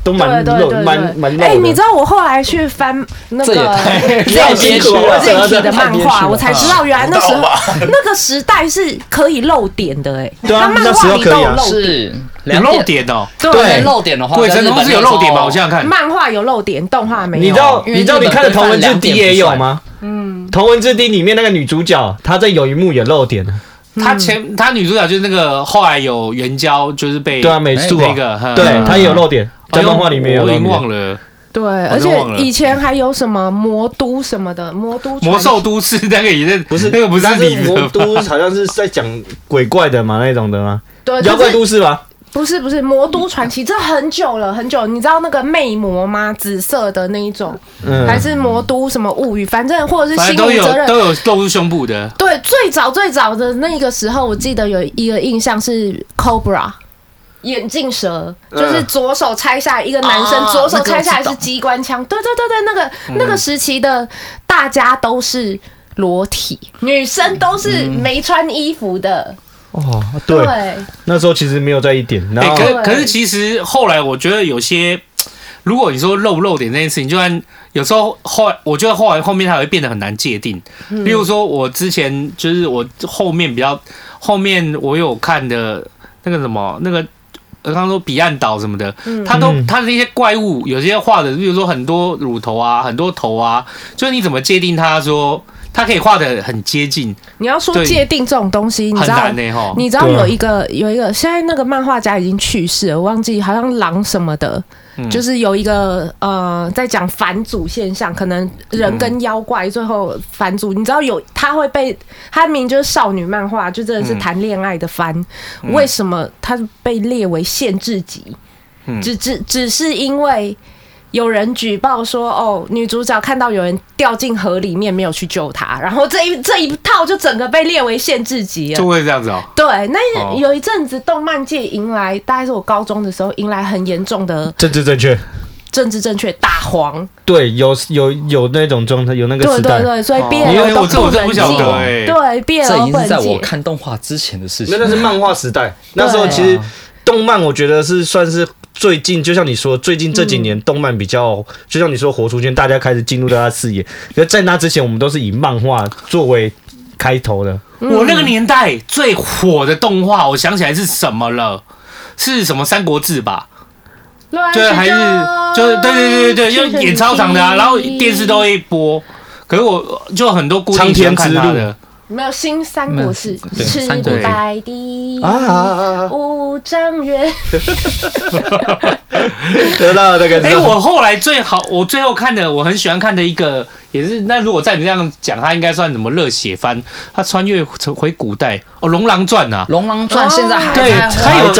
Speaker 5: 都蛮
Speaker 2: 对对
Speaker 5: 肉
Speaker 2: 对
Speaker 5: 蛮蛮
Speaker 2: 对，
Speaker 5: 肉
Speaker 2: 哎，
Speaker 5: 的
Speaker 2: 你知道我后来去翻那
Speaker 1: 这也
Speaker 2: 个
Speaker 1: 太
Speaker 5: 这样
Speaker 1: 憋
Speaker 5: 辛
Speaker 1: 屈
Speaker 5: 苦
Speaker 1: 了，
Speaker 5: 了啊
Speaker 2: 自己
Speaker 1: 这
Speaker 2: 的
Speaker 1: 太
Speaker 2: 漫
Speaker 1: 憋屈
Speaker 2: 画，
Speaker 1: 了
Speaker 2: 我才知道原来那时候那个时代是可以露点的哎，
Speaker 5: 对啊
Speaker 2: 漫
Speaker 5: 那时
Speaker 2: 画
Speaker 5: 候
Speaker 2: 里
Speaker 5: 可
Speaker 2: 都
Speaker 5: 以
Speaker 2: 有
Speaker 5: 啊
Speaker 2: 露点，
Speaker 1: 是
Speaker 4: 有
Speaker 1: 两
Speaker 4: 漏，点哦，
Speaker 1: 对，漏点的话，
Speaker 4: 鬼神公司有漏
Speaker 5: 啊
Speaker 4: 点吗？我想想看，
Speaker 2: 漫画有露点，动画没有。
Speaker 5: 你知道
Speaker 1: 因
Speaker 5: 你
Speaker 1: 为
Speaker 5: 知道
Speaker 1: 日
Speaker 5: 你
Speaker 1: 本
Speaker 5: 看的《
Speaker 1: 规
Speaker 5: 头
Speaker 1: 范
Speaker 5: 文字
Speaker 1: 两
Speaker 5: D》
Speaker 1: 点
Speaker 5: 也
Speaker 1: 不
Speaker 5: 有
Speaker 1: 算
Speaker 5: 吗？嗯，《头文字 D》里面那个女主角，她在有一幕也露点了。
Speaker 4: 她前她女主角就是那个后来有援交，就是被
Speaker 5: 对啊，美术
Speaker 4: 那
Speaker 5: 啊，
Speaker 4: 个，嗯
Speaker 5: 对她也有露点，在
Speaker 4: 哎呦
Speaker 5: 漫画里面也有
Speaker 4: 我
Speaker 5: 露
Speaker 4: 已经
Speaker 5: 点。
Speaker 4: 忘了
Speaker 2: 对，
Speaker 4: 我
Speaker 2: 而
Speaker 4: 都
Speaker 2: 且
Speaker 4: 忘了
Speaker 2: 以前还有什么魔都什么的，魔都传
Speaker 4: 魔兽都市那个也是不是那个不是
Speaker 5: 但
Speaker 4: 你
Speaker 5: 魔
Speaker 4: 的
Speaker 5: 都
Speaker 4: 吧？
Speaker 5: 好像是在讲鬼怪的嘛，那种的吗？
Speaker 2: 对，
Speaker 5: 妖
Speaker 2: 就
Speaker 5: 怪
Speaker 2: 呃是
Speaker 5: 都市吗？
Speaker 2: 不是不是魔都传奇，这很久了很久。你知道那个魅魔吗？紫色的那一种，
Speaker 5: 嗯，
Speaker 2: 还是魔都什么物语，反正或者是
Speaker 4: 反
Speaker 2: 心
Speaker 4: 正都
Speaker 2: 无
Speaker 4: 有
Speaker 2: 责任。
Speaker 4: 都有露出胸部的，
Speaker 2: 对，最早最早的那个时候，我记得有一个印象是 Cobra。眼镜蛇
Speaker 4: 嗯
Speaker 2: 就是左手拆下来，一个男生、
Speaker 1: 啊
Speaker 2: 左手拆下来
Speaker 1: 那个我知
Speaker 2: 是
Speaker 1: 道
Speaker 2: 机关枪，对对对对，那个、
Speaker 4: 嗯
Speaker 2: 那个时期的大家都是裸体，女生都是
Speaker 4: 嗯
Speaker 2: 没穿衣服的，
Speaker 5: 哦，对，
Speaker 2: 对
Speaker 5: 那时候其实没有在一点，然
Speaker 4: 哎，
Speaker 5: 后
Speaker 4: 可可是其实后来我觉得有些如果你说露不露点这件事情，就算有时候后来，我觉得后来后面它会变得很难界定。
Speaker 2: 嗯
Speaker 4: 例如说，我之前就是我后面比较后面我有看的那个什么那个。呃，刚刚说彼岸岛什么的，它都
Speaker 5: 嗯
Speaker 4: 它的那些怪物，有些画的，比如说很多乳头啊，很多头啊，就是你怎么界定它说它可以画的很接近，
Speaker 2: 你要说
Speaker 4: 对
Speaker 2: 界定这种东西，你
Speaker 4: 很
Speaker 2: 知道
Speaker 4: 难欸呢、吼。
Speaker 2: 你知道
Speaker 5: 对啊
Speaker 2: 有一个有一个，现在那个漫画家已经去世了，我忘记好像狼什么的，
Speaker 5: 嗯
Speaker 2: 就是有一个呃，在讲返祖现象，可能人跟妖怪最后返祖。你知道有他会被他明明就是少女漫画，就真的是谈恋爱的番，
Speaker 5: 嗯
Speaker 2: 为什么他被列为限制级？
Speaker 5: 嗯
Speaker 2: 只只只是因为。有人举报说，哦，女主角看到有人掉进河里面，没有去救她，然后这一这一套就整个被列为限制级了，
Speaker 4: 就会这样子哦、
Speaker 2: 对，那
Speaker 4: 哦
Speaker 2: 有一阵子动漫界迎来，大概是我高中的时候，迎来很严重的
Speaker 5: 政治正确。
Speaker 2: 政治正确大黄。
Speaker 5: 对，有有有那种状态，有那个
Speaker 2: 对
Speaker 5: 时
Speaker 2: 对
Speaker 5: 代。
Speaker 2: 对，所以
Speaker 4: 因为
Speaker 2: BL
Speaker 4: 我这
Speaker 2: 都
Speaker 4: 我
Speaker 2: 不
Speaker 4: 真
Speaker 2: 能
Speaker 4: 不
Speaker 2: 进
Speaker 4: 晓。得哎、
Speaker 2: 对
Speaker 1: 这已
Speaker 2: ，BL
Speaker 1: 经
Speaker 2: 不
Speaker 1: 是在
Speaker 2: 能
Speaker 1: 我
Speaker 2: 进。
Speaker 1: 看动画之前的事
Speaker 5: 那
Speaker 1: 情。
Speaker 5: 那是漫画时代，那时候其实动漫，我觉得是算是最近，就像你说，最近这几年动漫比较，就像你说活出圈，大家开始进入到他视野。可是在那之前，我们都是以漫画作为开头的。
Speaker 1: 嗯
Speaker 4: 我那个年代最火的动画，我想起来是什么了？是什么《三国志》吧？对，还是就是对对对对，就演超长的啊，然后电视都会播。可是我就很多固定喜欢看他
Speaker 5: 苍天之
Speaker 4: 的，
Speaker 2: 没有新三国志
Speaker 1: 没，有对
Speaker 2: 是
Speaker 1: 三国志
Speaker 2: 白帝
Speaker 5: 啊啊啊啊！
Speaker 2: 五丈原。
Speaker 5: 得到了那个。
Speaker 4: 哎、我后来最好，我最后看的，我很喜欢看的一个，也是那如果照你这样讲，它应该算什么热血番？它穿越回古代哦，《龙狼传》啊
Speaker 1: 《。龙狼传》现在还
Speaker 4: 对，
Speaker 1: 在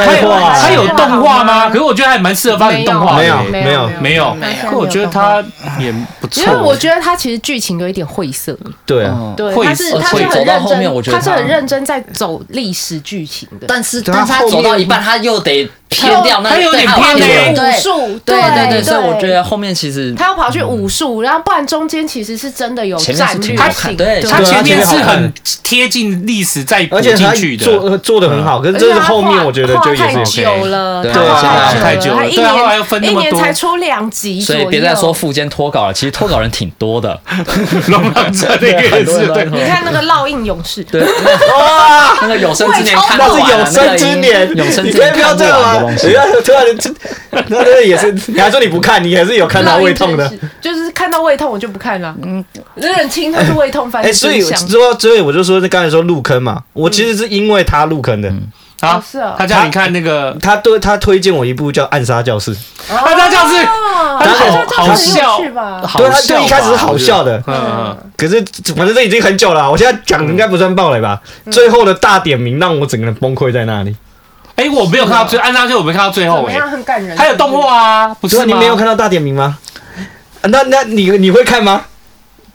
Speaker 4: 它有
Speaker 1: 画
Speaker 4: 它有它有
Speaker 5: 还在画
Speaker 4: 动画吗？
Speaker 2: 还在画
Speaker 4: 可是我觉得还蛮适合发成动画的，
Speaker 5: 没有
Speaker 2: 哦没有
Speaker 4: 没有
Speaker 2: 没有
Speaker 4: 可我觉得它也不错。
Speaker 2: 因为我觉得它其实剧情有一点晦涩，
Speaker 5: 对啊，
Speaker 2: 对，
Speaker 4: 晦
Speaker 2: 它是
Speaker 4: 涩
Speaker 2: 它是
Speaker 4: 会
Speaker 2: 很
Speaker 1: 走到
Speaker 2: 认
Speaker 1: 后面我觉
Speaker 2: 真，
Speaker 1: 得
Speaker 2: 它是
Speaker 1: 它
Speaker 2: 很认真在走历史剧情的。
Speaker 1: 但是
Speaker 5: 对啊
Speaker 1: 但是他
Speaker 5: 后面
Speaker 1: 走到一半，他又得偏掉，那
Speaker 4: 他有
Speaker 1: 对
Speaker 4: 点
Speaker 1: 他有
Speaker 4: 偏嘞
Speaker 1: 对
Speaker 2: 武术，
Speaker 1: 对对对，所以我觉得后面其实
Speaker 2: 他要跑去武术，然后不然中间其实是真的有
Speaker 1: 前面是
Speaker 2: 战略
Speaker 1: 挺好看
Speaker 2: 性，
Speaker 1: 对
Speaker 4: 它
Speaker 5: 对啊
Speaker 4: 前面是
Speaker 5: 前面好
Speaker 4: 很
Speaker 5: 看
Speaker 4: 贴近历史再补
Speaker 5: 而且
Speaker 4: 进
Speaker 5: 他
Speaker 4: 去的，
Speaker 5: 做呃做的很
Speaker 2: 嗯
Speaker 5: 好，可是这是后面我觉得就
Speaker 2: 也
Speaker 5: 也
Speaker 2: 太
Speaker 5: 是。
Speaker 2: 久了，
Speaker 1: 对
Speaker 5: 啊
Speaker 2: 画
Speaker 1: 现在
Speaker 4: 太久了
Speaker 2: 他一
Speaker 4: 对啊后来又
Speaker 2: 年
Speaker 4: 分
Speaker 2: 一
Speaker 4: 那么多
Speaker 2: 年才出两集左
Speaker 1: 所
Speaker 2: 右，
Speaker 1: 以别再说附件脱稿了，其实脱稿人挺多 的。
Speaker 4: 龙狼传那个也
Speaker 1: 很多
Speaker 4: 是
Speaker 1: 人都
Speaker 4: 对
Speaker 1: 很。
Speaker 2: 你看那个烙印勇士，
Speaker 1: 对， 哇，那个有生之年看不
Speaker 5: 哦那
Speaker 1: 完啊，
Speaker 5: 是有生之年，
Speaker 1: 那个已经有生
Speaker 5: 你
Speaker 1: 之
Speaker 5: 可以
Speaker 1: 年
Speaker 5: 不要
Speaker 1: 看
Speaker 5: 这
Speaker 1: 不
Speaker 5: 样啊
Speaker 1: 完的
Speaker 5: 吗
Speaker 1: 东？
Speaker 5: 不
Speaker 1: 西。
Speaker 5: 要突然这，那那也是，你还说你不看，你还是有看到胃痛的。，
Speaker 2: 就是看到胃痛我就不看了。嗯，认清它是胃痛，反
Speaker 5: 哎、
Speaker 2: 正
Speaker 5: 所以之后，所以我就说，刚才说入坑嘛，我其实是因为他入坑的，
Speaker 1: 嗯
Speaker 4: 好
Speaker 2: 哦是哦，
Speaker 4: 啊他叫你看那个，
Speaker 5: 他对他推荐我一部叫《暗杀教室》，
Speaker 4: 他他教室
Speaker 2: 啊他
Speaker 4: 他
Speaker 5: 好
Speaker 4: 好笑
Speaker 2: 去吧，
Speaker 4: 好
Speaker 5: 对他
Speaker 4: 笑吧
Speaker 5: 对一开始是
Speaker 1: 啊
Speaker 5: 好笑的
Speaker 4: 我觉得嗯嗯，
Speaker 5: 可是反正这已经很久了，我现在
Speaker 1: 嗯
Speaker 5: 讲应该不算暴雷吧。最后的大点名让我整个人崩溃在那里。
Speaker 4: 哎，我没有看到最，按照就我没看到最
Speaker 2: 怎
Speaker 4: 后，
Speaker 2: 么
Speaker 4: 哎
Speaker 1: 欸
Speaker 2: 样，，很感人。
Speaker 4: 还有动画啊，不
Speaker 5: 所
Speaker 4: 是
Speaker 5: 以你
Speaker 4: 吗？
Speaker 5: 没有看到大点名吗？啊那那你你会看吗？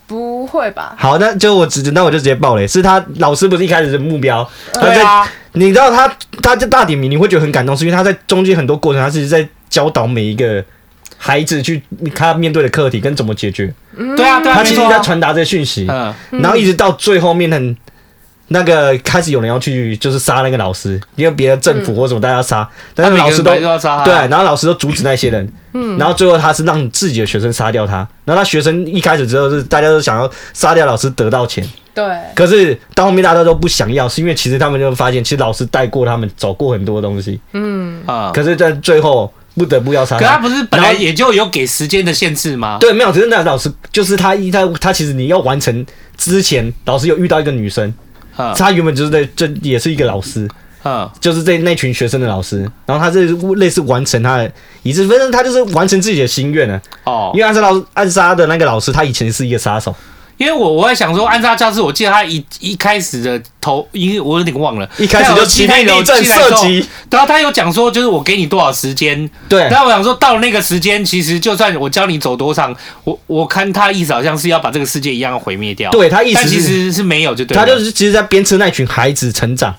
Speaker 2: 不会吧？
Speaker 5: 好，那就我直那我就直接爆雷，是他老师不是一开始的目标，他
Speaker 4: 对
Speaker 5: 在
Speaker 4: 啊，
Speaker 5: 你知道他他这大点名，你会觉得很感动，是因为他在中间很多过程，他是在教导每一个孩子去他面对的课题跟怎么解决。
Speaker 2: 嗯
Speaker 4: 对啊，对啊，
Speaker 5: 他
Speaker 4: 没
Speaker 5: 其实
Speaker 4: 错
Speaker 5: 在
Speaker 4: 啊。
Speaker 5: 传达这个讯息，
Speaker 4: 嗯，
Speaker 5: 然后一直到最后面很。那个开始有人要去，就是杀那个老师，因为别的政府或什么大家杀，但是
Speaker 4: 嗯他每
Speaker 5: 老
Speaker 4: 个
Speaker 5: 师
Speaker 4: 人
Speaker 5: 都
Speaker 4: 本来就要杀他
Speaker 5: 对，啊然后老师都阻止那些人，嗯，然后最后他是让自己的学生杀掉他，然后他学生一开始之后是大家都想要杀掉老师得到钱，
Speaker 2: 对，
Speaker 5: 可是到后面大家都不想要，是因为其实他们就发现，其实老师带过他们走过很多东西，
Speaker 4: 啊，
Speaker 5: 可是在最后不得不要杀
Speaker 4: 可他不是本来
Speaker 5: 然后
Speaker 4: 也就有给时间的限制吗？
Speaker 5: 对，没有，只是那老师就是他一他他其实你要完成之前，老师有遇到一个女生，
Speaker 4: 嗯
Speaker 5: 她原本就是在这也是一个老师，
Speaker 4: 嗯，
Speaker 5: 就是这那群学生的老师，然后他是类似完成他的一致，反正他就是完成自己的心愿了。
Speaker 4: 哦
Speaker 5: 因，为暗杀老暗杀的那个老师，他以前是一个杀手，
Speaker 4: 因为我我在想说，暗杀教室，我记得他一一开始的头，因为我有点忘了，
Speaker 5: 一开始就起
Speaker 4: 那
Speaker 5: 内
Speaker 4: 有
Speaker 5: 地震
Speaker 4: 进来的
Speaker 5: 射
Speaker 4: 时候
Speaker 5: 击，
Speaker 4: 然后他有讲说，就是我给你多少时间，
Speaker 5: 对，
Speaker 4: 但我想说，到了那个时间，其实就算我教你走多长，我我看他意思好像是要把这个世界一样毁灭掉。
Speaker 5: 对他意思
Speaker 4: 但
Speaker 5: 是
Speaker 4: 其实是没有，就对了。
Speaker 5: 他就是其实在鞭策那群孩子成长。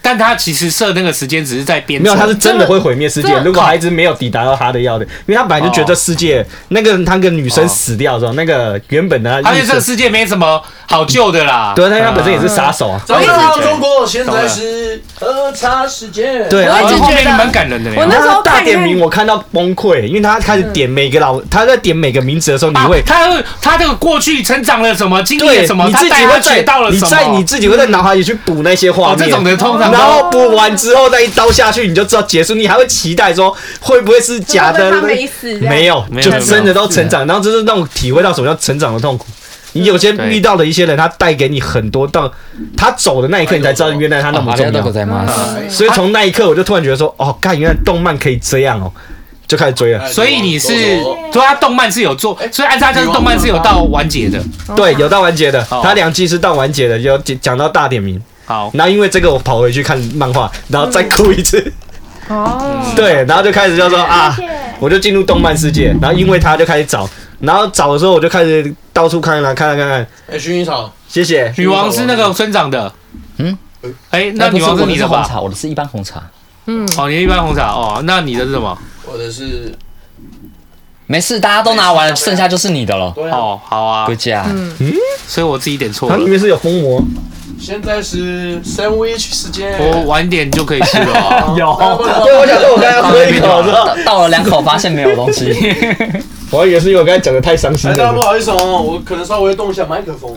Speaker 4: 但他其实设那个时间只是在编
Speaker 5: 没
Speaker 4: 程，
Speaker 5: 有，他是真的
Speaker 4: 哦
Speaker 5: 会毁灭世
Speaker 2: 真
Speaker 5: 界。
Speaker 2: 的
Speaker 5: 如果孩子没有抵达到他的要的，因为他本来就
Speaker 4: 哦
Speaker 5: 觉得世界那个他跟女生死掉之后，那个原本的啊
Speaker 4: 他
Speaker 5: 他
Speaker 4: 觉得这个世界没什么好救的啦。
Speaker 5: 对，他他本身
Speaker 2: 嗯
Speaker 5: 也是杀手啊。
Speaker 3: 早知道中国现在是喝茶时间。
Speaker 5: 对啊
Speaker 2: 我一直
Speaker 4: 然后后面
Speaker 2: 觉得
Speaker 4: 你蛮感人的嘞。
Speaker 2: 我那
Speaker 5: 然
Speaker 2: 时
Speaker 5: 后
Speaker 2: 候
Speaker 5: 大
Speaker 2: 看
Speaker 5: 点
Speaker 2: 日
Speaker 5: 名，我看到崩溃，因为他开始点每个老，他在点每个名字的时候，你
Speaker 4: 啊
Speaker 5: 会
Speaker 4: 他会他这个过去成长了什么，经历
Speaker 5: 对
Speaker 4: 了什么，
Speaker 5: 你自己
Speaker 4: 他带他
Speaker 5: 会
Speaker 4: 学
Speaker 5: 在
Speaker 4: 到了
Speaker 5: 你
Speaker 4: 什么，
Speaker 5: 在你自己会在脑海里去补那些画
Speaker 4: 哦，
Speaker 5: 面。
Speaker 4: 这种的通常
Speaker 5: 然
Speaker 4: 都
Speaker 5: 后补完之后再一刀下去，你就知道结束。你还会期待说会不会是假的？
Speaker 2: 他没死这样
Speaker 5: 没有，
Speaker 4: 没有啊
Speaker 5: 就真的都成长。然后就是那种体会到什么叫成长的痛苦。你有些
Speaker 4: 对
Speaker 5: 遇到的一些人，他带给你很多，到他走的那一
Speaker 4: 哎
Speaker 5: 刻，你才知道原来他那
Speaker 4: 哦
Speaker 5: 么
Speaker 1: あり
Speaker 5: 重
Speaker 1: がとう
Speaker 5: 要
Speaker 1: ご。ざいます。
Speaker 5: 所以从那一刻，我就突然觉得说，哦，干，原来动漫可以这样哦，就开始追
Speaker 1: 哎
Speaker 5: 了。
Speaker 4: 所以哎你哎是
Speaker 3: 多多，
Speaker 4: 所以他动漫是有做，所以安扎就是动漫是有到完结的。
Speaker 5: 对，有到完结的，
Speaker 4: 哦
Speaker 5: 他两季是到完结的，有讲讲到大点名。
Speaker 4: 好，
Speaker 5: 然后因为这个，我跑回去看漫画，然后再哭一次。
Speaker 1: 嗯
Speaker 2: 哦，
Speaker 5: 对，然后就开始就说啊，我就进入动漫世界，然后因为他就开始找，然后找的时候我就开始到处看啊，看啊看看，
Speaker 3: 哎，薰衣草，
Speaker 5: 谢谢。
Speaker 4: 女王是那个村长的，嗯
Speaker 1: 嗯，
Speaker 4: 哎，那女
Speaker 1: 不
Speaker 4: 王
Speaker 1: 是
Speaker 4: 是你的
Speaker 1: 我的是红
Speaker 4: 吧？
Speaker 1: 茶，我的是一般红茶。
Speaker 4: 哦，你一般红茶哦，那你的是什么？
Speaker 3: 或者是
Speaker 1: 没事，大家都拿完了，剩下就是你的了。
Speaker 3: 对啊，
Speaker 4: 哦，好啊
Speaker 1: 归，家，
Speaker 2: 嗯
Speaker 4: 所以我自己点错
Speaker 1: 啊
Speaker 5: 它
Speaker 4: 了
Speaker 5: 里，面啊是有封膜，
Speaker 1: 哦
Speaker 3: 现在是 sandwich 时间。哎
Speaker 4: 我晚点就可以吃 了哦。
Speaker 5: 有
Speaker 3: 那不能
Speaker 5: 对，我想说我刚才喝一口，
Speaker 1: 到到了两口发现没有东西。
Speaker 5: 我还以为是因为我刚才讲的太伤心
Speaker 3: 哎，大家不
Speaker 5: 了。
Speaker 3: 好意思哦，我可能稍微动一下麦克风。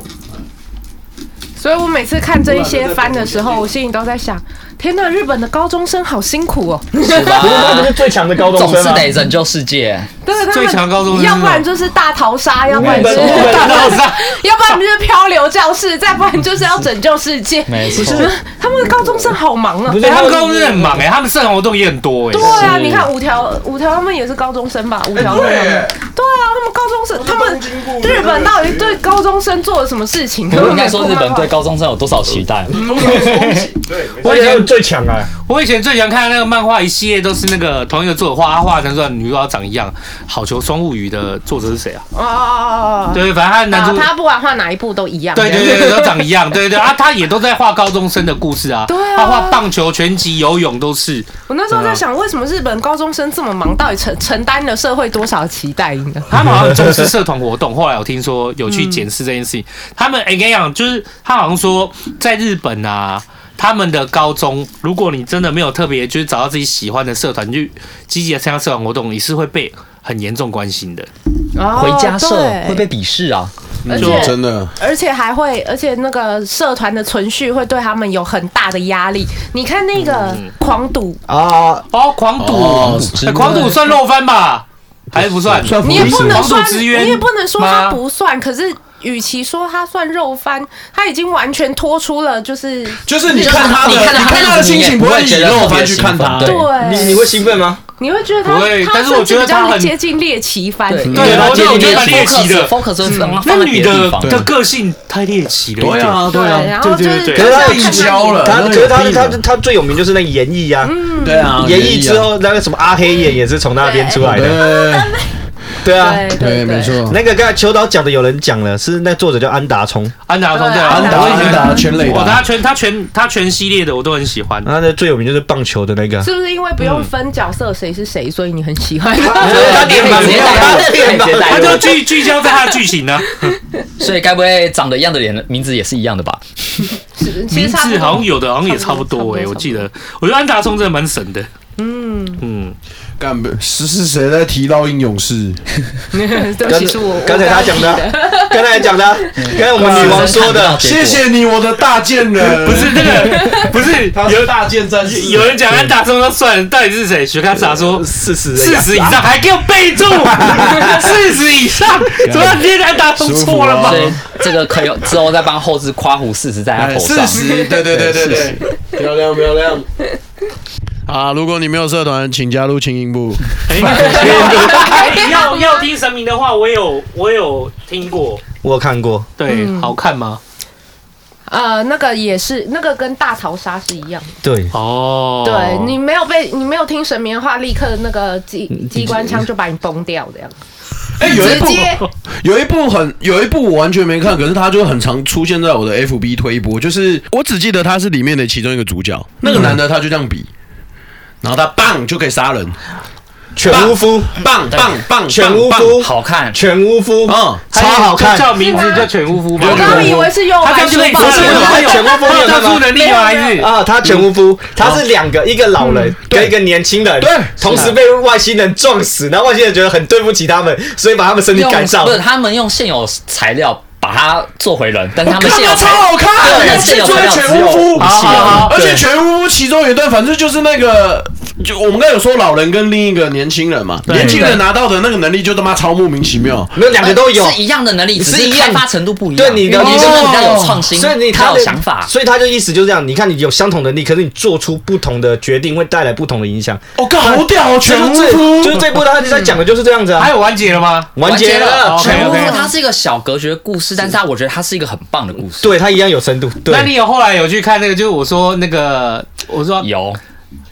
Speaker 2: 所以我每次看这一些番的时候，我心里都在想：天呐，日本的高中生好辛苦哦！
Speaker 1: 是吧
Speaker 5: 不是他不是最强的高中
Speaker 1: 总
Speaker 5: 生啊
Speaker 1: 是
Speaker 5: 吗？
Speaker 1: 得拯救世界。
Speaker 2: 对，他们
Speaker 4: 最强高中生是什
Speaker 2: 要
Speaker 4: 么
Speaker 2: 不然就是大逃杀，要不然
Speaker 5: 日
Speaker 2: 就是
Speaker 5: 本日本
Speaker 4: 大逃杀，
Speaker 2: 要不然就是漂流教室，再不然就是要拯救世界。
Speaker 1: 没错，
Speaker 2: 他们的高中生好忙啊
Speaker 5: 不！是
Speaker 4: 哎他们高中真的很忙哎，他们社团活动也很多哎
Speaker 2: 对。啊，
Speaker 1: 是
Speaker 2: 你看五条五条他们也是高中生吧？五条他们，对啊，他们高中生，他们日本到底对高中生做了什么事情？
Speaker 1: 我应该说
Speaker 2: 他
Speaker 1: 日
Speaker 2: 们没
Speaker 1: 本
Speaker 2: 有
Speaker 1: 对高中生有多少期待？
Speaker 2: 嗯
Speaker 3: 对，没
Speaker 5: 我以为最强啊，
Speaker 4: 我以前最喜欢看的那个漫画，一系列都是那个同一个作者画，他画成说女主角长一样。好球双物语的作者是谁啊？
Speaker 2: 哦哦哦哦哦
Speaker 4: 对，反正他的男
Speaker 2: 啊
Speaker 4: 主，
Speaker 2: 他不管画哪一部都一样。
Speaker 4: 对对
Speaker 2: 这样
Speaker 4: 对，对都长一样，对对对啊，他也都在画高中生的故事啊，
Speaker 2: 对啊
Speaker 4: 他画棒球、拳击、游泳都是，
Speaker 2: 我那时候在想，为什么日本高中生这么忙，到底承承担了社会多少期待？应该
Speaker 4: 他们好像重视社团活动。后来我听说有去检视这件事情，他们哎，跟你讲，就是他好像说在日本啊。他们的高中，如果你真的没有特别就是找到自己喜欢的社团，你去积极的参加社团活动，你是会被很严重关心的。
Speaker 1: 回家社
Speaker 2: 哦对
Speaker 1: 会被鄙视啊！
Speaker 2: 而
Speaker 4: 就
Speaker 2: 且
Speaker 3: 真的，
Speaker 2: 而且还会，而且那个社团的存续会对他们有很大的压力。你看那个狂赌，
Speaker 5: 啊，
Speaker 4: 哦，狂赌、
Speaker 3: 哦
Speaker 4: 哎狂赌算肉翻吧？还是不算？
Speaker 3: 算
Speaker 2: 你也不能说
Speaker 4: 狂赌之渊
Speaker 2: 你也不能说他
Speaker 4: 吗
Speaker 2: 不算，可是与其说他算肉翻，他已经完全脱出了就是
Speaker 3: 就是你看他的，
Speaker 1: 你看他
Speaker 3: 他的心情，不会以肉翻去看他。
Speaker 1: 对
Speaker 5: 你
Speaker 2: 对，
Speaker 5: 你会兴奋吗？
Speaker 2: 你会觉得
Speaker 4: 不
Speaker 2: 他
Speaker 4: 会
Speaker 2: 他
Speaker 4: 但是我觉
Speaker 2: 甚至
Speaker 4: 得
Speaker 2: 比
Speaker 4: 他
Speaker 2: 较
Speaker 4: 很
Speaker 2: 接近猎奇番，
Speaker 1: 对啊
Speaker 4: 对
Speaker 1: 然后
Speaker 4: 我觉得蛮猎奇的
Speaker 1: focus focus
Speaker 2: 嗯
Speaker 1: 是嗯放
Speaker 4: 那
Speaker 1: 在
Speaker 4: 女
Speaker 1: 别的
Speaker 4: 的
Speaker 1: 地方。
Speaker 4: 的个性太猎奇了一
Speaker 3: 对
Speaker 4: 点，
Speaker 3: 啊，
Speaker 2: 对，
Speaker 3: 啊，
Speaker 2: 然后就
Speaker 4: 对对
Speaker 2: 是
Speaker 4: 对
Speaker 5: 可是他
Speaker 2: 他
Speaker 3: 已经交了
Speaker 5: 他
Speaker 3: 那
Speaker 5: 可
Speaker 3: 有
Speaker 5: 是他
Speaker 3: 屁
Speaker 5: 他
Speaker 3: 了
Speaker 5: 他最呃有名就是那演绎啊，
Speaker 3: 对啊，
Speaker 5: 演绎之，后那个什么阿黑眼也是从那边出来的，
Speaker 3: 对
Speaker 5: 对啊。
Speaker 2: 对
Speaker 3: 对，
Speaker 2: 对，
Speaker 3: 没错。
Speaker 5: 那个刚才秋刀讲的有人讲了，是那作者叫安达充，
Speaker 4: 安达充对啊，
Speaker 3: 安达
Speaker 4: 我也觉
Speaker 3: 安
Speaker 4: 得
Speaker 3: 达全垒
Speaker 4: 哇，
Speaker 3: 打
Speaker 4: 他，全他全他全系列的我都很喜欢。
Speaker 5: 他的最有名就是棒球的那个，
Speaker 2: 是不是因为不用分角色谁是谁，所以你很喜欢？
Speaker 5: 他脸盲
Speaker 1: 直接带入
Speaker 5: 他脸盲
Speaker 1: 直接带
Speaker 4: 他
Speaker 1: 入
Speaker 4: 就聚聚焦在他的剧情啊呢，
Speaker 1: 所以该不会长得一样的脸，名字也是一样的吧？
Speaker 2: 是其
Speaker 4: 名
Speaker 2: 实差不
Speaker 4: 字
Speaker 2: 多
Speaker 4: 好像有的，好像也差不多哎，
Speaker 2: 差不多
Speaker 4: 我记得，我觉得安达充真的蛮神的。嗯嗯，
Speaker 3: 干是是谁在提到英勇士？
Speaker 2: 对不
Speaker 5: 刚
Speaker 2: 起，是我
Speaker 5: 刚才他讲的啊，刚才讲的啊，刚才我们女王说的，
Speaker 3: 谢谢你，我的大贱人。
Speaker 4: 不是那个，不是
Speaker 3: 他是大剑战士，
Speaker 4: 有人讲安达充都算了，到底是谁？徐卡莎说
Speaker 5: 四十
Speaker 4: 四十以上还给我备注，四十以上，昨天安达充错了吧
Speaker 3: 舒
Speaker 1: 所
Speaker 3: 服？
Speaker 1: 以这个可以之后再帮后置夸胡四十在他头
Speaker 3: 四
Speaker 1: 上。
Speaker 3: 十，对对哎对对对，漂亮漂亮。啊，如果你没有社团，请加入轻音部。
Speaker 4: 哎要要听神明的话，我有我有听过，
Speaker 5: 我有看过，
Speaker 4: 对，好看吗？
Speaker 2: 呃，那个也是，那个跟大逃杀是一样的。
Speaker 5: 对，
Speaker 4: 哦，
Speaker 2: 对你没有被你没有听神明的话，立刻那个机机关枪就把你崩掉这样。
Speaker 3: 哎、有一
Speaker 2: 直
Speaker 3: 部
Speaker 2: 接
Speaker 3: 有一部很有一部我完全没看，可是它就很常出现在我的 FB 推播，就是我只记得他是里面的其中一个主角，嗯那个男的他就这样比，然后他棒就可以杀人，
Speaker 5: 犬巫夫，
Speaker 3: 棒棒棒，
Speaker 5: 犬巫
Speaker 3: 棒
Speaker 5: 夫，
Speaker 1: 好看
Speaker 5: 犬巫夫，
Speaker 3: 嗯
Speaker 5: 哦超好
Speaker 4: 还
Speaker 5: 看
Speaker 4: 有就。叫名字叫犬巫夫吧。
Speaker 2: 我刚以为是用
Speaker 1: 他这
Speaker 2: 来
Speaker 1: 样就
Speaker 2: 书
Speaker 1: 可以
Speaker 2: 包
Speaker 1: 出
Speaker 5: 不是
Speaker 2: 的，
Speaker 5: 他有
Speaker 1: 全国
Speaker 5: 他有
Speaker 1: 特殊能力吗？还是
Speaker 5: 啊，他犬巫夫，他是两个，一个老人跟一个年轻人，
Speaker 3: 对
Speaker 5: 同时被外星人撞死，然后外星人觉得很对不起他们，所以把他们身体
Speaker 1: 用
Speaker 5: 赶上
Speaker 1: 不。是他们用现有材料把它做回人，但是他们现有
Speaker 3: 那哎超
Speaker 1: 材料
Speaker 3: 好看，
Speaker 1: 对
Speaker 3: 是追全巫夫，
Speaker 1: 好好好
Speaker 3: 而且
Speaker 5: 对
Speaker 3: 全巫夫其中有一段，反正就是那个，就我们刚才有说老人跟另一个年轻人嘛，
Speaker 4: 对
Speaker 3: 年轻人拿到的那个能力就他妈超莫名其妙，
Speaker 5: 没有两个都有，
Speaker 1: 是一样的能力，只
Speaker 5: 是一
Speaker 1: 是
Speaker 5: 样
Speaker 1: 开发程度不一样。
Speaker 5: 对你的
Speaker 1: 的你
Speaker 5: 你
Speaker 1: 是
Speaker 5: 的
Speaker 1: 比较有创新，
Speaker 5: 所以
Speaker 1: 比
Speaker 5: 你
Speaker 1: 较
Speaker 5: 他
Speaker 1: 有
Speaker 5: 的
Speaker 1: 想法。
Speaker 5: 所以他就意思就是这样。你看，你有相同能力，可是你做出不同的决定，会带来不同的影响。
Speaker 3: 我靠，好屌哦，
Speaker 5: 这
Speaker 3: 全
Speaker 5: 就
Speaker 3: 巫
Speaker 5: 是
Speaker 3: 夫，
Speaker 5: 这就是这部他在讲的就是这样子
Speaker 4: 还
Speaker 5: 啊。
Speaker 4: 有完结了吗？
Speaker 5: 完结了，
Speaker 4: OK，OK
Speaker 1: 全部
Speaker 4: OK，OK
Speaker 1: 它是一个小格局的故事，但是它我觉得它是一个很棒的故事。
Speaker 5: 对他一样有深度。对，
Speaker 4: 那你有后来有去看那个？就是我说那个，我说
Speaker 1: 有，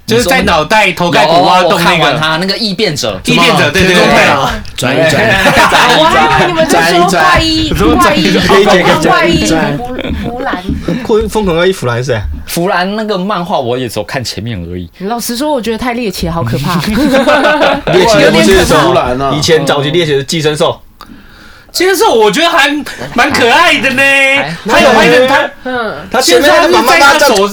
Speaker 4: 就是在脑袋头盖骨挖
Speaker 1: 有我
Speaker 4: 洞那
Speaker 1: 看完
Speaker 4: 个
Speaker 1: 它那个异变者，
Speaker 4: 异变者，对对对
Speaker 3: 天空
Speaker 4: 对。
Speaker 3: 转一转，
Speaker 2: 我还以为你们在说怪医，怪医，
Speaker 5: 可以解可以解
Speaker 2: 怪医弗弗兰。
Speaker 5: 酷疯狂的衣服来是谁？
Speaker 1: 弗兰那个漫画我也只有看前面而已。
Speaker 2: 老实说，我觉得太猎奇了，好可 怕。
Speaker 5: 猎奇
Speaker 3: 有
Speaker 5: 人
Speaker 3: 点
Speaker 5: 物是什
Speaker 3: 可怕突
Speaker 5: 么
Speaker 3: 然啊
Speaker 5: 以前早期猎奇的寄生兽，
Speaker 4: 其实是我觉得还蛮可爱的呢。他有拍成他，
Speaker 2: 嗯，
Speaker 5: 他
Speaker 4: 其实
Speaker 5: 前面
Speaker 4: 他是
Speaker 5: 他把妈
Speaker 4: 在
Speaker 5: 妈
Speaker 4: 他
Speaker 5: 在
Speaker 4: 手，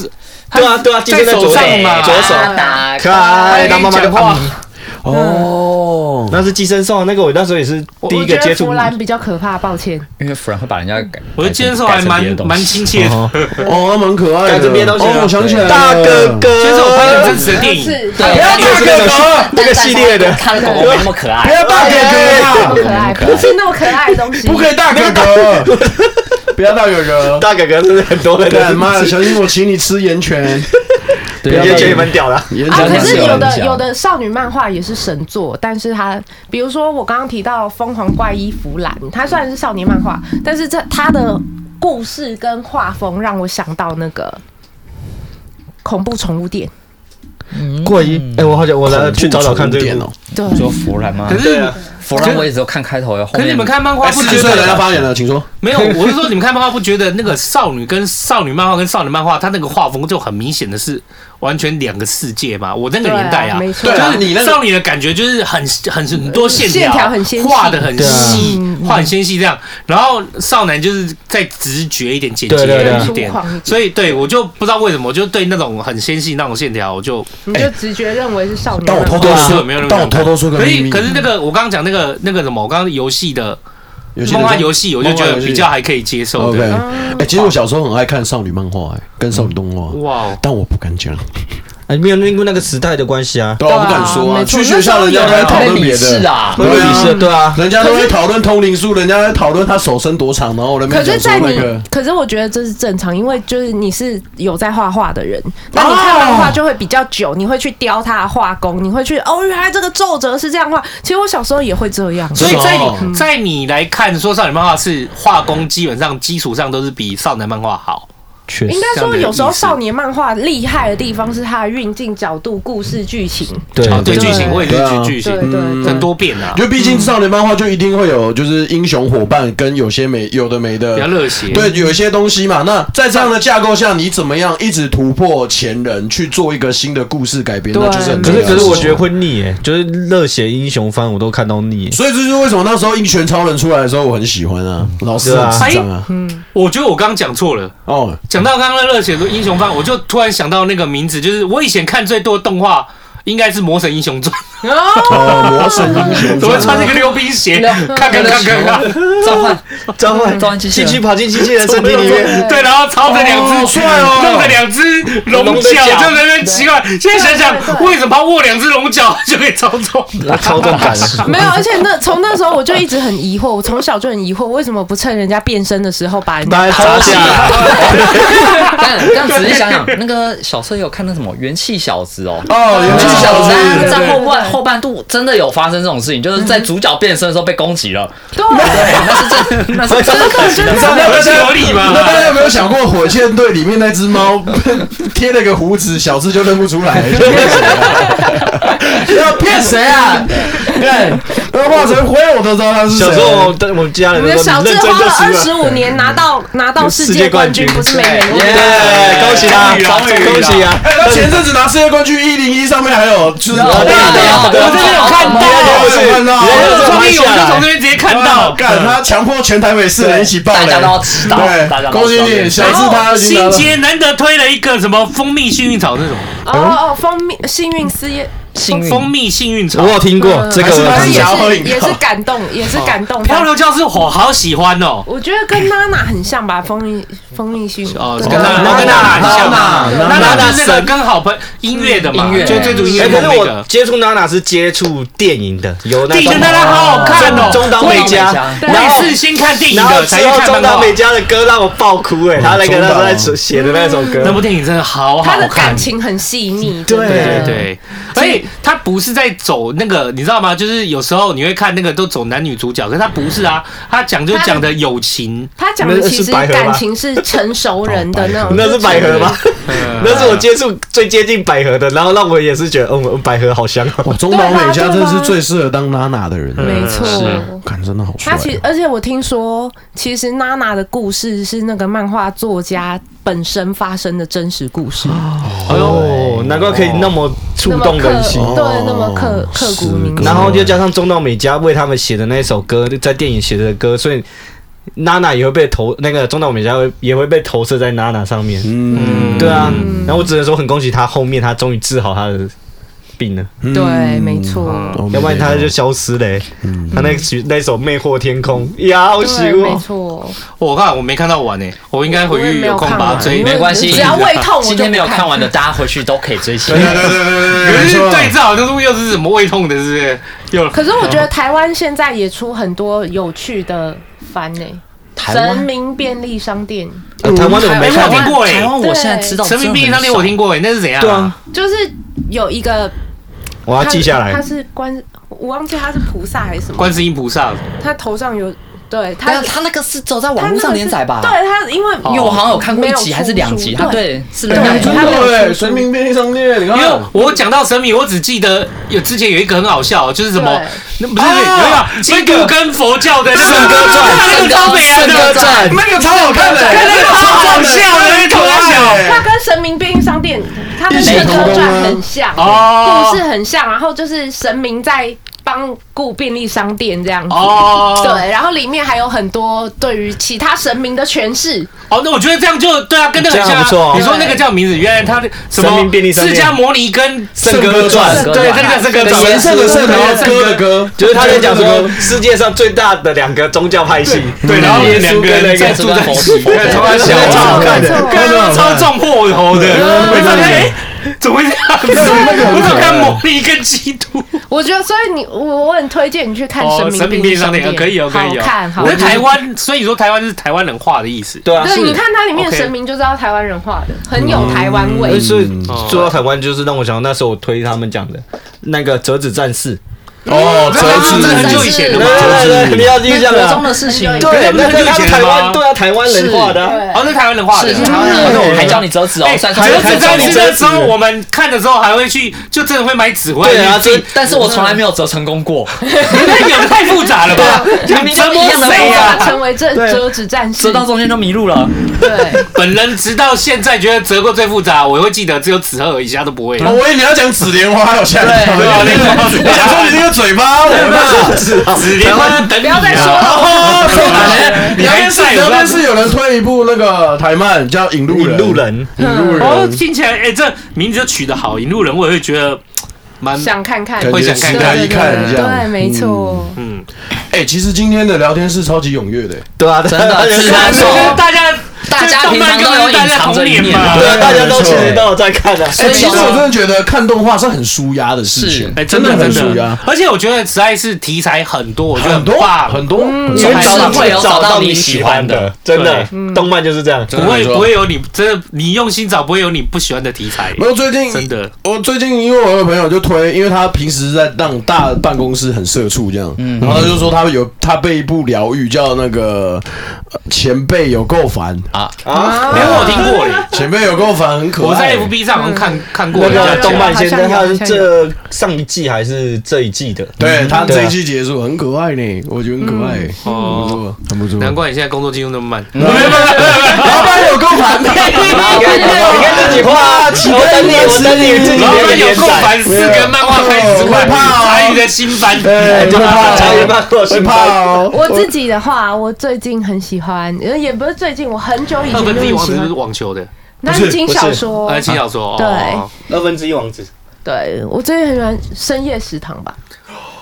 Speaker 5: 对啊对啊，寄生在左
Speaker 4: 哎手上嘛
Speaker 5: 左手。
Speaker 1: 打
Speaker 5: 可爱，他妈妈就
Speaker 4: 讲话
Speaker 5: 嗯
Speaker 3: 哦，
Speaker 5: 那是寄生兽，那个我那时候也是第
Speaker 2: 我
Speaker 5: 一
Speaker 2: 觉
Speaker 5: 个接
Speaker 2: 得
Speaker 5: 触
Speaker 2: 弗。兰比较可怕，抱歉。
Speaker 1: 因为弗兰会把人家改。
Speaker 4: 我觉得接受还蛮蛮亲切的。
Speaker 3: 哦，还蛮可爱的。
Speaker 5: 改成别的东西啊
Speaker 3: 哦，我想起来了，
Speaker 5: 大哥哥，
Speaker 4: 接受拍成真实的电影，
Speaker 2: 是，
Speaker 1: 对，
Speaker 5: 大哥
Speaker 2: 啊
Speaker 5: 哥这个系列的
Speaker 1: 他的狗狗没那么可
Speaker 3: 不
Speaker 1: 爱。
Speaker 3: 要大哥
Speaker 2: 不
Speaker 3: 哥
Speaker 2: 可爱，不是那么可爱的东西。
Speaker 3: 不可以大哥哥，不要大哥哥。
Speaker 5: 大哥哥是不是很多人
Speaker 3: 干妈的，
Speaker 5: 的，
Speaker 3: 小心我请你吃盐泉，
Speaker 1: 对
Speaker 5: 也觉得蛮屌的。
Speaker 3: 盐
Speaker 2: 啊，
Speaker 3: 泉
Speaker 2: 可
Speaker 3: 很
Speaker 2: 是
Speaker 1: 有
Speaker 2: 有
Speaker 3: 屌。
Speaker 2: 的
Speaker 1: 影响
Speaker 2: 有的少女漫画也是神作，但是它比如说我刚刚提到《疯狂怪医弗兰》，它虽然是少年漫画，但是这它的故事跟画风让我想到那个恐怖宠物店。
Speaker 5: 过一，哎，我好想我
Speaker 3: 呃
Speaker 5: 来去找找看这
Speaker 3: 点
Speaker 5: 个
Speaker 3: 哦。。
Speaker 2: 对，
Speaker 1: 你说弗兰吗
Speaker 4: 可？
Speaker 5: 对
Speaker 4: 是
Speaker 5: 啊，
Speaker 1: 弗兰我也只有看开头，后
Speaker 4: 可是
Speaker 1: 面
Speaker 4: 你们看漫画
Speaker 3: 哎，
Speaker 4: 不
Speaker 3: 四
Speaker 4: 觉
Speaker 3: 十岁的人要
Speaker 4: 得
Speaker 3: 发言了，请说。
Speaker 4: 没有？我是说你们看漫画不觉得那个少女跟少女漫画跟少女漫画，它那个画风就很明显的是完全两个世界嘛。我那个年代啊，
Speaker 2: 没错
Speaker 3: 对，啊
Speaker 4: 就是
Speaker 3: 你那个
Speaker 4: 少女的感觉就是很很很多线啊
Speaker 2: 线条很纤细
Speaker 4: 画的很细
Speaker 2: 对啊，
Speaker 4: 画很纤细这样。然后少男就是再直觉一点，简洁
Speaker 5: 对对对
Speaker 4: 一点
Speaker 2: 粗犷一点。
Speaker 4: 所以对我就不知道为什么，我就对那种很纤细那种线条，我就
Speaker 2: 你就直觉认为是少女
Speaker 3: 但
Speaker 2: 漫
Speaker 3: 我
Speaker 2: 画。
Speaker 3: 偷偷
Speaker 4: 对
Speaker 3: 说
Speaker 4: 啊没有那，么
Speaker 3: 但我偷偷说个
Speaker 4: 可
Speaker 3: 秘
Speaker 4: 是
Speaker 3: 密。
Speaker 4: 可是那个我刚刚讲那个那个什么，我刚刚游戏的
Speaker 3: 有些人
Speaker 4: 梦幻
Speaker 3: 说
Speaker 4: 游戏，我就觉
Speaker 3: 梦幻
Speaker 4: 得
Speaker 3: 游戏
Speaker 4: 比较还可以接受
Speaker 3: OK，
Speaker 4: 的。
Speaker 3: 哎，其实我小时候很爱看少女漫画，哎，跟少女动画，
Speaker 4: 哇哦，
Speaker 3: 但我不敢讲，
Speaker 5: 哎，没有因为那个时代的关系啊，
Speaker 3: 对啊，我不
Speaker 2: 对啊
Speaker 3: 敢说啊。
Speaker 2: 没错
Speaker 3: 去学校人家都在讨论别
Speaker 1: 是
Speaker 3: 的，
Speaker 1: 啊，
Speaker 5: 会被鄙视的，对啊，
Speaker 3: 人家都在讨论通灵术，人家在讨论他手伸多长，然后我在那
Speaker 2: 可
Speaker 3: 边
Speaker 2: 是，
Speaker 3: 讲
Speaker 2: 在
Speaker 3: 说
Speaker 2: 你
Speaker 3: 那个，
Speaker 2: 可是我觉得这是正常，因为就是你是有在画画的人，那你看漫画就会比较久，你会去雕他的画工，你会去哦，原来这个皱褶是这样画。其实我小时候也会这样，
Speaker 4: 所以在
Speaker 3: 嗯
Speaker 4: 你在你来看，说少女漫画是画工基本上基础上都是比少男漫画好。
Speaker 5: 确
Speaker 2: 应该说有时候
Speaker 4: 这样的意思
Speaker 2: 少年漫画厉害的地方是它的运镜、角度、故事、剧情。
Speaker 5: 对
Speaker 4: 啊，对
Speaker 2: 对
Speaker 4: 剧情，我也
Speaker 3: 对啊
Speaker 4: 是剧剧
Speaker 2: 对
Speaker 4: 情，
Speaker 2: 对
Speaker 4: 很
Speaker 2: 对，
Speaker 4: 多变啊
Speaker 3: 因，为毕竟少年漫画就一定会有就是英雄伙伴跟有些没有的没
Speaker 4: 比较
Speaker 3: 的。
Speaker 4: 热血。
Speaker 3: 对，有一些东西嘛，那在这样的架构下，你怎么样一直突破前人，去做一个新的故事改编，那就是很
Speaker 5: 可是
Speaker 3: 重要的
Speaker 5: 可是我觉得
Speaker 3: 事情，
Speaker 5: 会腻诶，就是热血英雄番我都看到腻。
Speaker 3: 所以这就是为什么那时候《一拳超人》出来的时候，我很喜欢啊，老师
Speaker 5: 对啊哎
Speaker 3: 很智障啊，
Speaker 4: 我觉得我刚刚讲错了。
Speaker 3: 哦，
Speaker 4: 讲到刚刚的热血的英雄番，我就突然想到那个名字，就是我以前看最多的动画应该是《魔神英雄传》，
Speaker 3: 哦，魔神英雄
Speaker 4: 怎么
Speaker 3: 传
Speaker 4: 穿那个溜冰鞋？看看看看看，
Speaker 1: 召唤
Speaker 5: 召
Speaker 2: 嗯
Speaker 5: 唤
Speaker 1: 召唤机器
Speaker 5: 进
Speaker 1: 人
Speaker 5: 去跑进机器人身体里 面，
Speaker 4: 对，然后操着两
Speaker 3: 哦好
Speaker 4: 只
Speaker 3: 帅哦
Speaker 4: 弄着两只龙
Speaker 5: 龙
Speaker 4: 角，
Speaker 5: 的
Speaker 4: 就
Speaker 5: 脚
Speaker 4: 在那边奇怪。现在想想，为什么他握两只龙角就可以操纵？
Speaker 5: 超重感。
Speaker 2: 没有，而且那从那时候我就一直很疑惑，我从小就很疑惑，为什么不趁人家变身的时候把人家
Speaker 5: 把它砸下来，
Speaker 1: 但但仔细想想，那个小时候有看那什么元气小子哦。
Speaker 3: 哦，元气小
Speaker 1: 小子
Speaker 3: 子，
Speaker 1: 在后半后半度真的有发生这种事情，就是在主角变身的时候被攻击了。
Speaker 2: 对
Speaker 1: 对，那是真，那是真的可惜的。
Speaker 4: 这样合理吗？
Speaker 3: 那大家有没有想过，《火箭队》里面那只猫 贴了个胡子，小智就认不出 来，就骗谁啊？要骗谁啊？看，那化成灰我都知道他是谁。啊
Speaker 5: 小时候我们我们家
Speaker 2: 我
Speaker 5: 人
Speaker 2: 们
Speaker 5: 都
Speaker 2: 的
Speaker 5: 说
Speaker 2: 小
Speaker 5: 你
Speaker 2: 智
Speaker 5: 认真
Speaker 2: 花
Speaker 5: 就
Speaker 2: 了
Speaker 5: 行
Speaker 2: 二
Speaker 5: 了。
Speaker 2: 十五年拿到拿到世界冠军，不是没人
Speaker 5: 耶
Speaker 2: 问题。
Speaker 5: 恭喜啊！恭喜啊！
Speaker 3: 哎，他前阵子拿世界冠军一零一上面还有，就是我
Speaker 5: 对啊对啊对啊
Speaker 4: 我这边有看到，
Speaker 3: 我有看到，
Speaker 4: 我有创意，我就从这
Speaker 5: 这
Speaker 4: 边直接看到。
Speaker 3: 干他强迫全台北市人一起爆
Speaker 1: 大
Speaker 3: 雷，
Speaker 1: 家都要知道，大
Speaker 3: 对，
Speaker 1: 家
Speaker 3: 恭喜你，小智他已经拿
Speaker 4: 新
Speaker 3: 了
Speaker 4: 杰难得推了一个什么蜂蜜幸运草这种，
Speaker 2: 哦哦，蜂蜜幸运事业，
Speaker 1: 幸运
Speaker 4: 蜂蜜幸运草
Speaker 5: 我。有听过哦
Speaker 2: 嗯
Speaker 4: 嗯
Speaker 5: 这个，
Speaker 3: 还是
Speaker 5: 我有
Speaker 3: 他
Speaker 5: 听
Speaker 3: 是
Speaker 5: 过
Speaker 3: 想要喝
Speaker 2: 也
Speaker 3: 饮
Speaker 2: 是
Speaker 3: 料
Speaker 2: 也是感动，
Speaker 5: 哦
Speaker 2: 也是感动。
Speaker 4: 漂流教室我好喜欢哦。
Speaker 2: 我觉得跟娜娜很像吧，蜂蜜蜂蜜幸运
Speaker 4: 哦，
Speaker 2: 对
Speaker 4: 跟娜娜跟娜娜很像嘛，娜娜就是那个跟好朋音乐的嘛
Speaker 1: 音，乐
Speaker 4: 就追逐音
Speaker 5: 哎，
Speaker 4: 乐
Speaker 5: 可是
Speaker 4: 的那
Speaker 5: 我
Speaker 4: 个。
Speaker 5: 接触娜娜是接触电影的，有那
Speaker 4: 电影的
Speaker 5: 种
Speaker 4: 娜娜好好看哦，
Speaker 5: 中岛美嘉，
Speaker 1: 对
Speaker 4: 我也是先看电影
Speaker 5: 然后
Speaker 4: 的，才
Speaker 5: 之
Speaker 4: 去
Speaker 5: 后
Speaker 4: 看
Speaker 5: 中
Speaker 4: 漫
Speaker 5: 岛
Speaker 4: 画。
Speaker 5: 美嘉的歌让我爆哭哎，她那个
Speaker 3: 中
Speaker 5: 那时
Speaker 3: 岛
Speaker 5: 候在写的那首
Speaker 4: 那
Speaker 5: 歌，
Speaker 4: 部电影真的好
Speaker 2: 她的
Speaker 4: 好
Speaker 2: 感
Speaker 4: 看。
Speaker 2: 情很细腻，
Speaker 5: 对
Speaker 4: 对
Speaker 2: 真的
Speaker 4: 对对，而且他不是在走那个，你知道吗？就是有时候你会看那个都走男女主角，可是他不是啊，他讲就讲的友情，
Speaker 2: 他讲的其实
Speaker 5: 那是百合吧哦
Speaker 2: 感情是成熟人的那种，
Speaker 5: 那是百合吧？
Speaker 4: 呃
Speaker 5: 那是我接触最接近百合的，然后让我也是觉得，嗯，百合好香哦。
Speaker 3: 中岛美嘉真的是最适合当娜娜的
Speaker 4: 嗯
Speaker 3: 人，
Speaker 2: 没错。
Speaker 3: 看真的好帅啊
Speaker 2: 他。其实，而且我听说，其实娜娜的故事是那个漫画作家本身发生的真实故事，
Speaker 4: 哦
Speaker 5: 哎呦，难怪可以那么触
Speaker 2: 那么
Speaker 5: 动
Speaker 2: 刻
Speaker 5: 人心。
Speaker 2: 对，那么刻
Speaker 3: 哦
Speaker 2: 刻骨铭
Speaker 3: 是
Speaker 2: 心。
Speaker 5: 然后又加上中岛美嘉为他们写的那首歌，在电影写的歌，所以娜娜也会被投，那个中岛美嘉会也会被投射在娜娜上面。
Speaker 3: 嗯，
Speaker 5: 对啊，然后我只能说很恭喜她，后面她终于治好她的病了，
Speaker 2: 嗯对，没错，
Speaker 5: 要不然她就消失嘞、她那曲那首《魅惑天空》呀，好喜
Speaker 2: 对，没
Speaker 5: 欢。
Speaker 2: 错，
Speaker 4: 我看我没看到完呢，欸我应该回
Speaker 2: 我也
Speaker 4: 去
Speaker 2: 没有
Speaker 4: 有空
Speaker 2: 看
Speaker 4: 把它
Speaker 2: 完
Speaker 4: 追。
Speaker 2: 因为
Speaker 1: 没关系，
Speaker 2: 只要胃痛我就
Speaker 1: 今天没有
Speaker 2: 不看
Speaker 1: 看完的，大家回去都可以追起
Speaker 3: 对对
Speaker 1: 来。
Speaker 3: 对对对
Speaker 4: 可
Speaker 3: 对，没
Speaker 4: 是
Speaker 3: 错。
Speaker 4: 对，这好像是又是什么胃痛的，是不是？又
Speaker 2: 可是我觉得台湾现在也出很多有趣的番呢、
Speaker 1: 台
Speaker 2: 神
Speaker 1: 湾，
Speaker 2: 明便利商店
Speaker 5: 呃台湾怎么没
Speaker 4: 台
Speaker 5: 看
Speaker 4: 湾我听过
Speaker 1: 台
Speaker 4: 哎，
Speaker 1: 湾我现在知道
Speaker 4: 神明便利商店我听过哎，那是怎样？
Speaker 5: 对啊，
Speaker 2: 就是有一个，
Speaker 5: 我要
Speaker 2: 它
Speaker 5: 记下
Speaker 2: 他
Speaker 5: 来。
Speaker 2: 是观，我忘记他是菩萨还是什么，
Speaker 4: 观世音菩萨，
Speaker 2: 他头上有，对
Speaker 1: 但
Speaker 2: 他
Speaker 1: 是他那个是走在
Speaker 2: 他
Speaker 1: 网
Speaker 2: 那
Speaker 1: 络
Speaker 2: 个
Speaker 1: 上
Speaker 2: 是
Speaker 1: 连载吧？
Speaker 2: 对他因为
Speaker 1: 因为我好像有看过一集
Speaker 2: 没有
Speaker 1: 还是两集，
Speaker 2: 出
Speaker 1: 他
Speaker 2: 书
Speaker 1: 对是
Speaker 2: 对
Speaker 1: 两集
Speaker 3: 真。的哎，神明便利商店，你
Speaker 4: 因为
Speaker 3: 看，
Speaker 4: 我讲到神明，我只记得有之前有一个很好笑，就是什么
Speaker 2: 对，
Speaker 4: 那不是有一
Speaker 5: 哦
Speaker 4: 个基督跟佛教的那个
Speaker 5: 圣歌传
Speaker 4: 那个超北岸的，
Speaker 1: 哎
Speaker 5: 战
Speaker 3: 那个超好看的，
Speaker 4: 那个超好笑的，那个超小。
Speaker 2: 他跟神明便利商店，他跟《神
Speaker 3: 一起同
Speaker 2: 歌
Speaker 3: 工
Speaker 2: 传
Speaker 3: 啊》
Speaker 2: 很像，
Speaker 4: 哦
Speaker 2: 故事很像，然后就是神明在帮雇便利商店这样子。
Speaker 4: 哦，
Speaker 2: 对，然后里面还有很多对于其他神明的诠释，
Speaker 4: 哦，那我觉得这样就对啊，跟那个很
Speaker 5: 这
Speaker 4: 像
Speaker 5: 样
Speaker 4: 啊。
Speaker 5: 不错哦
Speaker 4: 你说那个叫名字，原来他的什么
Speaker 5: 神明便利商
Speaker 4: 释
Speaker 5: 店
Speaker 4: 迦摩尼跟
Speaker 5: 圣歌传
Speaker 1: 圣歌
Speaker 4: 对，这个叫圣歌传。
Speaker 3: 神圣的圣，然后歌的歌，
Speaker 5: 就是他在讲说，世界上最大的两个宗教派系，
Speaker 4: 对，然后
Speaker 5: 耶
Speaker 4: 两
Speaker 5: 稣
Speaker 4: 个
Speaker 5: 跟
Speaker 4: 人
Speaker 5: 那
Speaker 4: 在
Speaker 5: 个
Speaker 4: 住在一起，
Speaker 1: 对
Speaker 4: 哦对，超好
Speaker 5: 小
Speaker 4: 笑，
Speaker 5: 超好看的，
Speaker 4: 看到超撞破头的，我发现哎，怎么会这样子？我怎么看摩尼跟基督？
Speaker 2: 我觉得，所以你我我很推荐你去看
Speaker 4: 哦，
Speaker 2: 神
Speaker 4: 明
Speaker 2: 明
Speaker 4: 便
Speaker 2: 便
Speaker 4: 利
Speaker 2: 利
Speaker 4: 商
Speaker 2: 商
Speaker 4: 店
Speaker 2: 店，
Speaker 4: 可以哦，可以哦。
Speaker 2: 好看，好
Speaker 4: 那
Speaker 2: 看。
Speaker 4: 台湾，所以说台湾是台湾人画的意思。
Speaker 5: 对啊，
Speaker 2: 对，你看它里面
Speaker 4: OK 嗯
Speaker 2: 神明就知道台湾人画的，很有台湾味
Speaker 5: 呃。所以说到台湾，就是让我想到那时候我推他们讲的那个折纸战士，
Speaker 3: 哦，
Speaker 4: 那
Speaker 3: 折
Speaker 4: 是很久
Speaker 3: 纸，
Speaker 4: 以前的
Speaker 5: 对
Speaker 4: 嘛。
Speaker 5: 对对，你要印
Speaker 1: 那
Speaker 5: 象
Speaker 1: 国中
Speaker 5: 啊，
Speaker 1: 的事情，
Speaker 2: 对
Speaker 5: 对，那个他们台湾对啊，台湾人画的啊，
Speaker 2: 对，
Speaker 4: 哦，那台湾人画的
Speaker 1: 是。是台湾人还教你折纸哦，
Speaker 4: 哎，
Speaker 1: 算
Speaker 4: 折
Speaker 1: 算算
Speaker 4: 纸战
Speaker 5: 你
Speaker 4: 士
Speaker 5: 折
Speaker 4: 的
Speaker 5: 纸
Speaker 4: 时候，我们看的时候还会去，就真的会买纸回来。
Speaker 5: 对啊，这
Speaker 1: 哎但是我从来没有折成功过，
Speaker 4: 那有太复杂了 吧？
Speaker 1: 啊明明
Speaker 4: 折
Speaker 1: 都
Speaker 4: 磨
Speaker 1: 一样的
Speaker 4: 谁啊
Speaker 1: 对
Speaker 4: 呀
Speaker 2: 要？成为这
Speaker 5: 对
Speaker 2: 折纸战士
Speaker 1: 折，到中间就迷路了。
Speaker 2: 对，
Speaker 4: 本人直到现在觉得折过最复杂，我会记得只有纸鹤，以下都不会。
Speaker 3: 哦我以为你要讲紫莲 花，我吓一跳，我想说你那个嘴巴，我
Speaker 4: 纸莲花等不
Speaker 2: 不要再说了
Speaker 3: 哦
Speaker 4: 你
Speaker 3: 聊
Speaker 4: 还
Speaker 3: 天室
Speaker 4: 在
Speaker 3: 聊天室有人推一部那个台漫叫《引路
Speaker 5: 引
Speaker 3: 人》，
Speaker 5: 路人，
Speaker 3: 引路
Speaker 4: 哦，
Speaker 3: 人，
Speaker 4: 听起来哎、这名字就取得好，引路人我也会觉得蛮
Speaker 2: 想看看，
Speaker 3: 感
Speaker 4: 会
Speaker 3: 觉
Speaker 4: 想
Speaker 3: 时
Speaker 4: 看
Speaker 3: 代
Speaker 4: 看
Speaker 3: 一看一下，
Speaker 2: 对，没错，
Speaker 4: 嗯，
Speaker 3: 哎，其实今天的聊天室超级踊跃的，
Speaker 5: 对啊，
Speaker 1: 真的
Speaker 5: 对
Speaker 1: 是
Speaker 5: 啊
Speaker 1: 啊
Speaker 4: 就是大家
Speaker 1: 大家
Speaker 4: 动
Speaker 1: 平常
Speaker 4: 漫跟
Speaker 1: 都有
Speaker 4: 大
Speaker 1: 隐
Speaker 4: 家
Speaker 1: 藏
Speaker 4: 童
Speaker 1: 着一
Speaker 4: 年
Speaker 1: 面
Speaker 4: 嘛
Speaker 1: 的，
Speaker 5: 对啊，大家都其
Speaker 3: 没
Speaker 5: 实
Speaker 3: 错
Speaker 5: 都有在看的，
Speaker 3: 哎，
Speaker 1: 以
Speaker 3: 其实
Speaker 1: 说
Speaker 3: 我真的觉得看动画是很舒压的事情，
Speaker 4: 哎、
Speaker 3: 真
Speaker 4: 的
Speaker 3: 很啊
Speaker 4: 真
Speaker 3: 舒
Speaker 4: 的
Speaker 3: 压，，
Speaker 4: 而且我觉得实在是题材很多，我觉得
Speaker 3: 很嗯多
Speaker 4: 棒，
Speaker 3: 很多，很
Speaker 5: 你
Speaker 3: 多
Speaker 5: 会
Speaker 1: 还
Speaker 5: 找
Speaker 1: 是会有
Speaker 5: 找
Speaker 1: 找
Speaker 5: 到
Speaker 1: 到
Speaker 5: 你
Speaker 1: 你
Speaker 5: 喜
Speaker 1: 喜
Speaker 5: 欢
Speaker 1: 欢
Speaker 5: 的
Speaker 1: 的，
Speaker 5: 真的
Speaker 4: 对，
Speaker 5: 动漫就是这样，
Speaker 4: 不会不会有你真的你用心找不会有你不喜欢的题材
Speaker 3: 没，有最近
Speaker 4: 真的
Speaker 3: 我最近因为我有个朋友就推，因为他平时在让大嗯办公室很社畜这样，然后他就说他有他被一部疗愈叫那个呃前辈有够烦，
Speaker 5: 啊，
Speaker 4: 连我有听过嘞，
Speaker 3: 前辈有够烦，很可爱。
Speaker 4: 我在 FB 上好像看看过人
Speaker 5: 那
Speaker 4: 家
Speaker 5: 个
Speaker 4: 讲
Speaker 5: 动漫
Speaker 6: 好像
Speaker 5: 先生，
Speaker 6: 有
Speaker 5: 他
Speaker 6: 好
Speaker 5: 是
Speaker 6: 像
Speaker 5: 这上一季还是这一季的？
Speaker 3: 对他
Speaker 5: 对啊
Speaker 3: 这一季结束很可爱呢，
Speaker 4: 嗯
Speaker 3: 我觉得很可爱，哦很不错，很不错。
Speaker 4: 哦难怪你现在工作进度那么慢。
Speaker 3: 老板有够烦 的，
Speaker 5: 你看，你看这句话，啊我等你，我等你自己
Speaker 4: 老板有
Speaker 5: 连
Speaker 4: 够
Speaker 5: 载
Speaker 4: 烦，四个漫画开始快，茶余的新番。
Speaker 3: 对，就怕
Speaker 5: 茶叶蛋做
Speaker 3: 会
Speaker 5: 新
Speaker 3: 怕哦。
Speaker 4: 嗯
Speaker 2: 我自己的话，我最近很喜欢，呃也不是最近，我很久以
Speaker 4: 二
Speaker 2: 前
Speaker 4: 分
Speaker 2: 就
Speaker 4: 之一
Speaker 2: 很
Speaker 4: 王
Speaker 2: 喜
Speaker 4: 子是
Speaker 2: 欢
Speaker 4: 网球的，
Speaker 2: 南京小说。
Speaker 4: 呃，轻小说。
Speaker 2: 对
Speaker 4: 哦
Speaker 5: 二分之一王子，
Speaker 2: 对，我最近很喜欢《深夜食堂》吧，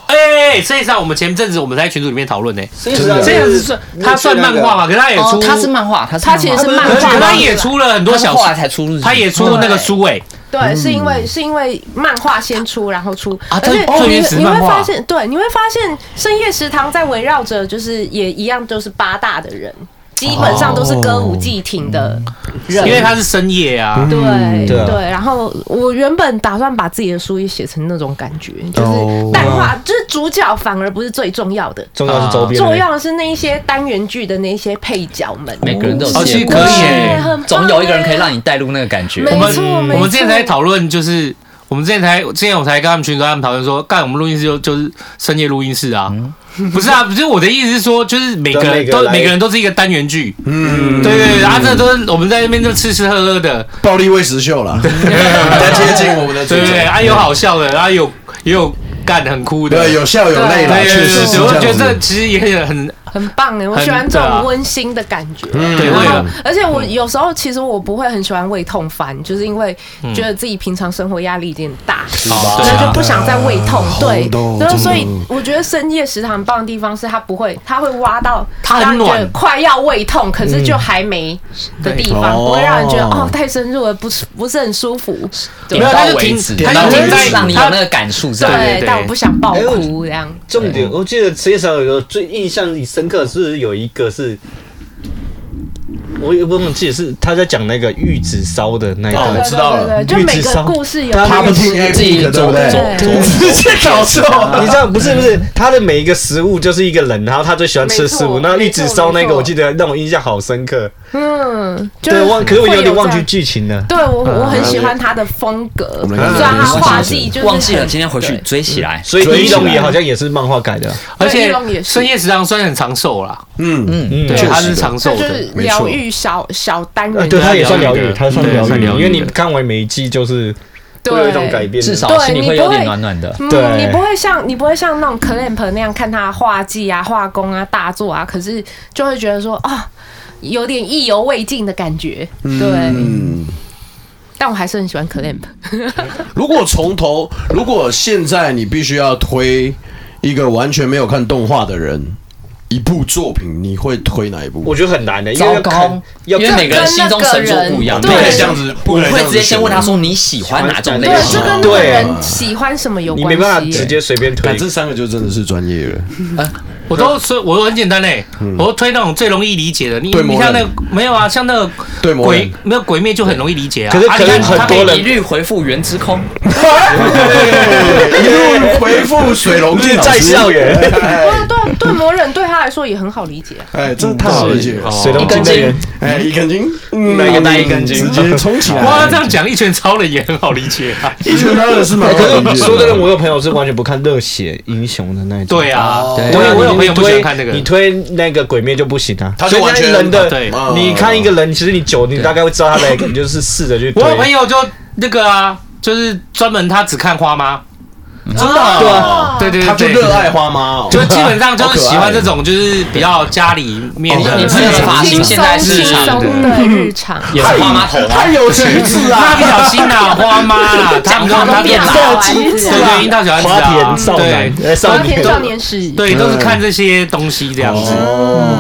Speaker 4: 哎，实际上我们前阵子我们在群组里面讨论呢，
Speaker 5: 真的
Speaker 4: 这样子算他算漫画嘛？可他也
Speaker 1: 哦
Speaker 4: 出，，
Speaker 1: 他是漫画，他是
Speaker 2: 它其实是漫
Speaker 4: 可
Speaker 2: 画。
Speaker 4: 他也出了很
Speaker 1: 很
Speaker 4: 多小
Speaker 1: 后来
Speaker 4: 说，
Speaker 1: 才出日，
Speaker 4: 他也出那个书哎，
Speaker 2: 对，是因为是因为漫画先出，然后出，
Speaker 1: 啊
Speaker 2: 而
Speaker 1: 这
Speaker 2: 且
Speaker 4: 哦
Speaker 2: 你
Speaker 4: 原始
Speaker 2: 你
Speaker 4: 漫
Speaker 2: 会
Speaker 4: 画
Speaker 2: 发现，对，你会发现深夜食堂在围绕着就是也一样都是八大的人，基本上都是歌舞伎町的
Speaker 4: 哦
Speaker 2: 人，
Speaker 4: 因为他是深夜
Speaker 2: 嗯
Speaker 4: 嗯啊，
Speaker 2: 对
Speaker 5: 对啊
Speaker 2: 对，然后我原本打算把自己的书也写成那种感觉，就是
Speaker 3: 哦
Speaker 2: 淡化，就是主角反而不是最重要的，
Speaker 5: 重要是周边的那
Speaker 2: 重
Speaker 5: 个，
Speaker 2: 要的是那一些单元剧的那一些配角们，
Speaker 1: 每个人都有
Speaker 4: 哦
Speaker 1: 自己
Speaker 4: 其实
Speaker 1: 的
Speaker 4: 可
Speaker 1: 故
Speaker 4: 以
Speaker 1: 事
Speaker 4: 耶
Speaker 2: 对很棒
Speaker 1: 总有一个人可以
Speaker 2: 耶
Speaker 1: 让你带入那个感觉。
Speaker 2: 没
Speaker 4: 我们
Speaker 2: 错没
Speaker 4: 我们之前才
Speaker 2: 错
Speaker 4: 讨论，就是我们之前才之前我才跟他们群组他们讨论说，干我们录音室就就是深夜录音室啊， 不是啊，不是我的意思是说，就是每个
Speaker 5: 对
Speaker 4: 人
Speaker 5: 每个
Speaker 4: 都
Speaker 5: 来
Speaker 4: 每个人都是一个单元剧，
Speaker 3: 嗯，
Speaker 4: 对对对，然后这都是我们在那边就吃吃喝喝的，
Speaker 3: 暴力喂食秀 了，在接近我们哎的
Speaker 4: 对
Speaker 3: 最
Speaker 4: 不
Speaker 3: 终
Speaker 4: 对？啊有好笑的，啊有也有干很哭的，
Speaker 3: 对，有笑有泪
Speaker 4: 对
Speaker 3: 啦，
Speaker 4: 对
Speaker 3: 确实
Speaker 4: 对
Speaker 3: 是
Speaker 4: 对，我
Speaker 3: 这
Speaker 4: 觉得
Speaker 3: 样
Speaker 4: 这
Speaker 3: 子。
Speaker 4: 其实也很
Speaker 2: 很棒哎，我
Speaker 4: 很
Speaker 2: 喜欢这
Speaker 4: 对啊
Speaker 2: 种温馨的感觉。
Speaker 4: 对啊嗯
Speaker 2: 然
Speaker 4: 会
Speaker 2: 后
Speaker 4: 有，
Speaker 2: 而且我有时候其实我不会很喜欢胃痛翻，就是因为
Speaker 4: 嗯
Speaker 2: 觉得自己平常生活压力已经很大，
Speaker 4: 好对
Speaker 2: 那
Speaker 4: 啊
Speaker 2: 就不想再胃痛。对
Speaker 3: 好懂，
Speaker 2: 然后
Speaker 3: 真的
Speaker 2: 所以我觉得深夜食堂很棒的地方是它不会，它会挖到
Speaker 4: 它很
Speaker 2: 让你觉得
Speaker 4: 暖嗯
Speaker 2: 快要胃痛，可是就还没的地方，
Speaker 3: 对
Speaker 2: 不会让人觉得
Speaker 3: 哦
Speaker 2: 哦太深入了，不是不是很舒服。对
Speaker 4: 没有
Speaker 1: 到
Speaker 4: 他就
Speaker 1: 为
Speaker 4: 停
Speaker 1: 止，
Speaker 4: 他
Speaker 1: 到
Speaker 4: 就
Speaker 1: 为
Speaker 4: 停在
Speaker 1: 止让你有
Speaker 4: 他
Speaker 1: 那个感触在。
Speaker 4: 对
Speaker 2: 对，但我不想爆
Speaker 5: 哎我
Speaker 2: 哭这样。
Speaker 5: 重点，我记得实际上有个最印象里深刻的是有一个是，我也不忘记是他在讲那个玉子烧的那一
Speaker 3: 哦我
Speaker 5: 段，
Speaker 3: 知道了
Speaker 2: 对对对，就每个故事有
Speaker 5: 他
Speaker 3: 他
Speaker 5: 们
Speaker 3: 不听 A
Speaker 1: 自己
Speaker 3: P 的，对
Speaker 1: 走
Speaker 3: 不对？
Speaker 2: 对。
Speaker 3: 直接搞错，
Speaker 5: 你知道不是不是，他的每一个食物就是一个人，然后他最喜欢吃的食
Speaker 2: 没
Speaker 5: 物。
Speaker 2: 错
Speaker 5: 那玉子烧那
Speaker 2: 没
Speaker 5: 个，
Speaker 2: 错
Speaker 5: 我记得让我印象好深刻。
Speaker 2: 嗯，就是
Speaker 5: 对，忘，可是我
Speaker 2: 会
Speaker 5: 有点
Speaker 2: 这
Speaker 5: 忘记
Speaker 2: 样
Speaker 5: 剧情嗯了。
Speaker 2: 对我我很喜欢他的风格，虽
Speaker 3: 们来看
Speaker 2: 然他画技就是
Speaker 1: 忘记了，
Speaker 2: 很
Speaker 1: 今天回去追起来。
Speaker 5: 所以
Speaker 3: 追
Speaker 5: 一
Speaker 3: 起
Speaker 5: 龙
Speaker 3: 来
Speaker 5: 也好像也是漫画改的，
Speaker 4: 而
Speaker 2: 对
Speaker 4: 且
Speaker 2: 一龙也是
Speaker 4: 深夜食堂算是很长寿啦，
Speaker 3: 嗯，
Speaker 1: 嗯，
Speaker 5: 嗯，
Speaker 4: 对，
Speaker 3: 确实
Speaker 4: 他是长寿
Speaker 2: 对，就
Speaker 4: 的
Speaker 2: 是，疗愈小小单
Speaker 5: 啊
Speaker 2: 元，
Speaker 5: 对，他也算疗
Speaker 4: 疗愈
Speaker 5: 愈，
Speaker 4: 的
Speaker 5: 他算
Speaker 4: 对
Speaker 5: 疗
Speaker 4: 算
Speaker 5: 愈，
Speaker 4: 疗愈
Speaker 5: 因为你
Speaker 4: 的
Speaker 5: 看完每一季就是
Speaker 2: 对
Speaker 5: 会有一种改变，
Speaker 1: 至少
Speaker 2: 对
Speaker 1: 心里
Speaker 2: 你
Speaker 1: 会
Speaker 2: 不
Speaker 1: 有点
Speaker 2: 会
Speaker 1: 暖暖的。
Speaker 2: 嗯，
Speaker 5: 对
Speaker 2: 你不会像你不会像那种 clamp 那样看他的画技啊、画工啊、大作啊，可是就会觉得说啊，有点意犹未尽的感觉。对，
Speaker 3: 嗯。
Speaker 2: 但我还是很喜欢 clamp。
Speaker 3: 如果从头，如果现在你必须要推一个完全没有看动画的人一部作品，你会推哪一部？
Speaker 5: 我觉得很难的，因为
Speaker 1: 糟
Speaker 5: 要看
Speaker 1: 糕，
Speaker 5: 要
Speaker 1: 因为
Speaker 5: 看
Speaker 1: 每个人心中神作不一样，
Speaker 2: 对
Speaker 1: 每个人
Speaker 3: 这样子，
Speaker 1: 我
Speaker 3: 不能这
Speaker 1: 会
Speaker 3: 样
Speaker 1: 直
Speaker 3: 子
Speaker 1: 接先问他
Speaker 3: 选。
Speaker 1: 说你喜欢哪种类
Speaker 2: 对，
Speaker 1: 型
Speaker 2: 这？跟那个
Speaker 5: 对啊
Speaker 2: 人喜欢什么有
Speaker 5: 你
Speaker 2: 关系。
Speaker 5: 没办法直接随便推
Speaker 3: 那。这三个就真的是专业了，
Speaker 4: 我都说我很简单嘞，我都推那种最容易理解的，
Speaker 3: 嗯
Speaker 4: 你
Speaker 3: 对魔
Speaker 4: 你像那
Speaker 3: 人
Speaker 4: 个没有啊，像那个
Speaker 3: 对魔
Speaker 4: 鬼
Speaker 3: 人，
Speaker 4: 没有鬼灭就很容易理解啊，
Speaker 5: 可是
Speaker 4: 啊
Speaker 5: 可
Speaker 4: 你
Speaker 5: 能
Speaker 4: 看
Speaker 5: 很
Speaker 4: 他可以
Speaker 5: 多
Speaker 1: 一
Speaker 5: 人
Speaker 1: 律回复原之空，
Speaker 3: 对一路回复水龙镜老师
Speaker 5: 在校园，
Speaker 2: 对啊对啊对，魔人对他来说也很好理解啊。
Speaker 3: 哎，这太好理解了，
Speaker 5: 水龙
Speaker 1: 一根
Speaker 5: 镜那个
Speaker 1: 筋，
Speaker 3: 哎，一根筋，嗯
Speaker 5: 哪一个哪一根筋
Speaker 3: 直接冲起来，
Speaker 4: 哇，这样讲一拳超人也很好理解啊，
Speaker 3: 一拳当哎然是蛮好
Speaker 5: 可
Speaker 3: 理解
Speaker 5: 是说真的，我有朋友是完全不看热血英雄的那一种。
Speaker 4: 对啊，
Speaker 3: 对
Speaker 4: 我有我有朋友不喜欢
Speaker 5: 推
Speaker 4: 看那个，
Speaker 5: 你推那个鬼面就不行啊。
Speaker 3: 他就完全
Speaker 5: 所以那人的，
Speaker 4: 对
Speaker 5: 你看一个人，其实你久，你大概会知道他的，你就是试着去推。
Speaker 4: 我 有朋友就那个啊，就是专门他只看花妈，真的、
Speaker 3: 对
Speaker 5: 哦
Speaker 2: 哦
Speaker 3: 啊
Speaker 4: 对对对，
Speaker 3: 他就
Speaker 4: 对
Speaker 3: 热爱，花妈哦，
Speaker 4: 就基本上就是喜
Speaker 3: 好可爱
Speaker 4: 欢这种，就是比较家里面
Speaker 1: 哦
Speaker 4: 的啊
Speaker 1: 你朋友的发型现在是
Speaker 2: 轻松轻松的日常。
Speaker 1: 也是妈妈头啊
Speaker 3: 太。有气质
Speaker 4: 蜡笔
Speaker 3: 啊，
Speaker 4: 小新啊，花妈啊，他们都
Speaker 2: 讲话
Speaker 4: 他
Speaker 2: 都
Speaker 4: 们
Speaker 2: 变
Speaker 4: 都
Speaker 2: 老
Speaker 4: 对
Speaker 2: 啊
Speaker 3: 机智
Speaker 4: 对，樱
Speaker 3: 啊，
Speaker 4: 桃小丸子
Speaker 5: 花
Speaker 4: 啊
Speaker 5: 田，少
Speaker 4: 对
Speaker 5: 男，呃，少
Speaker 2: 花
Speaker 5: 女
Speaker 2: 田少年时，
Speaker 4: 对，
Speaker 3: 嗯
Speaker 4: 都是看这些东西这样
Speaker 3: 哦
Speaker 4: 子。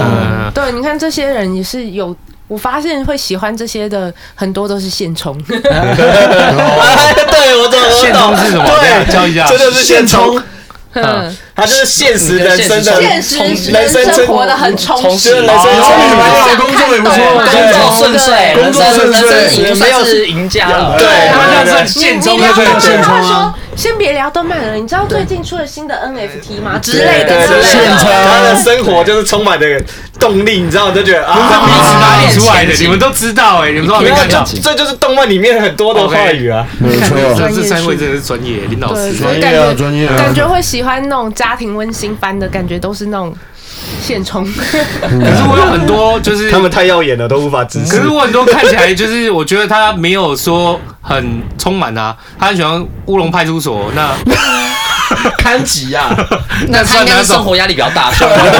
Speaker 4: 嗯，
Speaker 2: 对，你看这些人也是有，我发现会喜欢这些的很多都是现充，
Speaker 5: 对，我懂，
Speaker 4: 现充是什么？对，教一下。
Speaker 5: 真的是现充，
Speaker 2: 嗯
Speaker 5: 他就是现实人生的
Speaker 2: 现实
Speaker 5: 人生
Speaker 2: 生
Speaker 5: 真
Speaker 2: 活的很充
Speaker 5: 实
Speaker 2: 实，
Speaker 5: 人生
Speaker 3: 哦
Speaker 5: 充
Speaker 3: 女朋
Speaker 5: 实。
Speaker 3: 友工作也不错，
Speaker 1: 工作顺遂，
Speaker 3: 工
Speaker 1: 人
Speaker 3: 作
Speaker 1: 生
Speaker 3: 顺遂
Speaker 1: 人生赢就算是赢家了。
Speaker 5: 对
Speaker 4: 他这样
Speaker 5: 对
Speaker 4: 算
Speaker 2: 你
Speaker 4: 现
Speaker 2: 你
Speaker 4: 充
Speaker 2: 聊
Speaker 4: 就
Speaker 2: 到
Speaker 4: 对
Speaker 2: 他
Speaker 4: 了。
Speaker 2: 他会说，先别聊动漫了，你知道最近出了新的 NFT 吗？之
Speaker 5: 对
Speaker 2: 类的
Speaker 5: 对
Speaker 2: 之
Speaker 5: 对，
Speaker 2: 类的。
Speaker 5: 他的生活就是充满着动力，你知道，你就觉得
Speaker 4: 这名字
Speaker 5: 啊，
Speaker 4: 哪里出来的？
Speaker 1: 前进
Speaker 4: 你们都知道哎、你们都还没看到。
Speaker 1: 前进
Speaker 5: 这就是动漫里面很多的话语啊。
Speaker 3: 没错，
Speaker 4: 这这三位真的是专业领导
Speaker 2: 对，
Speaker 4: 师，
Speaker 2: 所以感
Speaker 3: 专业啊
Speaker 2: 觉
Speaker 3: 专业啊
Speaker 2: 感觉会喜欢那种家庭温馨番的感觉，都是那种现充。
Speaker 4: 可是我有很多就是
Speaker 5: 他们太耀眼了，都无法直视
Speaker 4: 可。是我很多看起来就是，我觉得他没有说很充满啊，他很喜欢乌龙派出所， 那啊
Speaker 3: 看吉呀，
Speaker 1: 那他应该是生活压力比较大，生活压力比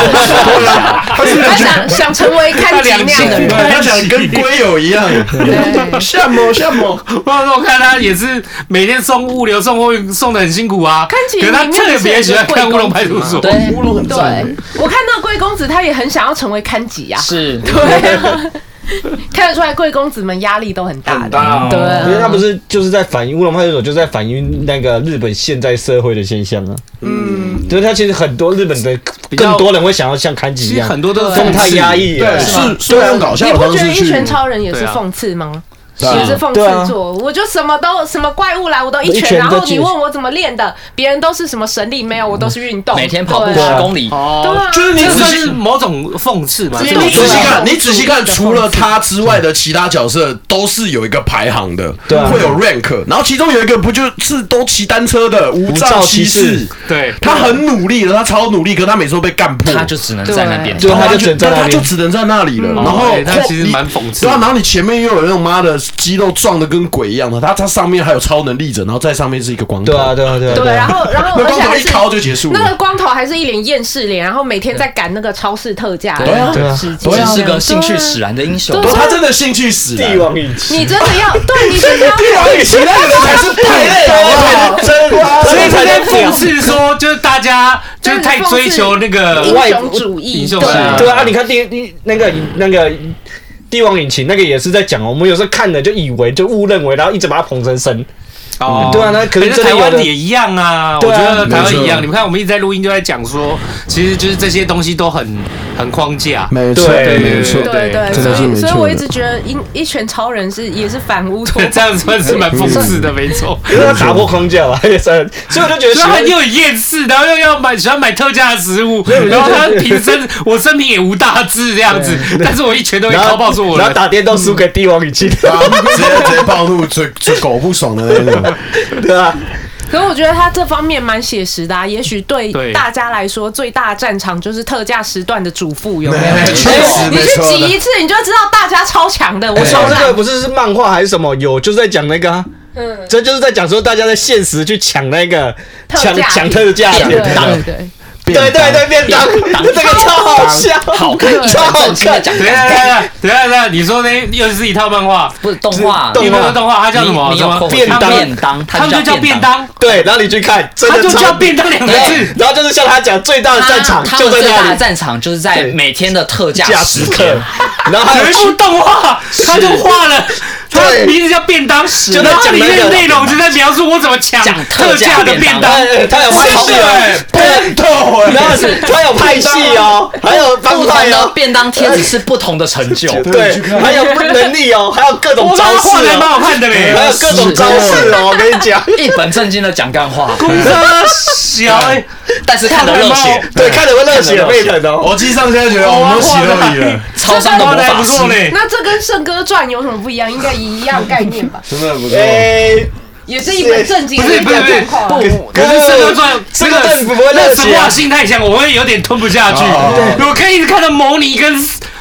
Speaker 1: 较大
Speaker 2: 他想想成为看吉那样的人，
Speaker 3: 他想跟龟友一样，
Speaker 2: 对
Speaker 3: 像某像某，
Speaker 4: 我有时候看他也是每天送物流送货运送的很辛苦啊，
Speaker 2: 看起
Speaker 4: 可
Speaker 2: 来
Speaker 4: 是他特别喜欢看乌龙派出所，
Speaker 1: 对，
Speaker 3: 龙很赞，
Speaker 2: 对，我看那个贵公子，他也很想要成为看啊吉呀。
Speaker 1: 是
Speaker 2: 对啊， 看得出来贵公子们压力都很大
Speaker 3: 很
Speaker 2: 的。
Speaker 3: 大
Speaker 2: 对
Speaker 3: 哦。
Speaker 2: 啊，
Speaker 5: 因为他不是就是在反映乌龙派出所，就是在反映那个日本现在社会的现象啊。嗯，就是他其实很多日本的
Speaker 4: 比较
Speaker 5: 更多人会想要像看吉一
Speaker 4: 其实
Speaker 5: 样，
Speaker 4: 很多都是
Speaker 5: 风太压
Speaker 4: 抑。
Speaker 5: 抑啊了
Speaker 3: 对，。啊是是用搞笑
Speaker 2: 你
Speaker 3: 的
Speaker 2: 不
Speaker 3: 方
Speaker 2: 觉得
Speaker 3: 式
Speaker 2: 一
Speaker 3: 去，
Speaker 2: 拳超人也是
Speaker 4: 对啊
Speaker 2: 讽刺吗？
Speaker 3: 对啊
Speaker 2: 也是讽
Speaker 5: 对啊
Speaker 2: 刺做，我就什么都什么怪物来，我都一
Speaker 5: 一
Speaker 2: 拳。
Speaker 5: 拳
Speaker 2: 然
Speaker 5: 都
Speaker 2: 后你
Speaker 5: 进
Speaker 2: 问我怎么练的，别人都是什么神力没有，我都是运动，
Speaker 1: 每天跑步
Speaker 2: 对
Speaker 1: 十
Speaker 2: 啊
Speaker 1: 公里，
Speaker 4: 哦，
Speaker 3: 就是你
Speaker 4: 这
Speaker 3: 仔
Speaker 4: 算
Speaker 3: 细
Speaker 4: 是某种讽刺嘛？
Speaker 3: 啊你仔细看，
Speaker 2: 对
Speaker 3: 你仔细看，除了他之外的其他角色都是有一个排行的，
Speaker 5: 对啊
Speaker 3: 会有 rank，然后其中有一个不就是都骑单车的无照骑
Speaker 5: 无照骑
Speaker 3: 士
Speaker 5: 士？
Speaker 4: 对
Speaker 3: 他很努力的，他超努力，可他每次都被干破，
Speaker 1: 他就只能在那边。
Speaker 5: 对
Speaker 3: 然后
Speaker 5: 他就只能在那
Speaker 3: 他
Speaker 5: 边
Speaker 3: 就只能在那里了。然后
Speaker 4: 哦对他其实蛮讽刺
Speaker 3: 对啊，然后你前面又有那种妈的肌肉壮的跟鬼一样的，他他上面还有超能力者，然后在上面是一个光头，
Speaker 5: 对啊，对啊，对啊，
Speaker 2: 对，然
Speaker 5: 啊。
Speaker 2: 后然后
Speaker 3: 那
Speaker 2: 而且
Speaker 3: 光头
Speaker 2: 还
Speaker 3: 一
Speaker 2: 是
Speaker 3: 敲就结束了
Speaker 2: 那个光头还是一脸厌世脸，然后每天在赶那个超市特价
Speaker 1: 对啊
Speaker 5: 对啊
Speaker 2: 时间，
Speaker 1: 只是个兴趣使然的英雄，
Speaker 3: 不，他真的兴趣死了。
Speaker 5: 帝王与骑，
Speaker 2: 你真的要对，你真的要
Speaker 3: 帝王与其他人才是败类，好不好？真的，
Speaker 4: 所以
Speaker 3: 才
Speaker 4: 他在
Speaker 5: 啊
Speaker 4: 讽刺说，就是大家就是太追求那个
Speaker 2: 英
Speaker 5: 外
Speaker 2: 雄主义，
Speaker 4: 英雄
Speaker 2: 对
Speaker 4: 主义
Speaker 5: 对啊，你看帝帝那个那个帝王引擎那个也是在讲哦，我们有时候看了就以为就误认为，然后一直把它捧成神。
Speaker 4: 哦
Speaker 5: 对啊那可是
Speaker 4: 在
Speaker 5: 真的
Speaker 4: 台
Speaker 5: 有的
Speaker 4: 湾也一样啊，
Speaker 5: 对
Speaker 4: 我
Speaker 5: 啊
Speaker 4: 觉得台湾
Speaker 3: 没错
Speaker 4: 一样。你们看，我们一直在录音就在讲说，其实就是这些东西都很很框架。
Speaker 3: 没错，
Speaker 5: 对
Speaker 3: 没错。
Speaker 2: 对对，
Speaker 3: 真
Speaker 2: 所
Speaker 3: 的是没
Speaker 2: 以
Speaker 3: 错
Speaker 2: 所
Speaker 3: 的
Speaker 2: 以我一直觉得一一拳超人是也是反乌托邦，
Speaker 4: 这样算是蛮讽刺的，没错。
Speaker 5: 因为他打破框架了，也是很，所以我就觉
Speaker 4: 所
Speaker 5: 得喜
Speaker 4: 以他
Speaker 5: 欢
Speaker 4: 又很厌世，然后又要买喜欢买特价的食物，然后他平身我身体也无大志这样子，但是我一拳都会
Speaker 5: 然
Speaker 4: 敲
Speaker 5: 后
Speaker 4: 爆说我
Speaker 5: 然后
Speaker 4: 的。
Speaker 5: 打电动输给帝王与骑，
Speaker 3: 啊直接直接暴怒，最最狗不爽的那种。
Speaker 5: 对啊，
Speaker 2: 可是我觉得他这方面蛮写实的啊，也许对
Speaker 4: 对
Speaker 2: 大家来说，最大的战场就是特价时段的主妇，有没有？
Speaker 3: 哎 确实
Speaker 2: 你
Speaker 3: 没
Speaker 2: 去
Speaker 3: 错
Speaker 2: 挤
Speaker 3: 的。
Speaker 2: 一次，你就知道大家超强的。我
Speaker 5: 我
Speaker 2: 超
Speaker 5: 哎上这个
Speaker 2: 烂，
Speaker 5: 不是是漫画还是什么，有就是在讲那个、啊。
Speaker 2: 嗯，
Speaker 5: 这就是在讲说，大家在现实去抢那个
Speaker 2: 特
Speaker 5: 抢
Speaker 2: 价
Speaker 5: 抢特价
Speaker 2: 对
Speaker 5: 便当，
Speaker 2: 对对，
Speaker 5: 对对对，便当，这个超好笑，
Speaker 1: 好看，一本
Speaker 5: 啊
Speaker 1: 正经的讲
Speaker 4: 等一下等一下等一下等一下，你说那又是一套漫画，
Speaker 1: 不是动画，
Speaker 5: 动
Speaker 4: 一
Speaker 5: 画
Speaker 4: 个动画，它叫什么？
Speaker 1: 你你
Speaker 4: 什
Speaker 1: 有
Speaker 4: 么
Speaker 1: 扣回去
Speaker 5: 便当
Speaker 1: 便当，
Speaker 4: 他们就叫便
Speaker 1: 当。
Speaker 4: 当，
Speaker 5: 对，然后你去看，真
Speaker 4: 它
Speaker 5: 的
Speaker 4: 就
Speaker 5: 超
Speaker 4: 叫便当两个字。
Speaker 5: 然后就是像他讲，最大的战场
Speaker 1: 他
Speaker 5: 就
Speaker 1: 们
Speaker 5: 在
Speaker 1: 最大
Speaker 5: 那
Speaker 1: 的
Speaker 5: 里，
Speaker 1: 战场就是在
Speaker 5: 对
Speaker 1: 每天的特价
Speaker 5: 价
Speaker 1: 时
Speaker 5: 时
Speaker 1: 刻。
Speaker 5: 刻，然后还
Speaker 4: 有
Speaker 5: 有
Speaker 4: 一部动画，他就画了，他
Speaker 5: 对
Speaker 4: 名字叫便当，
Speaker 5: 就
Speaker 4: 然后它
Speaker 5: 在讲
Speaker 4: 里
Speaker 5: 那个
Speaker 4: 面的内容就在描述我怎么抢
Speaker 1: 讲
Speaker 4: 特
Speaker 1: 特
Speaker 4: 价
Speaker 1: 价
Speaker 4: 的便
Speaker 1: 便
Speaker 4: 当
Speaker 1: 当。
Speaker 5: 哎他有拍戏
Speaker 4: 对
Speaker 5: 哦，对，
Speaker 3: 透哎
Speaker 5: 然后是他有派系哦，还有帮
Speaker 1: 不
Speaker 5: 派
Speaker 1: 同的
Speaker 5: 哦，
Speaker 1: 便当贴纸是不同的成就，
Speaker 5: 对，还有能力哦，还有各种
Speaker 4: 我
Speaker 5: 招
Speaker 4: 刚画
Speaker 5: 式
Speaker 4: 的还蛮
Speaker 5: 哦，
Speaker 4: 好看的嘞，
Speaker 5: 还有各种招式
Speaker 4: 啊
Speaker 5: 哦，我跟你 讲，
Speaker 1: 一本正经的讲干话，
Speaker 4: 公车小哎，
Speaker 1: 但是看得热血，
Speaker 5: 对，看得会热血沸腾哦。
Speaker 3: 我机上现在觉得我们都洗到你了，
Speaker 1: 超商的
Speaker 4: 画
Speaker 1: 魔
Speaker 4: 的还
Speaker 1: 法
Speaker 4: 不错
Speaker 1: 师。
Speaker 4: 嘞。
Speaker 2: 那这跟《圣歌传》有什么不一样？应该一样概念吧，
Speaker 3: 真的不错。
Speaker 5: 哎，
Speaker 2: 也是一本正经
Speaker 4: 不
Speaker 2: 的
Speaker 4: 是不是不是
Speaker 2: 状况啊。
Speaker 1: 哦
Speaker 4: 不，可是哎这个转这个那什
Speaker 5: 啊
Speaker 4: 么心太强，我会有点吞不下去。我可以一直看到牟尼跟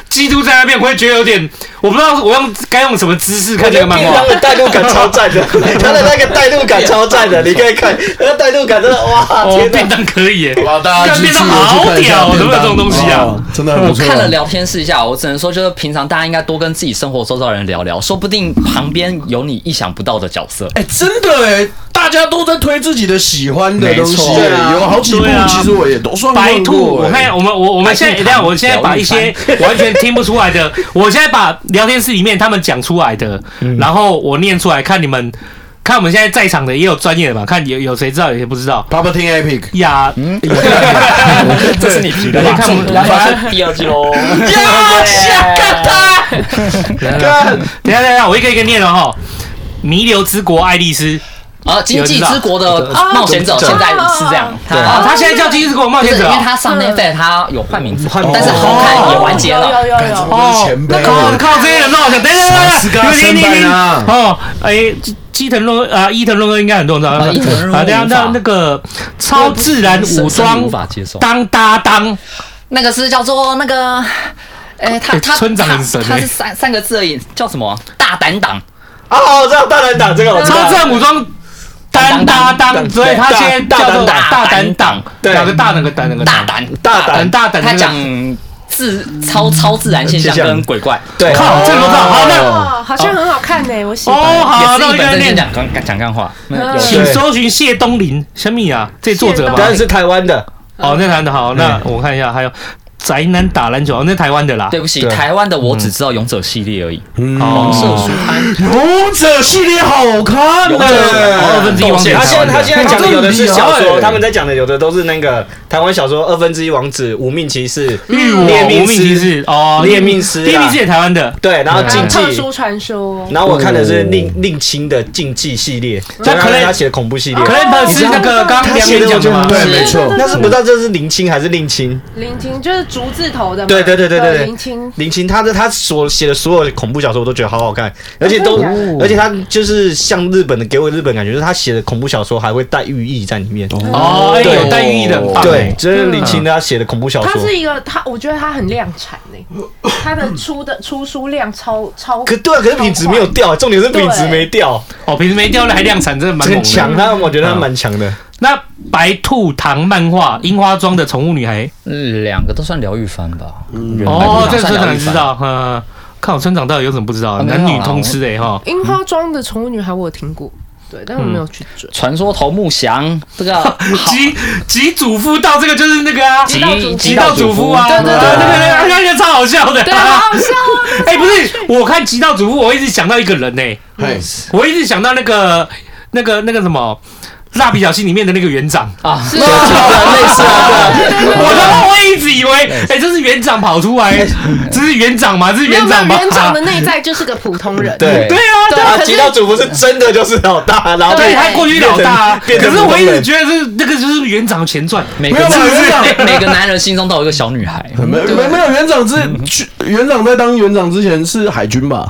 Speaker 4: 基督在那边，我会觉得有点，我不知道我用该用什么姿势看这个漫
Speaker 5: 便
Speaker 4: 画
Speaker 5: 当。的代入感超赞的，他的那个代入感超赞的，你可以看，那个代入感真的哇，
Speaker 4: 哦，
Speaker 5: 天
Speaker 4: 便
Speaker 5: 哪！
Speaker 4: 当可以耶！
Speaker 3: 哇，大家
Speaker 4: 干
Speaker 3: 去
Speaker 4: 便当好屌，怎么有这种东西啊？？
Speaker 3: 哦真的很不
Speaker 1: 我
Speaker 3: 错。
Speaker 1: 看了聊天试一下，我只能说就是平常大家应该多跟自己生活周遭的人聊聊，说不定旁边有你意想不到的角色。
Speaker 3: 哎，真的哎，大家都在推自己的喜欢的东
Speaker 1: 没
Speaker 3: 西，
Speaker 1: 错
Speaker 3: 对有好几部
Speaker 4: 对啊
Speaker 3: 其实我也都算
Speaker 4: 白
Speaker 3: 逛
Speaker 4: 兔，
Speaker 3: 过
Speaker 4: 我
Speaker 3: 哎
Speaker 4: 看我们我我们现在，
Speaker 1: 白
Speaker 4: 等
Speaker 1: 兔
Speaker 4: 一下我现在把
Speaker 1: 聊一
Speaker 4: 一些完全听不出来的，我现在把聊天室里面他们讲出来的，
Speaker 3: 嗯
Speaker 4: 然后我念出来，看你们，看我们现在在场的也有专业的嘛，看有有谁知道，有谁不知道。
Speaker 3: Papa Ting Epic，
Speaker 4: 呀，
Speaker 3: 嗯
Speaker 1: 这是你提的吧？中毒发生第二季喽！
Speaker 4: 等一下等一下，我一个一个念了哈。弥留之国爱丽丝，
Speaker 1: 啊，《经济之国》的
Speaker 4: 啊
Speaker 1: 冒险者
Speaker 4: 对
Speaker 1: 现在是这样，
Speaker 4: 对啊，
Speaker 1: 他
Speaker 4: 他现在叫《金丝国冒
Speaker 1: 不
Speaker 4: 险
Speaker 1: 是因
Speaker 4: 者
Speaker 1: 为
Speaker 4: 哦》
Speaker 1: 他上 Netflix，他有换名字
Speaker 5: 换，名字
Speaker 1: 但是好看也完结了。
Speaker 2: 有有有
Speaker 3: 干什
Speaker 2: 有，
Speaker 3: 么
Speaker 4: 哦，
Speaker 3: 是前辈
Speaker 4: 那靠靠这些人冒险，等一下
Speaker 3: 啥斯
Speaker 4: 等一
Speaker 3: 卡
Speaker 4: 下，你们
Speaker 3: 森
Speaker 4: 听听
Speaker 3: 本
Speaker 4: 听
Speaker 3: 啊
Speaker 4: 哦，哎，基藤润啊，伊藤润二应该很多人知道，
Speaker 1: 啊伊藤润二
Speaker 4: 啊，等一下
Speaker 1: 无法
Speaker 4: 那那个超自然武
Speaker 1: 神圣
Speaker 4: 装
Speaker 1: 无法接受
Speaker 4: 当搭档，
Speaker 1: 那个是叫做那个，哎，他
Speaker 4: 哎
Speaker 1: 他
Speaker 4: 村长
Speaker 1: 他
Speaker 4: 很神
Speaker 1: 他
Speaker 4: 哎
Speaker 1: 是三三个字而已，叫什么？大胆党。
Speaker 5: 啊，我知道大胆党这个我知
Speaker 4: 超
Speaker 5: 道
Speaker 4: 自。然武装当搭档，所以他现在叫做
Speaker 1: 大
Speaker 4: 大胆
Speaker 1: 胆
Speaker 4: 党
Speaker 1: 党，
Speaker 5: 对
Speaker 4: 两个大那个胆那个
Speaker 1: 大胆，
Speaker 5: 大
Speaker 4: 胆
Speaker 5: 胆
Speaker 4: 大胆，嗯
Speaker 1: 他讲自超超自然现象
Speaker 5: 现象
Speaker 1: 跟鬼怪。
Speaker 5: 对，
Speaker 4: 靠这个不知道好那
Speaker 2: 哦，好像很好看呢、我喜欢。
Speaker 4: 哦好，
Speaker 1: 也
Speaker 4: 那
Speaker 1: 是
Speaker 4: 我
Speaker 1: 一本
Speaker 4: 跟你
Speaker 1: 正经
Speaker 4: 念，
Speaker 1: 讲讲讲干话，那有
Speaker 2: 嗯
Speaker 4: 请搜寻谢东林，什么啊？这作者吗？
Speaker 5: 当然是台湾的，
Speaker 4: 哦，那台湾的好，那我看一下，还有宅男打篮球，哦那台湾的啦。
Speaker 1: 对不起，
Speaker 5: 对
Speaker 1: 台湾的我只知道勇者系列而已。嗯
Speaker 4: 哦，
Speaker 1: 书刊
Speaker 3: 勇者系列好
Speaker 4: 啊
Speaker 3: 看
Speaker 1: 勇
Speaker 3: 呢、
Speaker 1: 者
Speaker 4: 二分之一王子，
Speaker 1: 对
Speaker 5: 他现在他现在讲的有的是小
Speaker 3: 哇这很厉
Speaker 5: 说，
Speaker 4: 欸
Speaker 3: 害
Speaker 5: 他们在讲的有的都是那个台湾小说《二分之一王子》《无命骑士》
Speaker 4: 欲我
Speaker 5: 猎
Speaker 4: 嗯无
Speaker 5: 命
Speaker 4: 命骑
Speaker 5: 师，
Speaker 4: 士哦，
Speaker 5: 猎命师啊
Speaker 4: 猎命师也台湾的，
Speaker 5: 对，然
Speaker 2: 还
Speaker 5: 后
Speaker 2: 有
Speaker 5: 禁
Speaker 2: 特
Speaker 5: 忌，
Speaker 2: 殊传说，
Speaker 5: 然后我看的是令令亲的禁忌系列，
Speaker 4: 哦那
Speaker 5: 就
Speaker 4: 可能
Speaker 5: 他写的恐怖系列
Speaker 4: 可，能他是那个刚刚
Speaker 5: 他
Speaker 4: 梁
Speaker 5: 写
Speaker 4: 明讲
Speaker 5: 的我
Speaker 4: 的
Speaker 5: 就
Speaker 4: 嘛
Speaker 5: 很，
Speaker 3: 对，没错。
Speaker 5: 但是不知道这是林青还是令青，
Speaker 2: 林青就是竹字头的嘛，
Speaker 5: 对对对对对对
Speaker 2: 林青
Speaker 5: 林青他的他所写的所有的恐怖小说我都觉得好好看，而且都
Speaker 2: 真的假
Speaker 4: 哦
Speaker 5: 而且他就是像日本的，给我日本感觉，就是他写的恐怖小说还会带寓意在里面。
Speaker 4: 哦，哎
Speaker 5: 对
Speaker 4: 有带寓意的，很棒
Speaker 5: 对，，这是林青他写的恐怖小
Speaker 2: 他
Speaker 5: 说。
Speaker 2: 是一个，他我觉得他很量产 呢、他的出的出书量超超，
Speaker 5: 可对啊，可是品质没有掉，重点是品质没掉，
Speaker 4: 哦，平时没掉的还量产，真的蛮猛
Speaker 5: 很
Speaker 4: 的
Speaker 5: 强。他我觉得他蛮强的。
Speaker 4: 那白兔糖漫画《樱花庄的宠物女孩
Speaker 1: 嗯两个都算疗愈番吧。》，
Speaker 4: 哦，这
Speaker 1: 算
Speaker 4: 村
Speaker 1: 疗
Speaker 4: 长
Speaker 1: 愈
Speaker 4: 知
Speaker 1: 番。
Speaker 4: 道，嗯，看我村长到底有什么不知道，
Speaker 1: 啊没有啊
Speaker 4: 男女通吃的哎哈。
Speaker 2: 樱花庄的宠物女孩我有听过，对，但我
Speaker 5: 嗯
Speaker 2: 没有去追。
Speaker 1: 传说头目祥这 个好
Speaker 4: 集集祖父到这个就是那个啊，
Speaker 2: 极
Speaker 1: 极
Speaker 4: 极
Speaker 1: 极
Speaker 4: 道
Speaker 1: 道
Speaker 4: 主
Speaker 1: 主
Speaker 4: 夫
Speaker 1: 夫
Speaker 4: 啊，
Speaker 1: 对对对
Speaker 4: 那个那个那个超好笑的，
Speaker 2: 对，好好笑 哦！
Speaker 4: 哎、不是，我看《极道主妇》，我一直想到一个人呢、
Speaker 3: 嘿，
Speaker 4: 我一直想到那个、那个、那个什么。蜡笔小新里面的那个园长，
Speaker 1: 啊，
Speaker 2: 是
Speaker 1: 类似啊，
Speaker 4: 我都我一直以为，哎、这是园长跑出来，这是园长吗？这是
Speaker 2: 没有
Speaker 4: 园
Speaker 2: 没有
Speaker 4: 长吗？
Speaker 2: 园 长的内在就是个普通人，
Speaker 5: 对
Speaker 4: 对啊，对啊，
Speaker 5: 他提到主妇是真的就是老大，然后
Speaker 4: 对
Speaker 5: 被
Speaker 4: 他过去老大、啊，
Speaker 5: 变成
Speaker 4: 可是我一直觉
Speaker 5: 得
Speaker 4: 得是那个就是园长前传，
Speaker 1: 每个
Speaker 3: 没有啦园长
Speaker 1: 每每个男人心中都有一个小女孩
Speaker 3: 没没没有园长之
Speaker 4: 嗯
Speaker 3: 去园长在当园长之前是海军吧？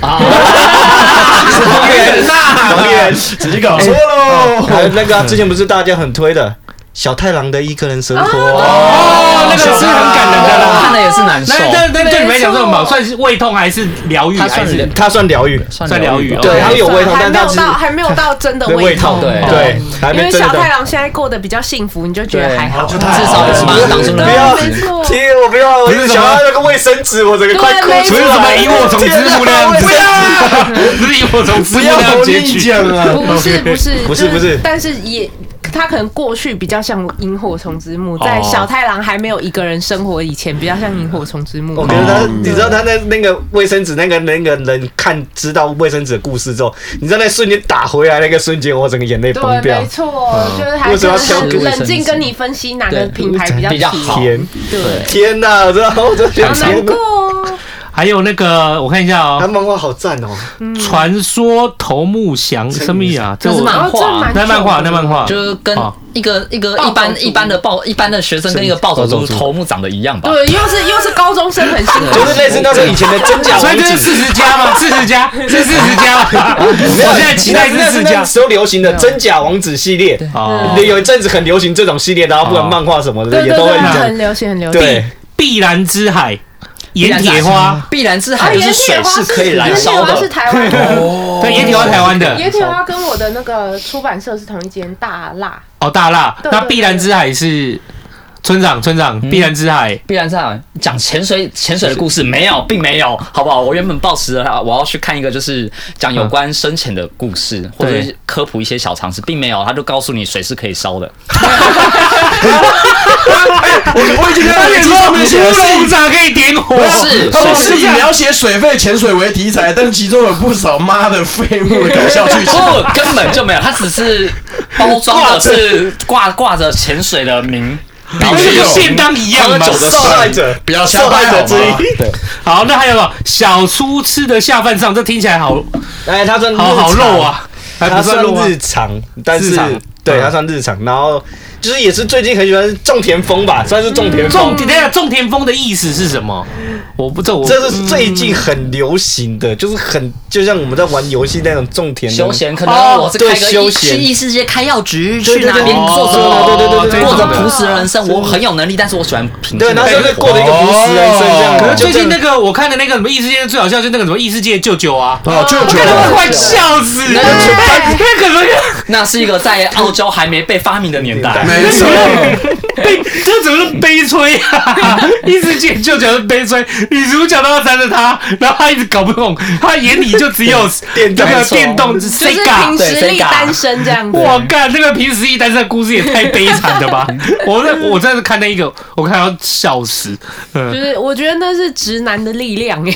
Speaker 1: 啊，
Speaker 4: 王园呐，
Speaker 5: 王源，
Speaker 3: 直接搞错喽！
Speaker 5: 还有那个啊之前不是大家很推的小太郎的一个人生活
Speaker 4: 哦，那个是
Speaker 5: 啊
Speaker 4: 很感人的
Speaker 1: 看
Speaker 4: 啦。
Speaker 1: 了也是难受
Speaker 4: 那，那那对你们来讲
Speaker 2: 没
Speaker 4: 这
Speaker 2: 错
Speaker 4: 种嘛，算是胃痛还是疗愈
Speaker 1: 他
Speaker 4: 还
Speaker 1: 算
Speaker 4: 是
Speaker 1: 疗
Speaker 5: 他算疗愈，
Speaker 4: 算疗愈
Speaker 1: 吧
Speaker 4: 哦
Speaker 5: 对，他有胃痛，
Speaker 2: 还
Speaker 5: 但
Speaker 2: 没有
Speaker 5: 他是
Speaker 2: 到还没有到真的
Speaker 5: 胃
Speaker 2: 痛，哦
Speaker 5: 痛，
Speaker 1: 对
Speaker 5: 对，还
Speaker 2: 因
Speaker 5: 没
Speaker 2: 为
Speaker 5: 真
Speaker 2: 小
Speaker 5: 的
Speaker 2: 太
Speaker 5: 到。
Speaker 2: 郎现在过得比较幸福，你就觉得
Speaker 1: 对，
Speaker 2: 还好，
Speaker 1: 至少是把他当成
Speaker 5: 不
Speaker 1: 人
Speaker 5: 要
Speaker 1: 质
Speaker 2: 没错，
Speaker 5: 天，我不要，我
Speaker 4: 不
Speaker 5: 是
Speaker 4: 是
Speaker 5: 想
Speaker 4: 什么
Speaker 5: 要那个卫生纸，我整个快哭
Speaker 2: 对没
Speaker 5: 出
Speaker 2: 错
Speaker 5: 来
Speaker 4: 不是
Speaker 5: 了。
Speaker 4: 什么以我从之父那
Speaker 3: 不
Speaker 4: 样子，不是以我从之父
Speaker 5: 天哪
Speaker 4: 那
Speaker 3: 要
Speaker 4: 样
Speaker 3: 同
Speaker 4: 结
Speaker 3: 你
Speaker 4: 局。
Speaker 3: 讲啊！
Speaker 2: 不是不是
Speaker 5: 不是
Speaker 2: 就
Speaker 5: 不是
Speaker 2: 但是也他可能过去比较像萤火虫之墓，在小太郎还没有一个人生活以前，比较像萤火虫之墓。
Speaker 5: 我觉得他，你知道他那那个卫生纸，那个那个人看知道卫生纸的故事之后，你知道那瞬间打回来那个瞬间，我整个眼泪崩
Speaker 2: 对，
Speaker 5: 掉
Speaker 2: 没。错，就是还
Speaker 5: 为什么要
Speaker 2: 是
Speaker 5: 挑
Speaker 2: 冷静跟你分析哪个
Speaker 1: 对
Speaker 2: 品牌比较
Speaker 1: 比较
Speaker 2: 适合
Speaker 1: 好
Speaker 5: 天
Speaker 2: 对，
Speaker 5: 天哪，我真的我真的觉
Speaker 2: 好
Speaker 5: 得
Speaker 2: 难
Speaker 5: 天哪
Speaker 2: 过，哦。
Speaker 4: 还有那个，我看一下
Speaker 5: 他
Speaker 4: 哦，
Speaker 5: 漫画好赞哦，
Speaker 4: 传说头目祥什么呀？这
Speaker 1: 这是
Speaker 4: 我
Speaker 1: 漫
Speaker 2: 然后这
Speaker 1: 画
Speaker 2: 蛮
Speaker 4: 那漫画，
Speaker 2: 久
Speaker 4: 那
Speaker 2: 的
Speaker 4: 漫画
Speaker 1: 就是跟
Speaker 4: 哦
Speaker 1: 一个一个一
Speaker 2: 暴走族
Speaker 1: 般一般的暴一般的学生跟一个暴走
Speaker 4: 暴
Speaker 1: 族
Speaker 4: 走族
Speaker 1: 头目长得一样吧？
Speaker 2: 对，又是又是高中生很辛苦，
Speaker 5: 就是类似那时候以前的真假
Speaker 4: 所
Speaker 5: 王
Speaker 4: 以这是
Speaker 5: 子，
Speaker 4: 四十加嘛，四十加是四十加嘛？我现在期待是
Speaker 5: 那
Speaker 4: 四
Speaker 5: 是
Speaker 4: 十
Speaker 5: 那
Speaker 4: 加
Speaker 5: 时候流行的真假王子系列，
Speaker 4: 哦。
Speaker 5: 有一阵子很流行这种系列，然后不管漫画什么
Speaker 2: 对
Speaker 5: 的也
Speaker 2: 对
Speaker 5: 都会
Speaker 2: 对，
Speaker 5: 这样。
Speaker 2: 很流行很流行。
Speaker 5: 对，
Speaker 4: 碧蓝之海，
Speaker 1: 碧
Speaker 4: 盐
Speaker 1: 蓝之海，
Speaker 4: 铁花，
Speaker 1: 碧蓝之
Speaker 2: 啊，
Speaker 1: 海就是
Speaker 2: 野铁
Speaker 1: 水
Speaker 2: 花
Speaker 1: 是可以燃烧
Speaker 2: 野铁花
Speaker 1: 的。
Speaker 2: 是台湾的，
Speaker 4: 对，盐铁花台湾的
Speaker 2: 野铁花跟我的那个出版社是同一间大辣。
Speaker 4: 哦，大辣。
Speaker 2: 对对
Speaker 4: 那碧蓝之海是村长，村长，碧蓝之海
Speaker 1: 碧蓝之海讲潜水潜水的故事没有，并没有，好不好？我原本抱持了我要去看一个就是讲有关深潜的故事，或者
Speaker 4: 对
Speaker 1: 是科普一些小常识，并没有，他就告诉你水是可以烧的。
Speaker 3: 我我已经看到
Speaker 4: 而且
Speaker 3: 脸书
Speaker 4: 说
Speaker 3: 上面写的是
Speaker 4: 弄炸可以点火，
Speaker 1: 是
Speaker 3: 他们
Speaker 1: 水
Speaker 3: 是以描写水肺潜水为题材，但其中有不少妈的废物的搞笑剧情。
Speaker 1: 不，哦根本就没有，它只是包装的是挂挂着潜水的名，然后
Speaker 4: 不
Speaker 1: 就是有
Speaker 4: 便当一样吗？
Speaker 1: 喝酒的
Speaker 5: 受害者，
Speaker 3: 不要瞎
Speaker 5: 受害
Speaker 3: 掰
Speaker 5: 者
Speaker 3: 好
Speaker 5: 之
Speaker 3: 吗
Speaker 5: 一。
Speaker 4: 好，那还有什么小猪吃的下饭上，这听起来好
Speaker 5: 哎，他说
Speaker 4: 好好肉，啊！还
Speaker 5: 它
Speaker 4: 不算
Speaker 5: 算
Speaker 4: 肉吗
Speaker 5: 日常，但
Speaker 4: 日
Speaker 5: 是
Speaker 4: 常
Speaker 5: 对
Speaker 4: 嗯
Speaker 5: 它算日常，然后就是也是最近很喜欢种田风吧，算是种田
Speaker 4: 种
Speaker 5: 风，
Speaker 4: 田，等一下种田风的意思是什么？我不这我
Speaker 5: 这是最近很流行的，就是很就像我们在玩游戏那种种田那种
Speaker 1: 休闲，可能
Speaker 5: 哦
Speaker 1: 我是
Speaker 5: 对
Speaker 1: 开个
Speaker 5: 休
Speaker 1: 异
Speaker 5: 闲
Speaker 1: 去异世界开药局，
Speaker 5: 对
Speaker 1: 去哪
Speaker 5: 对对
Speaker 1: 边过
Speaker 5: 哦
Speaker 1: 着
Speaker 5: 对对对对对
Speaker 1: 过着
Speaker 4: 这种的
Speaker 1: 朴实的人生，我很有能力，但是我喜欢平静的
Speaker 5: 对，然后
Speaker 1: 生
Speaker 5: 就是
Speaker 1: 活
Speaker 5: 过了一个朴实人生这样。
Speaker 4: 哎哦可是
Speaker 5: 就
Speaker 4: 最
Speaker 5: 这样
Speaker 4: 近那个我看的那个什么异世界最好笑，就是那个什么异世界舅舅啊，
Speaker 3: 哦，舅舅
Speaker 4: 我，看的快笑死哎了，那个什么。
Speaker 1: 那是一个在澳洲还没被发明的年代。
Speaker 3: 没错，
Speaker 4: 悲，这怎么是悲催啊？ 一直界舅舅是悲催，女主角都要缠着他，然后他一直搞不懂，他眼里就只有
Speaker 5: 电
Speaker 4: 那
Speaker 5: 动
Speaker 4: 个
Speaker 1: 车
Speaker 4: 电动
Speaker 2: 就
Speaker 4: s
Speaker 2: 是
Speaker 4: e g
Speaker 2: 凭
Speaker 1: 对
Speaker 2: 实力单身这样子。
Speaker 4: 我干，那个平时一单身的故事也太悲惨了吧！我在我真的是看那一个，我看到笑死。
Speaker 2: 就
Speaker 4: 嗯，
Speaker 2: 是我觉得那是直男的力量哎、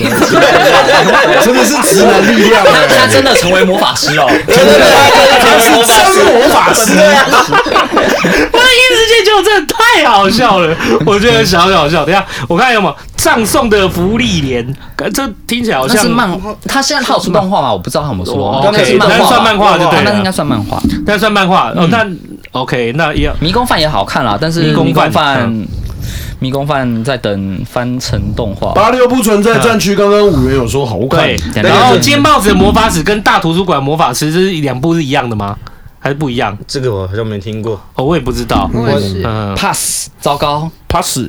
Speaker 3: 真的是直男力量
Speaker 1: 他他
Speaker 3: 哎，
Speaker 1: 真的成为魔法师哦，
Speaker 5: 对对对，他是真魔法师，对啊，
Speaker 4: 我的异世界就真的太好笑 了，我觉得小小笑。等一下我看有没有葬送的福利莲，这听起来好
Speaker 1: 那
Speaker 4: 像
Speaker 1: 是漫，他现在他有出漫画吗？我不知道他有没有出，
Speaker 4: 哦
Speaker 1: 那是
Speaker 4: OK，
Speaker 1: 漫
Speaker 4: 那
Speaker 1: 画吧，
Speaker 4: 算漫画就对
Speaker 1: 哦那
Speaker 4: 了
Speaker 1: 应该算漫画。
Speaker 4: 那算漫画哦。那 OK，那也
Speaker 1: 迷宫饭也好看啦，但是
Speaker 4: 迷
Speaker 1: 迷
Speaker 4: 宫
Speaker 1: 宫
Speaker 4: 饭
Speaker 1: 饭，迷宫饭在等翻成动画。
Speaker 3: 八六不存在战区，刚刚五元有说好看，
Speaker 4: 对，
Speaker 1: 对
Speaker 4: 然
Speaker 1: 那
Speaker 4: 后
Speaker 1: 个是
Speaker 4: 尖帽子的魔法使跟大图书馆魔法师这是两部是一样的吗？还是不一样？
Speaker 5: 这个我好像没听过。
Speaker 4: 哦，我也不知道。
Speaker 2: 我也是
Speaker 4: 嗯
Speaker 1: pass，糟糕，
Speaker 3: pass，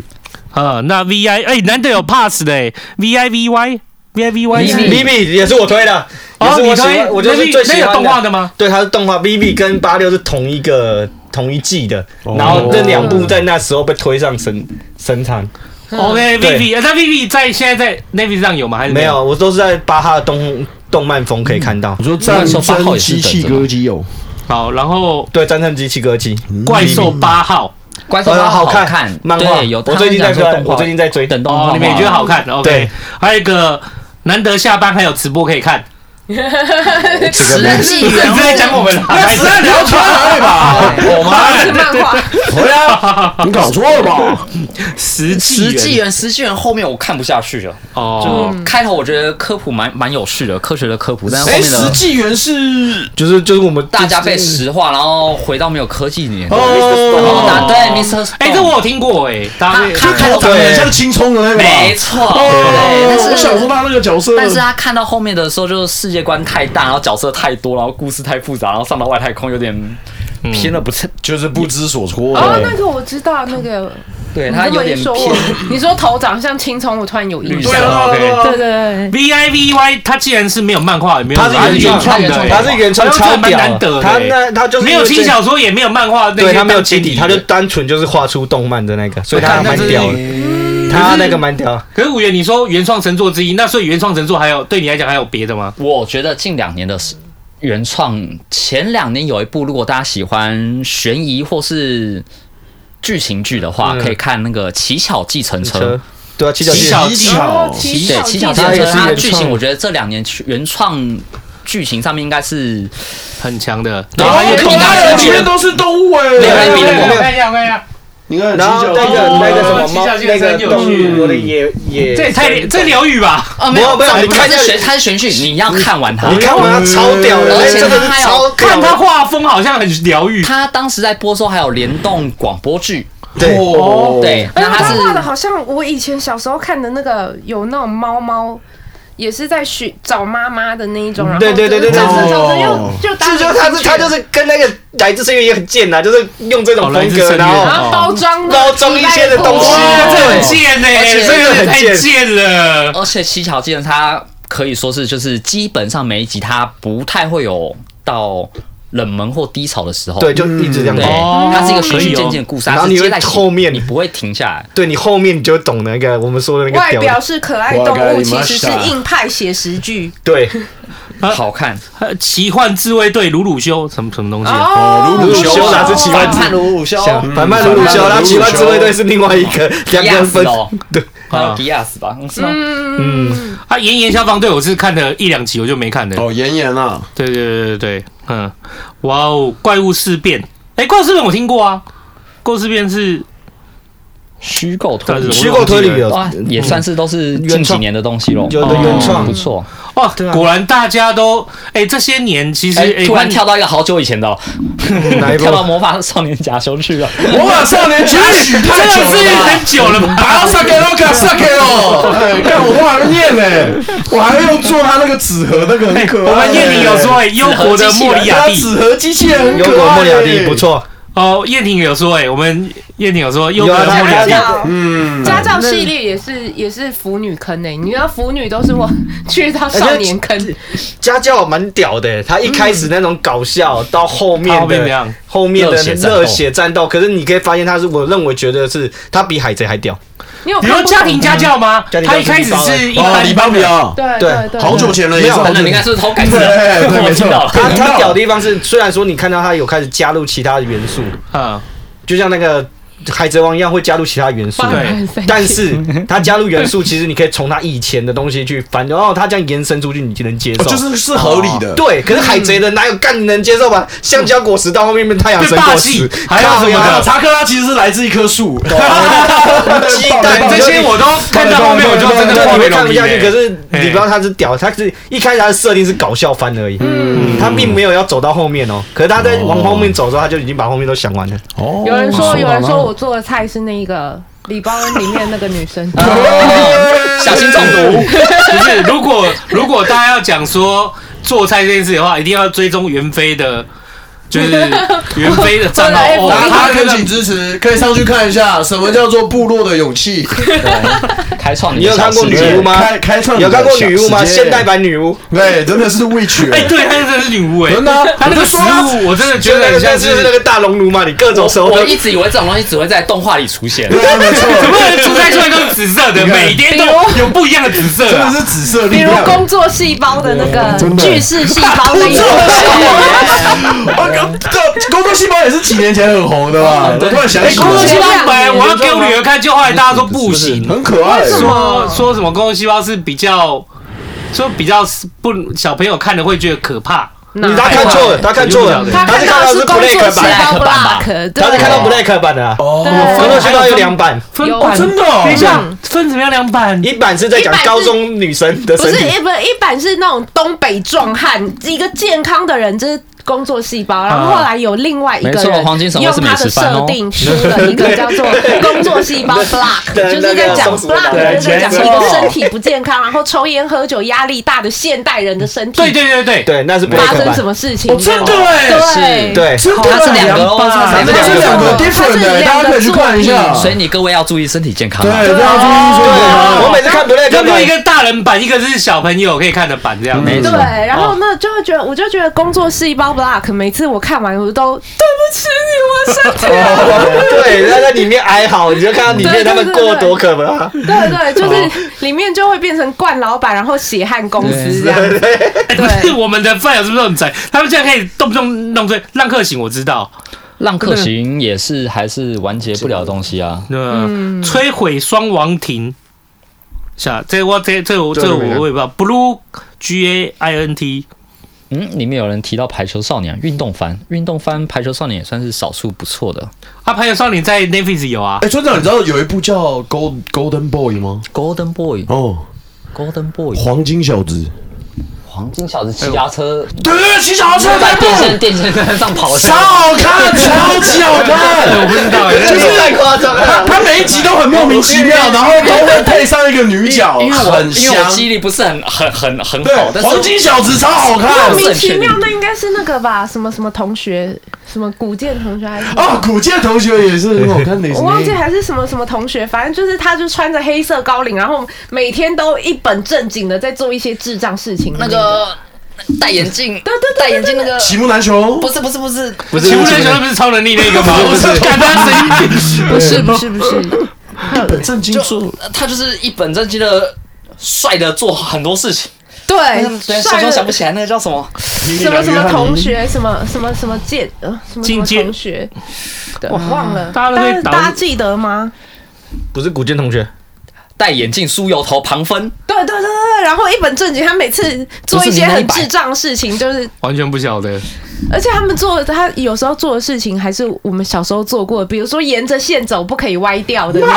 Speaker 4: 呃，那 V I 哎，难得有 pass 的哎，V I V Y V I V Y
Speaker 1: 你
Speaker 5: B B 也是我推的，也
Speaker 4: 哦，
Speaker 5: 是
Speaker 4: 你
Speaker 5: 我喜
Speaker 4: 推
Speaker 5: 欢，我就是
Speaker 4: 那
Speaker 5: 最
Speaker 4: 是那
Speaker 5: 喜
Speaker 4: 有
Speaker 5: 欢
Speaker 4: 动画的吗？
Speaker 5: 对，它是动画，B B 跟八六是同一个同一季的，
Speaker 4: 哦
Speaker 5: 然后这两部在那时候被推上神神坛，
Speaker 4: OK 哦哎 V
Speaker 5: 对
Speaker 4: V，那 V V 在现在在 Navy 上有吗？还是
Speaker 5: 没？有，我都是在巴哈的动动漫风可以看到
Speaker 4: 嗯
Speaker 3: 我。说战争机器歌姬有，
Speaker 4: 好，然后
Speaker 5: 对，战胜机器歌姬，
Speaker 4: 怪兽八号
Speaker 1: 怪兽
Speaker 5: 呃
Speaker 1: 猫
Speaker 5: 好看
Speaker 1: 看，
Speaker 5: 漫画
Speaker 1: 对有。
Speaker 5: 我最近在
Speaker 1: 他们讲说
Speaker 5: 追
Speaker 1: 动画
Speaker 5: 我最近在追
Speaker 1: 等动画
Speaker 4: 哦
Speaker 1: 化，，
Speaker 4: 你们也觉得好看？OK，
Speaker 5: 对
Speaker 4: 还有一个难得下班还有直播可以看，
Speaker 5: 这个
Speaker 2: 人纪
Speaker 4: 你
Speaker 2: 元
Speaker 4: 是在讲我们啊啦？
Speaker 3: 那实在聊出来
Speaker 5: 啊
Speaker 1: 哦
Speaker 3: 吧？
Speaker 4: 我
Speaker 2: 哦是
Speaker 4: 吗？
Speaker 2: 漫画，
Speaker 3: 对啊，你搞错了吧？
Speaker 4: 实际
Speaker 1: 十纪元，十纪元后面我看不下去了。
Speaker 4: 哦
Speaker 1: 就开头我觉得科普蛮蛮有趣的，科学的科普，但是后
Speaker 3: 哎，
Speaker 1: 面
Speaker 3: 实
Speaker 1: 的
Speaker 3: 纪元是
Speaker 5: 就是就是我们
Speaker 1: 大家被石化，然后回到没有科技年代。然后
Speaker 3: 哦，
Speaker 1: 打对 Mr. Stone
Speaker 4: 哎、这我有听过哎、大家
Speaker 1: 他
Speaker 3: 开头长得很像青葱的那个吧？
Speaker 1: 没错，对但
Speaker 3: 哦，我
Speaker 1: 是
Speaker 3: 想说他那个角色，
Speaker 1: 但是啊他看到后面的时候，就是世界观太大，然后角色太多，然后故事太复杂，然后上到外太空有点
Speaker 5: 嗯
Speaker 1: 偏了不太，
Speaker 3: 就是不知所措。
Speaker 2: 哦，那个我知道，那个
Speaker 1: 对
Speaker 2: 你
Speaker 1: 他
Speaker 2: 这
Speaker 1: 有
Speaker 2: 么一
Speaker 1: 点
Speaker 2: 说
Speaker 1: 偏
Speaker 2: 我，你说头长像青葱，我突然有印
Speaker 1: 绿
Speaker 2: 象
Speaker 1: 色。
Speaker 4: 啊 OK
Speaker 2: 对对对，
Speaker 4: V I V Y，它既然是没有漫画，也没有，
Speaker 5: 它是原
Speaker 4: 原创的、
Speaker 1: 创
Speaker 4: 哎
Speaker 5: 他是原创
Speaker 4: 好像
Speaker 5: 超
Speaker 4: 这蛮
Speaker 5: 屌
Speaker 4: 难得
Speaker 5: 的，
Speaker 4: 的、
Speaker 5: 他
Speaker 4: 哎
Speaker 5: 那他就是
Speaker 4: 没有
Speaker 5: 因为
Speaker 4: 轻
Speaker 5: 这
Speaker 4: 小说，也没有漫画，那
Speaker 5: 对
Speaker 4: 些
Speaker 5: 他没有
Speaker 4: 当
Speaker 5: 基
Speaker 4: 前
Speaker 5: 底，
Speaker 4: 提
Speaker 5: 他就
Speaker 4: 的
Speaker 5: 单纯就是画出动漫的那个，所以
Speaker 4: 我
Speaker 5: 他
Speaker 4: 看
Speaker 5: 蛮
Speaker 4: 那
Speaker 5: 屌
Speaker 4: 真
Speaker 5: 的。他那个蛮屌的，
Speaker 4: 可是五元，你说原创神作之一，那所以原创神作还有对你来讲还有别的吗？
Speaker 1: 我觉得近两年的原创，前两年有一部，如果大家喜欢悬疑或是剧情剧的话，
Speaker 5: 嗯
Speaker 1: 可以看那个《乞巧计程车》。
Speaker 5: 对啊，七角
Speaker 4: 七
Speaker 5: 星
Speaker 4: 角
Speaker 3: 技
Speaker 2: 哦
Speaker 3: 巧，
Speaker 2: 骑
Speaker 1: 对，《乞巧计
Speaker 5: 它
Speaker 1: 程
Speaker 5: 也
Speaker 1: 车
Speaker 5: 是》
Speaker 1: 它的
Speaker 5: 原
Speaker 1: 剧
Speaker 5: 创
Speaker 1: 情，我觉得这两年原创剧情上面应该是
Speaker 4: 很强的，哦
Speaker 1: 对
Speaker 4: 然后
Speaker 1: 他也
Speaker 4: 也
Speaker 1: 是
Speaker 3: 可爱的，前面都是动物哎。
Speaker 1: 对对对
Speaker 4: 我看一下，我看一下，
Speaker 3: 你看，
Speaker 5: 然后那
Speaker 3: 那
Speaker 5: 个那个什
Speaker 4: 哦
Speaker 5: 么猫
Speaker 4: 七角星
Speaker 5: 那个
Speaker 4: 很有
Speaker 5: 动
Speaker 4: 趣
Speaker 5: 物我的野野，
Speaker 4: 这也太这疗愈吧？
Speaker 1: 哦，
Speaker 5: 没有没有你看
Speaker 1: 它是悬它是悬剧，你要看完它
Speaker 5: 你。看完他超屌的，
Speaker 1: 而且
Speaker 5: 真的是
Speaker 1: 他有
Speaker 5: 超屌
Speaker 4: 看
Speaker 5: 的
Speaker 4: 嗯他画风好像很疗愈，
Speaker 1: 它当时在播的时候还有联动广播剧，
Speaker 5: 对
Speaker 3: 哦，
Speaker 1: 对，
Speaker 2: 哎，
Speaker 1: 那
Speaker 2: 他
Speaker 1: 它是
Speaker 2: 画的好像我以前小时候看的那个有那种猫猫。也是在寻找妈妈的那一种，然后
Speaker 5: 对对对对
Speaker 2: 就
Speaker 5: 对
Speaker 2: 是找着找着
Speaker 3: 哦
Speaker 2: 又就搭
Speaker 5: 这就是他是他就是跟那个来自深渊也很贱呐，啊就是用这
Speaker 4: 哦
Speaker 5: 种
Speaker 4: 来
Speaker 5: 风
Speaker 4: 自哦
Speaker 5: 格，
Speaker 4: 深渊
Speaker 5: 然
Speaker 2: 然
Speaker 5: 后
Speaker 2: 后包装的
Speaker 5: 包装一些的东西
Speaker 4: 哇，这很
Speaker 5: 对
Speaker 4: 贱呢、
Speaker 1: 而且
Speaker 4: 这有点
Speaker 5: 这很
Speaker 4: 太
Speaker 5: 贱
Speaker 4: 贱了。
Speaker 1: 而且七巧技能它可以说是就是基本上每一集它不太会有到冷门或低潮的时候，
Speaker 5: 对，就一直这样
Speaker 1: 对，
Speaker 5: 搞。
Speaker 4: 哦
Speaker 1: 它是一个循序渐进的故事，
Speaker 5: 可以哦
Speaker 1: 它是接在一起
Speaker 5: 然后你会后面
Speaker 1: 你不会停下来。
Speaker 5: 对你后面你就懂那个我们说的那
Speaker 2: 外
Speaker 5: 个屌
Speaker 2: 表
Speaker 5: 的，
Speaker 2: 是可爱动物，其实是硬派写实剧。
Speaker 5: 对，
Speaker 4: 嗯
Speaker 1: 好看，
Speaker 4: 呃奇幻自卫队鲁鲁修什么什么东西啊、
Speaker 2: 哦
Speaker 5: 鲁鲁修哪是奇幻之
Speaker 1: 看卢武修，
Speaker 5: 像反派鲁鲁修，然后奇幻自卫队是另外一 个两
Speaker 1: 迪
Speaker 5: 个
Speaker 1: 亚
Speaker 5: 人
Speaker 1: 斯
Speaker 5: 分，
Speaker 1: 哦，
Speaker 5: 对，
Speaker 1: 还有迪亚斯吧，是吗？
Speaker 5: 嗯，
Speaker 4: 啊，炎炎消防队我是看了一两集我就没看了。
Speaker 3: 哦，妍妍啊，
Speaker 4: 对对对对对，嗯，哇哦，怪物事变，哎，怪物事变我听过啊，怪物事变是
Speaker 1: 虚构推
Speaker 4: 但
Speaker 1: 理
Speaker 4: 是
Speaker 5: 虚构推理有
Speaker 1: 哇，也算是都是
Speaker 5: 嗯原
Speaker 1: 近几
Speaker 5: 创
Speaker 1: 年的东西咯。哦
Speaker 5: 有的原创
Speaker 1: 不错，
Speaker 4: 哇，
Speaker 5: 对啊
Speaker 4: 哦果然大家都哎、这些年其实
Speaker 1: 哎、
Speaker 4: 哎
Speaker 1: 突然
Speaker 4: 那
Speaker 1: 跳到一个好久以前的、哦，
Speaker 5: 哪一部哦
Speaker 1: 跳到魔法少年假修 去了。
Speaker 3: 魔法少年贾许太
Speaker 4: 真
Speaker 3: 久
Speaker 4: 的是
Speaker 3: 了吧。
Speaker 4: 很久了吧？
Speaker 3: 把萨给洛卡萨给哦，哎看我忘了念嘞，我还用做他那个纸盒那个很可爱。
Speaker 4: 我们燕婷有说，哎、忧国的莫里亚
Speaker 3: 他
Speaker 4: 蒂
Speaker 5: 啊
Speaker 3: 纸盒机器人很
Speaker 5: 有
Speaker 3: 可爱，
Speaker 5: 果莫里亚蒂不。错，
Speaker 4: 哦，燕婷有说，哎、我们燕婷有说忧
Speaker 5: 有
Speaker 4: 国
Speaker 5: 啊
Speaker 4: 的莫里
Speaker 2: 家
Speaker 4: 亚蒂，
Speaker 2: 教
Speaker 3: 嗯，
Speaker 2: 家教系列也是也是腐女坑欸诶，你知道腐女都是我 去到少年坑，
Speaker 5: 家教蛮屌的，欸他一开始那种搞笑，到后
Speaker 4: 他后
Speaker 5: 面
Speaker 4: 面怎样
Speaker 5: 的后面的
Speaker 1: 热血战斗
Speaker 5: 热血战斗，可是你可以发现他是我认为觉得是他比海贼还屌，
Speaker 2: 你有
Speaker 4: 你
Speaker 2: 看
Speaker 4: 说
Speaker 2: 过
Speaker 4: 家庭家教吗？
Speaker 5: 家庭
Speaker 4: 他
Speaker 5: 教
Speaker 4: 一开始是一
Speaker 3: 哦，
Speaker 4: 般
Speaker 3: 李邦
Speaker 4: 的，
Speaker 3: 彪，
Speaker 2: 对
Speaker 5: 对
Speaker 2: 对对，
Speaker 3: 好久前了，也是好
Speaker 1: 等
Speaker 3: 久
Speaker 1: 等，你看
Speaker 3: 前。
Speaker 1: 是不是偷改字
Speaker 3: 对对
Speaker 1: 了？我
Speaker 3: 没错
Speaker 1: 听到了。
Speaker 5: 他
Speaker 3: 你知道
Speaker 5: 他屌的地方是，虽然说你看到他有开始加入其他的元素，
Speaker 4: 嗯，
Speaker 5: 就像那个海贼王一样会加入其他元素
Speaker 2: 爸，爸
Speaker 4: 对
Speaker 2: 很生气
Speaker 5: 但是他加入元素，其实你可以从他以前的东西去翻，然后他这样延伸出去，你就能接受。
Speaker 3: 哦就是是合理
Speaker 4: 呃
Speaker 3: 的。
Speaker 5: 对，可是海贼人哪有干你能接受吧？香蕉果实到后面变太阳神果实
Speaker 4: 被霸气，还有
Speaker 5: 靠
Speaker 4: 什么
Speaker 5: 呀
Speaker 4: 的
Speaker 3: 查克拉其实是来自一棵树，
Speaker 5: 鸡蛋
Speaker 4: 这些我都看到后面，我就真的
Speaker 5: 对，
Speaker 4: 画
Speaker 5: 你
Speaker 4: 面
Speaker 5: 会看
Speaker 4: 容
Speaker 5: 不
Speaker 4: 易、
Speaker 5: 下去。
Speaker 4: 欸。
Speaker 5: 可是你不知道他是屌，他是一开始他的设定是搞笑番而已，嗯，他并没有要走到后面哦。可是他在往后面走的时候，他就已经把后面都想完了。
Speaker 3: 哦
Speaker 2: 有人说有人说我做的菜是那个李包恩里面那个女生，
Speaker 3: 啊
Speaker 4: 哦
Speaker 1: 小心中毒。
Speaker 4: 不是，如果如果大家要讲说做菜这件事的话，一定要追踪袁飞的，就是袁飞的账号
Speaker 2: 我
Speaker 4: 哦
Speaker 2: 的 FB，
Speaker 4: 他
Speaker 3: 大家
Speaker 4: 那
Speaker 3: 恳
Speaker 4: 个
Speaker 3: 请支持，可以上去看一下什么叫做部落的勇气。
Speaker 1: 开创
Speaker 5: 你有看过女
Speaker 1: 人？
Speaker 5: 巫吗？
Speaker 3: 开开创
Speaker 5: 有看过女巫吗？
Speaker 3: 小时间
Speaker 5: 现代版女巫，
Speaker 3: 对，真的是 witch，
Speaker 4: 哎、对，他真的是女巫哎、
Speaker 3: 真的啊
Speaker 4: 他那个食物我真的觉得很像
Speaker 5: 就是那
Speaker 4: 是。
Speaker 5: 个大龙奴嘛，你各种手
Speaker 1: 我
Speaker 5: 段
Speaker 1: 我一直以为这种东西只会在动画里出现。
Speaker 3: 对啊，没错，
Speaker 4: 怎么可能煮菜出来都是紫色的？
Speaker 3: 你看
Speaker 4: 每天都有不一样的紫色
Speaker 3: 真的
Speaker 4: 啊！
Speaker 3: 是紫色力
Speaker 2: 比如
Speaker 3: 量。
Speaker 2: 工作细胞的那个
Speaker 3: 真的
Speaker 2: 巨噬细胞那一种。
Speaker 3: 啊，工这工作细胞也是几年前很红的吧？我突然想
Speaker 4: 哎，
Speaker 3: 起
Speaker 4: 公
Speaker 3: 来
Speaker 4: 共细
Speaker 3: 了，
Speaker 4: 胞本来我要给我女儿看，就后来大家说不行，
Speaker 3: 很可
Speaker 4: 哎
Speaker 3: 爱。
Speaker 4: 说说什么公共细胞是比较，说比较不小朋友看了会觉得可怕。
Speaker 5: 你他看错了，他看错了，
Speaker 2: 他
Speaker 5: 是
Speaker 2: 看到
Speaker 5: 看
Speaker 2: 的是
Speaker 5: 是
Speaker 2: 工作细
Speaker 5: Black 版，
Speaker 2: 胞
Speaker 1: Black 版吧
Speaker 2: block，
Speaker 5: 他是看到
Speaker 2: 对
Speaker 5: Black 版的啊，
Speaker 3: 哦，
Speaker 5: 工作细胞有两版，
Speaker 4: 分
Speaker 2: 有
Speaker 4: 哦，真的哦？
Speaker 2: 等一下
Speaker 4: 分怎么样两版？
Speaker 5: 一版是在讲高中女生的
Speaker 2: 不
Speaker 5: 身
Speaker 2: 是
Speaker 5: 体，
Speaker 2: 一不是一版是那种东北壮汉，一个健康的人，就是工作细胞。然后后来有另外一个
Speaker 1: 啊没错
Speaker 2: 人
Speaker 1: 黄金神
Speaker 2: 用
Speaker 1: 话是
Speaker 2: 他
Speaker 1: 美食
Speaker 2: 的
Speaker 1: 饭
Speaker 2: 设
Speaker 1: 哦
Speaker 2: 定出了一个叫做工作细 胞 block，
Speaker 5: 对
Speaker 2: 就是在
Speaker 5: 那
Speaker 2: 讲
Speaker 5: 个
Speaker 2: block，
Speaker 5: 对
Speaker 2: 就是在讲
Speaker 3: 没错
Speaker 2: 一个身体不健康，然后抽烟喝酒压力大的现代人的身体
Speaker 4: 对对对对，
Speaker 1: 嗯
Speaker 5: 对，那是
Speaker 2: 发
Speaker 5: Black
Speaker 2: 生什
Speaker 5: 版，
Speaker 2: 么事情？
Speaker 3: 哦真的哎
Speaker 2: 对
Speaker 5: 对，
Speaker 3: 真的，
Speaker 1: 它是两个哦，哦它
Speaker 3: 它是两个 different 的，大家可以去看一下。
Speaker 1: 所以你各位要注意身体健康
Speaker 3: 对，
Speaker 1: 啊。
Speaker 3: 大家注意
Speaker 5: 对，我
Speaker 3: 说
Speaker 5: 每次看 Black
Speaker 4: 要不就一
Speaker 5: 版，
Speaker 4: 个大人版，一个是小朋友可以看的版，这样
Speaker 1: 没
Speaker 4: 子。
Speaker 1: 错
Speaker 2: 对，然后那就会觉得，我就觉得工作细胞 block，每次我看完我都对不起你，我身体。
Speaker 5: 对，他在里面哀嚎，你就看到里面他们过多可怕，
Speaker 2: 对对，
Speaker 4: 哦
Speaker 2: 就是里面就会变成冠老板，然后血汗公司这样子。
Speaker 4: 哎不是 我们的饭友是不是很宅？他们现在可以动不动弄醉浪客行，我知道，
Speaker 1: 浪客行也是还是完结不了的东西啊。
Speaker 4: 嗯，摧毁双王庭。是啊，这我这这我
Speaker 5: 对
Speaker 4: 这我
Speaker 5: 对对
Speaker 4: 我也不知道，Blue G A I N T，
Speaker 1: 嗯，里面有人提到排球少年、运动番，运动番排球少年也算是少数不错的。
Speaker 4: 啊，还有少年在 Netflix 有啊
Speaker 3: 哎，，村长，你知道有一部叫《Gold Golden Boy》吗？
Speaker 1: Golden Boy，
Speaker 3: 哦，
Speaker 1: Golden Boy，
Speaker 3: 黄金小子。
Speaker 1: 黄金小子骑哎脚踏车，
Speaker 3: 对对对，骑小车
Speaker 1: 在
Speaker 3: 在
Speaker 1: 电
Speaker 3: 动
Speaker 1: 线，电线杆上跑的时
Speaker 3: 超
Speaker 1: 候，
Speaker 3: 好看，超级好 看。我不知道，哦就是
Speaker 5: 太夸张
Speaker 3: 他
Speaker 5: 了。
Speaker 3: 他每一集都很莫名其妙，然后都会配上一个女角，
Speaker 1: 因为我
Speaker 3: 很
Speaker 1: 因为我
Speaker 3: 香。
Speaker 1: 记忆力不是很很很很好，
Speaker 3: 对，
Speaker 1: 但是
Speaker 3: 黄金小子超好看
Speaker 2: 莫名其妙，那应该是那个吧？什么什么同学，什么古剑同学还是什么？
Speaker 4: 哦
Speaker 3: 啊！古剑同学也是很好看的，
Speaker 2: 我忘记还是什么什么同学，反正就是他，就穿着黑色高领，然后每天都一本正经的在做一些智障事情。
Speaker 1: 那个戴眼镜，
Speaker 2: 对对对
Speaker 1: 戴眼镜那个
Speaker 3: 喜木难求
Speaker 1: 不。是不是不是
Speaker 5: 不
Speaker 4: 奇木人雄不是超能力那个吗？我是看他神经病，
Speaker 2: 不是不是不是，
Speaker 3: 本正经说，
Speaker 1: 呃他就是一本正经的帅的做很多事情，
Speaker 2: 对，
Speaker 1: 虽然说
Speaker 2: 帅的
Speaker 1: 说想不起来那个叫什么，
Speaker 3: 什
Speaker 2: 什么什么同？学，什么什么什么剑，呃，什么什
Speaker 4: 进
Speaker 2: 么
Speaker 4: 阶
Speaker 2: 同学，对，忘了。
Speaker 4: 大家都
Speaker 2: 但
Speaker 4: 会
Speaker 2: 是
Speaker 4: 导
Speaker 2: 大家记得吗？
Speaker 5: 不是古剑同学，
Speaker 1: 戴眼镜梳油头旁分，
Speaker 2: 对对对对对，然后一本正经，他每次做一些很智障的事情，就是，
Speaker 4: 完全不晓得。
Speaker 2: 而且他们做的，他有时候做的事情还是我们小时候做过的，比如说沿着线走不可以歪掉的那种，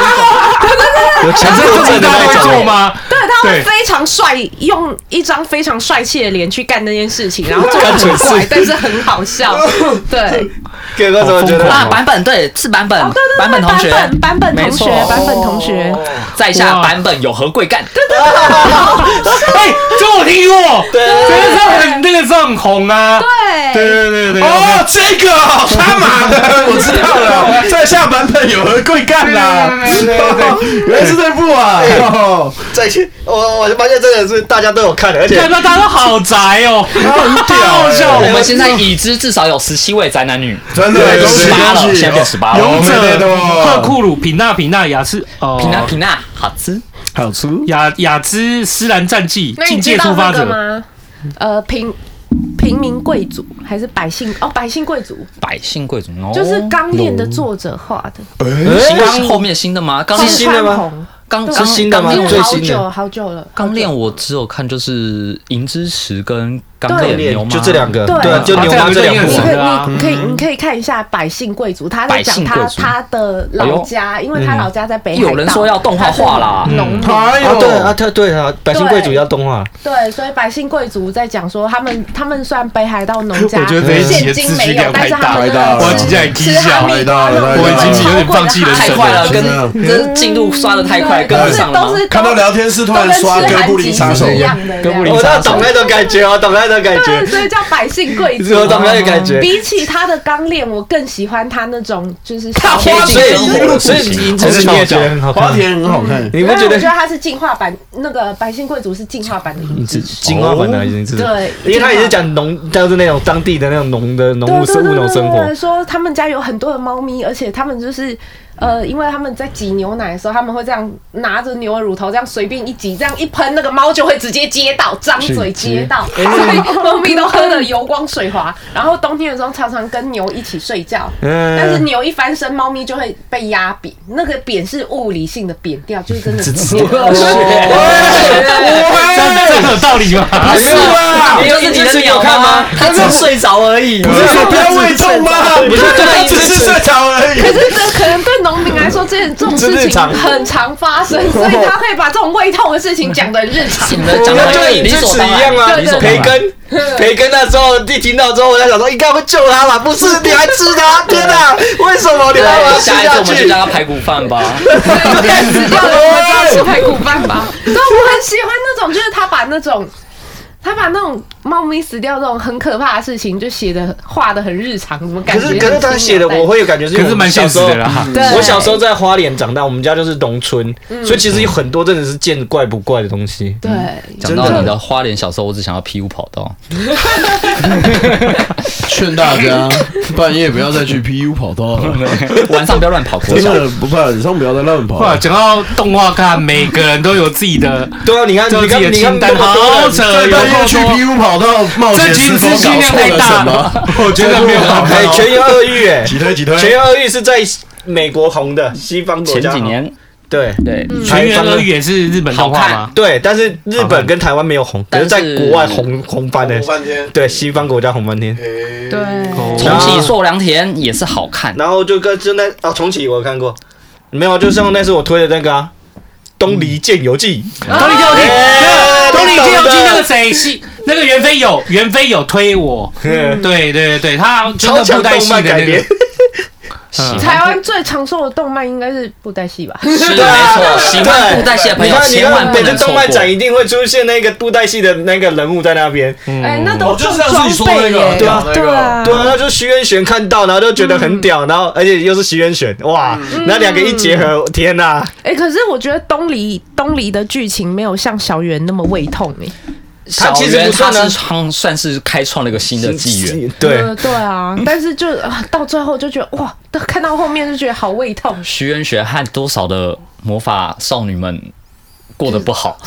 Speaker 5: 有强
Speaker 4: 啊这这大家会做吗？
Speaker 2: 对的他会
Speaker 4: 对
Speaker 2: 非常帅，用一张非常帅气的脸去干那件事情，然后做的很怪，但是很好笑。对，
Speaker 5: 哥哥怎么觉得？
Speaker 1: 啊，版本对，是版本
Speaker 2: 哦，对对对，
Speaker 1: 版本同学，
Speaker 2: 版本版本
Speaker 1: 没
Speaker 2: 同学
Speaker 1: 错，
Speaker 2: 版本同学，
Speaker 1: 在下版本有何贵干？
Speaker 4: 哎，这我听过，对，这个时候很那个时候很红啊，
Speaker 2: 对
Speaker 4: 对对对对，
Speaker 3: 哦，这个哦他妈的，我知道了，在下版本有何贵干啦？
Speaker 4: 对对对对
Speaker 3: 原来是这部啊！哦
Speaker 5: 再哎去，我我就发现真的是大家都有看的，而且
Speaker 4: 看到大家都好宅哦，
Speaker 3: 很
Speaker 4: 太好笑
Speaker 3: 屌
Speaker 4: 了
Speaker 1: 我们现在已知至少有十七位宅男女，
Speaker 3: 真的
Speaker 4: 对
Speaker 3: 恭
Speaker 4: 十
Speaker 3: 喜
Speaker 1: 八了
Speaker 3: 恭喜！
Speaker 1: 现在变十八了
Speaker 3: 勇者的
Speaker 4: 赫库鲁、品纳、品纳、雅斯、哦
Speaker 1: 皮娜皮娜好吃，
Speaker 3: 好吃，
Speaker 4: 雅雅兹、斯兰战记、
Speaker 2: 那
Speaker 4: 境
Speaker 2: 你
Speaker 4: 界
Speaker 2: 知
Speaker 4: 出
Speaker 2: 道
Speaker 4: 发
Speaker 2: 那个
Speaker 4: 者，
Speaker 2: 吗？呃，平平民贵族还是百姓？哦，百姓贵族
Speaker 1: 百姓贵族哦，
Speaker 2: 就是《钢炼》的作者画的，
Speaker 1: 新的是后面新的吗？刚
Speaker 2: 是
Speaker 5: 新的吗
Speaker 2: 红，
Speaker 1: 刚
Speaker 2: 对
Speaker 1: 刚
Speaker 5: 是新的吗
Speaker 1: 刚
Speaker 2: 哦
Speaker 1: 练
Speaker 2: 因为
Speaker 5: 最
Speaker 2: 好
Speaker 5: 新的
Speaker 2: 久好久了，
Speaker 1: 刚练我只有看就是银之匙跟钢
Speaker 2: 对
Speaker 1: 炼牛妈，
Speaker 5: 就这两个，
Speaker 2: 对
Speaker 5: 对，就牛妈这两
Speaker 4: 啊
Speaker 5: 部
Speaker 2: 你
Speaker 4: 这。
Speaker 2: 可以，
Speaker 4: 对啊
Speaker 2: 你可以，你可以看一下《百姓贵族》，他在
Speaker 1: 嗯百
Speaker 2: 讲
Speaker 1: 姓
Speaker 2: 他
Speaker 1: 贵族哎嗯
Speaker 2: 他的老家，因为他老家在北海道。
Speaker 1: 有人说要动画化啦
Speaker 2: 他是农民
Speaker 3: 哎
Speaker 5: 啊，对啊，
Speaker 3: 呦，
Speaker 5: 他对啊，百姓贵族要动画，
Speaker 2: 对，所以百姓贵族在讲说，他们他们虽然北海道农家
Speaker 4: 我觉得这一集
Speaker 2: 现
Speaker 4: 的
Speaker 2: 金
Speaker 4: 资
Speaker 2: 没
Speaker 4: 讯
Speaker 2: 有
Speaker 4: 量，
Speaker 2: 但
Speaker 4: 太
Speaker 2: 是他
Speaker 4: 大
Speaker 2: 们
Speaker 4: 了，
Speaker 3: 太大了
Speaker 4: 我直接
Speaker 2: 吃
Speaker 4: 踢笑
Speaker 2: 哈
Speaker 4: 了
Speaker 2: 密
Speaker 3: 太
Speaker 2: 瓜
Speaker 3: 大了
Speaker 2: 肉跟
Speaker 3: 太大了我已
Speaker 4: 经有点
Speaker 2: 超贵
Speaker 4: 放弃
Speaker 2: 的
Speaker 4: 人
Speaker 2: 哈
Speaker 1: 太
Speaker 4: 生
Speaker 2: 密
Speaker 4: 了
Speaker 1: 快了，
Speaker 3: 真
Speaker 1: 跟
Speaker 3: 的
Speaker 1: 这进度刷的太快，
Speaker 2: 对
Speaker 1: 跟不
Speaker 2: 都是
Speaker 1: 上了吗
Speaker 2: 都是
Speaker 3: 看到聊天室突然刷哥布林杀手
Speaker 2: 都跟吃韩剧是一样的，啊
Speaker 1: 哥布林
Speaker 5: 我
Speaker 2: 这样
Speaker 5: 哦那懂那种感觉，哦我懂那种感
Speaker 2: 对，
Speaker 5: 觉，
Speaker 2: 所以叫百姓贵族。
Speaker 5: 我懂那种感觉。
Speaker 2: 比起他的钢炼，我更喜欢他那种就是
Speaker 1: 花
Speaker 2: 小花
Speaker 5: 所
Speaker 1: 田
Speaker 5: 以所以银之匙你也觉得很好
Speaker 3: 花
Speaker 5: 看，
Speaker 3: 田很好看，
Speaker 5: 你不觉
Speaker 2: 因为我
Speaker 5: 得
Speaker 2: 觉得他是进化版，那个百姓贵族是进化版的银之匙。
Speaker 5: 进化版的银之匙？
Speaker 2: 对，
Speaker 5: 因为他也是讲农，就是那种当地的那种农的农务
Speaker 2: 对对
Speaker 5: 哦生
Speaker 2: 对
Speaker 5: 务农
Speaker 2: 对
Speaker 5: 生活
Speaker 2: 对，。说他们家有很多的猫咪，而且他们就是。
Speaker 5: 嗯
Speaker 2: 呃，因为他们在挤牛奶的时候，他们会这样拿着牛的乳头这样随便一挤，这样一喷，那个猫就会直接接到，张嘴接到， 所以
Speaker 5: 哎
Speaker 2: 猫咪都喝的油光水滑。然后冬天的时候常常跟牛一起睡觉，
Speaker 5: 嗯
Speaker 2: 但是牛一翻身，猫咪就会被压扁，那个扁是物理性的扁掉，就是真的是扁掉。
Speaker 4: 这样这样有道理吗？
Speaker 1: 不是
Speaker 3: 嗯啊
Speaker 1: 吧？
Speaker 5: 你有
Speaker 1: 就是你的鸟
Speaker 5: 看吗？
Speaker 1: 它只是睡着而已。
Speaker 3: 不是说不要胃痛吗？ 不是，只是睡着而已。
Speaker 2: 可是这可能对农民来说，这这种事情很常发生，所以他会把这种胃痛的事情讲得很日 常。
Speaker 1: 你的讲
Speaker 5: 那
Speaker 1: 的
Speaker 5: 就
Speaker 1: 理
Speaker 5: 银之
Speaker 1: 所
Speaker 5: 匙
Speaker 1: 当
Speaker 5: 一样啊
Speaker 1: 然，理所，当
Speaker 5: 培
Speaker 1: 然。
Speaker 5: 根，培根那时候一听到之后，我在想说应该会救他吧？不是，你还吃他？天哪，为什么你还把它
Speaker 1: 对，
Speaker 5: 吃
Speaker 1: 下一次
Speaker 5: 下
Speaker 1: 我们就
Speaker 5: 去？
Speaker 1: 叫它排骨饭吧。
Speaker 2: 对，但死掉了，我们就要吃排骨饭吧。所以我很喜欢那种，就是他把那种。他把那种猫咪死掉这种很可怕的事情，就写的画的很日常，我们感
Speaker 5: 可
Speaker 2: 觉
Speaker 5: 是可是他写的，我会有感觉是，
Speaker 4: 可是蛮现实的。啦。
Speaker 2: 对嗯
Speaker 5: 我小时候在花莲长大，我们家就是农村，所以其实有很多真的是见怪不怪的东西。
Speaker 2: 对，
Speaker 1: 讲到你的花莲小时候，我只想要 PU 跑道。
Speaker 3: 劝大家半夜不要再去 PU 跑道了，
Speaker 1: 晚上不要乱跑国
Speaker 3: 真
Speaker 1: 小。
Speaker 3: 的不怕，晚上不要再乱跑
Speaker 4: 哇，
Speaker 3: 了。
Speaker 4: 讲到动画 看，每个人都有自己的
Speaker 5: 对啊，你看
Speaker 4: 就
Speaker 5: 你
Speaker 4: 自己的
Speaker 5: 看你看
Speaker 4: 清单，
Speaker 5: 那么多
Speaker 4: 好
Speaker 5: 人啊
Speaker 3: 半夜
Speaker 4: 扯，哦有够
Speaker 3: 去
Speaker 4: 多。
Speaker 3: PU 跑道冒
Speaker 4: 这
Speaker 3: 险
Speaker 4: 群
Speaker 3: 是否
Speaker 4: 资讯
Speaker 3: 搞
Speaker 4: 量
Speaker 3: 错
Speaker 4: 太
Speaker 3: 了
Speaker 4: 大
Speaker 3: 什么？，
Speaker 4: 我觉得没有办
Speaker 5: 哎，
Speaker 4: 法。
Speaker 5: 全员二育 哎，
Speaker 3: 几推几推
Speaker 5: 全员二育是在美国红的，西方国
Speaker 1: 前
Speaker 5: 家
Speaker 1: 几年，
Speaker 5: 对
Speaker 1: 对，
Speaker 2: 嗯
Speaker 4: 全员俄语也是日本动画
Speaker 1: 好
Speaker 4: 吗？
Speaker 5: 对，但是日本跟台湾没有红，可
Speaker 1: 但是
Speaker 5: 是在国外红红翻的
Speaker 3: 红，半天，
Speaker 5: 对，西方国家红翻天。
Speaker 2: 对，
Speaker 1: 重启硕良田也是好看。
Speaker 5: 然后就跟就那哦，重启我有看过，没有，就像那是我推的那个啊，《东离剑游记》
Speaker 4: 东林就
Speaker 5: 哎
Speaker 4: 有东哦林就
Speaker 5: 你懂
Speaker 4: 有
Speaker 5: 的
Speaker 4: 进那个谁是那个袁飞有袁飞有推我，对对对对，他
Speaker 5: 超
Speaker 4: 真的布
Speaker 5: 强
Speaker 4: 袋
Speaker 5: 动
Speaker 4: 戏
Speaker 5: 漫
Speaker 4: 的
Speaker 5: 改
Speaker 4: 那
Speaker 5: 编
Speaker 4: 个，，嗯
Speaker 2: 台湾最常说的动漫应该是布袋戏吧？
Speaker 1: 是没
Speaker 5: 对啊
Speaker 1: 错，喜欢
Speaker 5: 对
Speaker 1: 布袋戏的朋友
Speaker 5: 你看
Speaker 1: 千万不
Speaker 5: 你看每次
Speaker 1: 能错过。
Speaker 5: 动漫展一定会出现那个布袋戏的那个人物在那边，
Speaker 1: 嗯
Speaker 2: 哎，那都
Speaker 3: 哦就是是上次你说那个
Speaker 2: 装备耶
Speaker 3: 对啊那个
Speaker 2: 对啊，
Speaker 5: 对啊，那就是徐渊玄看到，然后就觉得很屌，然后而且又是徐渊玄，哇，
Speaker 1: 嗯
Speaker 5: 那两个一结合，天哪！
Speaker 2: 哎、可是我觉得东离东离的剧情没有像小圆那么胃痛哎、
Speaker 1: 小
Speaker 5: 其实
Speaker 1: 圆
Speaker 5: 不
Speaker 1: 他
Speaker 5: 算啊
Speaker 1: 是创算是开创了一个新的纪元。
Speaker 5: 对，
Speaker 2: 呃对啊，但是就、啊到最后就觉得哇，到看到后面就觉得好胃痛，
Speaker 1: 徐元学和多少的魔法少女们过得不好，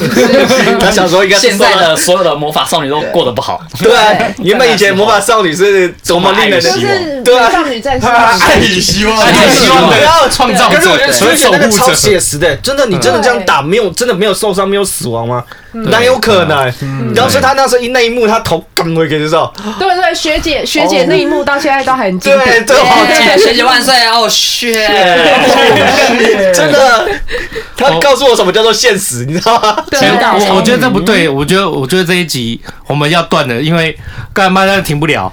Speaker 5: 他小时候应该是
Speaker 1: 现在的所有的魔法少女都过得不 好。
Speaker 5: 对啊，原本以前魔法少女是多么令人
Speaker 1: 就
Speaker 2: 就
Speaker 1: 希
Speaker 5: 的
Speaker 1: 望
Speaker 2: 是
Speaker 5: 对啊
Speaker 2: 少女 战士
Speaker 3: 爱与哎希望，
Speaker 4: 他也希望的创造
Speaker 5: 可是我觉
Speaker 4: 者
Speaker 5: 得，
Speaker 4: 所
Speaker 5: 徐
Speaker 4: 以
Speaker 5: 渊
Speaker 4: 守
Speaker 5: 玄那个
Speaker 4: 护
Speaker 5: 超
Speaker 4: 者。
Speaker 5: 写实的，真的，你真的这样打没有，真的没有受伤，没有死亡吗？
Speaker 4: 嗯
Speaker 5: 哪有可能？然后所以他那时候一那一幕，他头刚回去的时候，
Speaker 2: 对对，学姐学姐那一幕到现在都很经典
Speaker 5: 对。对，我
Speaker 1: 哎学姐万岁！哦，血，
Speaker 5: 真的，他告诉我什么叫做现实，你知道吗？
Speaker 2: 对
Speaker 4: 其实
Speaker 2: 对
Speaker 4: 我我觉得这不对，我觉得我觉得这一集我们要断了，因为干嘛那停不了，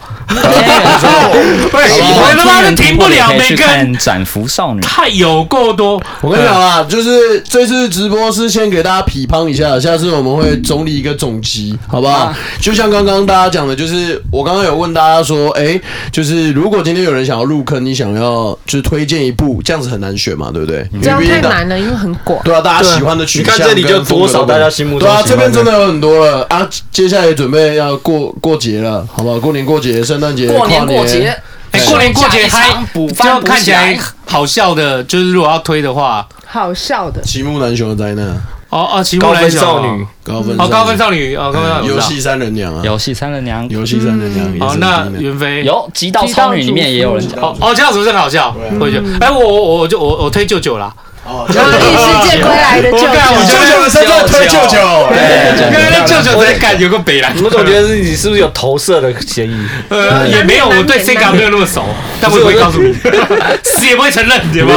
Speaker 4: 我他妈的停不了，
Speaker 1: 可以
Speaker 4: 每
Speaker 1: 去
Speaker 4: 个人
Speaker 1: 看斩服少女。
Speaker 4: 太有够多，
Speaker 3: 我跟你讲
Speaker 5: 哎
Speaker 3: 啊，就是这次直播是先给大家匹乓一下，下次我们会总理一个总集，好不
Speaker 5: 啊
Speaker 3: 好？就像刚刚大家讲的，就是我刚刚有问大家说，哎、就是如果今天有人想要入坑，你想要就是推荐一部，这样子很难选嘛，对不对？
Speaker 2: 这样
Speaker 3: 因为
Speaker 2: 太
Speaker 3: 毕竟大
Speaker 2: 难了，因为很广。
Speaker 3: 对啊，大家喜欢的取向
Speaker 5: 嗯你看这里就
Speaker 3: 跟风格
Speaker 5: 多少
Speaker 3: 都不一样
Speaker 5: 大家心目中
Speaker 3: 对啊，
Speaker 5: 喜
Speaker 3: 这
Speaker 5: 欢
Speaker 3: 边
Speaker 5: 的
Speaker 3: 真的有很多了啊！接下来准备要过过节了，好不好？过年过节、圣诞节、
Speaker 1: 过
Speaker 3: 跨
Speaker 1: 年
Speaker 3: 年
Speaker 1: 过节，
Speaker 4: 哎，过年过
Speaker 1: 下
Speaker 4: 节
Speaker 1: 一
Speaker 4: 还
Speaker 1: 场补
Speaker 4: 就
Speaker 1: 翻
Speaker 4: 要
Speaker 1: 补
Speaker 4: 看
Speaker 1: 起
Speaker 4: 起
Speaker 1: 来
Speaker 4: 来好笑的，就是如果要推的话，
Speaker 2: 好笑的，
Speaker 3: 骑木难雄的灾难，
Speaker 4: 哦哦，奇
Speaker 5: 高
Speaker 4: 木
Speaker 5: 分
Speaker 4: 篮球
Speaker 5: 少女，
Speaker 3: 高分
Speaker 4: 哦，高分少女，哦，高分少女
Speaker 3: 游
Speaker 4: 我知
Speaker 3: 戏三人娘啊，
Speaker 1: 游戏三人娘
Speaker 3: 游戏三人娘也是
Speaker 4: 道，哦，那
Speaker 3: 三人娘
Speaker 4: 袁飞。
Speaker 1: 有《极道超女》里面也有人讲，
Speaker 4: 哦哦，这样子真的好笑，我觉得，哎，我我我就我我推舅舅啦，
Speaker 3: 哦，
Speaker 2: 然后异世界归来的舅
Speaker 4: 我干我
Speaker 2: 舅，
Speaker 4: 就
Speaker 3: 舅舅的身份推舅舅，
Speaker 4: 刚
Speaker 3: 对
Speaker 4: 才那舅舅在干，有个北兰，
Speaker 5: 我总觉得是你是不是有投射的嫌疑？
Speaker 4: 呃， 也没有，我对 Sega 没有那么熟，但我也不会告诉你， 死也不会承认，对吧？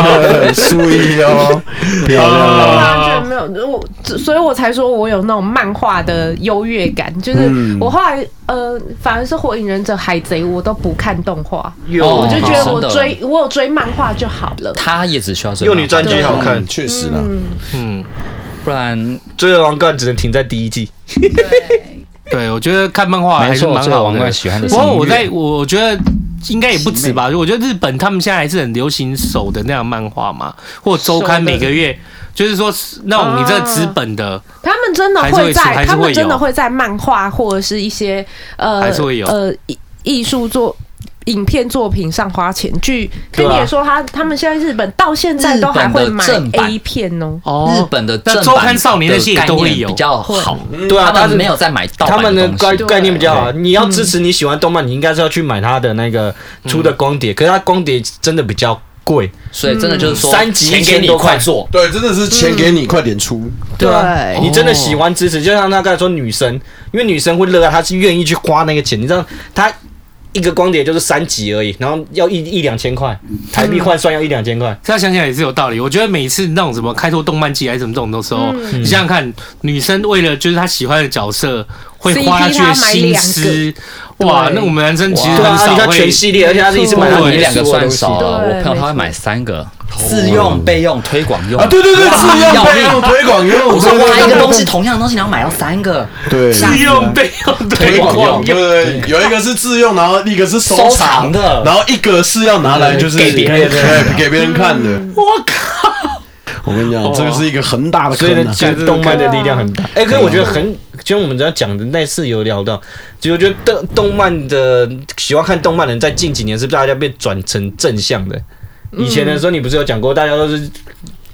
Speaker 3: 注意哦，漂亮哦，
Speaker 2: 完啊
Speaker 4: 呃
Speaker 2: 全没有我，所以我才说我有那种漫画的优越感，就是我后来呃，反而是火影忍者、海贼我都不看动画，
Speaker 1: 哦
Speaker 2: 我就觉得
Speaker 1: 好
Speaker 2: 我
Speaker 1: 真的
Speaker 2: 追我有追漫画就好了。
Speaker 1: 她也只需要这
Speaker 5: 幼
Speaker 1: 样
Speaker 5: 女战机好看
Speaker 3: 嗯，确实啦，
Speaker 4: 嗯，
Speaker 1: 不然
Speaker 5: 追人王冠只能停在第一季。
Speaker 4: 对，我觉得看漫画还
Speaker 1: 没
Speaker 4: 是
Speaker 1: 错，
Speaker 4: 蛮
Speaker 1: 这个
Speaker 4: 好
Speaker 1: 王
Speaker 4: 的
Speaker 1: 冠。喜欢的
Speaker 4: 不
Speaker 1: 是音乐。
Speaker 4: 过我在我觉得应该也不止吧，我觉得日本他们现在还是很流行手的那样漫画嘛，或周刊每个月，就是说那种你这纸本的，
Speaker 2: 他们真的
Speaker 4: 还是
Speaker 2: 会
Speaker 4: 会
Speaker 2: 在，
Speaker 4: 出还是
Speaker 2: 他们
Speaker 4: 会
Speaker 2: 真的
Speaker 4: 有
Speaker 2: 会在漫画或者是一些呃
Speaker 4: 还是会有
Speaker 2: 呃艺艺术作。影片作品上花钱，据跟
Speaker 5: 对啊
Speaker 2: 你也说他，他们现在日本到现在都还
Speaker 1: 日本
Speaker 2: 会
Speaker 1: 的
Speaker 2: 买
Speaker 1: 正版
Speaker 2: A 片哦，
Speaker 4: 哦
Speaker 1: 日本的正
Speaker 4: 那
Speaker 1: 版
Speaker 4: 周刊少年那些也
Speaker 1: 的概
Speaker 4: 都会
Speaker 1: 念
Speaker 4: 有
Speaker 1: 比，较好，
Speaker 4: 嗯
Speaker 5: 对啊，
Speaker 1: 他
Speaker 5: 但是
Speaker 1: 们没有在买盗
Speaker 5: 他
Speaker 1: 版
Speaker 5: 们的
Speaker 1: 东西
Speaker 5: 概
Speaker 2: 对
Speaker 5: 概念比较好。你要支持你喜欢动漫，你应该是要去买他的那个
Speaker 1: 嗯
Speaker 5: 出的光碟，可是他光碟真的比较贵。
Speaker 1: 所以真的就是说，
Speaker 5: 三集
Speaker 1: 钱给
Speaker 5: 1000
Speaker 1: 你
Speaker 5: 多块
Speaker 1: 快做，
Speaker 3: 对，真的是钱给你，快点出，
Speaker 5: 啊
Speaker 2: 对
Speaker 5: 你真的喜
Speaker 1: 哦
Speaker 5: 欢支持，就像他刚才说女生，因为女生会热爱，她是愿意去花那个钱。你知道，她一个光碟就是三集而已，然后要一一两千块台币换算要一两千块。
Speaker 4: 这样想想也是有道理。我觉得每次那种什么开拓动漫季还是什么这种的时候，你想想看，女生为了就是她喜欢的角色，会
Speaker 2: CP
Speaker 4: 花下去的心思，哇，
Speaker 2: 对
Speaker 4: 那我们男生其实
Speaker 1: 嗯
Speaker 5: 对
Speaker 4: 很
Speaker 5: 啊，
Speaker 4: 少
Speaker 5: 你看
Speaker 4: 会
Speaker 5: 全。系列，而且她是一次买
Speaker 1: 我
Speaker 5: 了
Speaker 1: 们两个算
Speaker 5: 手。
Speaker 1: 少了，
Speaker 2: 对
Speaker 1: 我朋友他会买三个，哦自用、备用、推广用
Speaker 3: 啊，对对对，自用
Speaker 1: 要
Speaker 3: 备用
Speaker 1: 命！
Speaker 3: 推广用，
Speaker 1: 我说
Speaker 3: 对
Speaker 1: 我买一个东，西，
Speaker 3: 对
Speaker 1: 同样的东西，然后买到三个，
Speaker 3: 对对
Speaker 4: 自
Speaker 5: 啊
Speaker 4: 用备用
Speaker 3: 推
Speaker 4: 推
Speaker 3: 广用，
Speaker 4: 广
Speaker 3: 对
Speaker 4: 用，
Speaker 3: 对对，有一个是自用，然后一个是
Speaker 1: 收藏的
Speaker 3: 然后一个是要拿来就是
Speaker 1: 给别人
Speaker 3: 对给别人看的。我靠！我跟你讲，这个是一个很大的
Speaker 5: 所以
Speaker 3: 坑
Speaker 5: 呢，
Speaker 3: 啊！
Speaker 5: 其实动漫的力量很大。哎、可是我觉得很，其实我们只要讲的那次有聊到，就我觉得动动漫的喜欢看动漫的人，在近几年是不是大家被转成正向的？
Speaker 4: 嗯
Speaker 5: 以前的时候，你不是有讲过，大家都是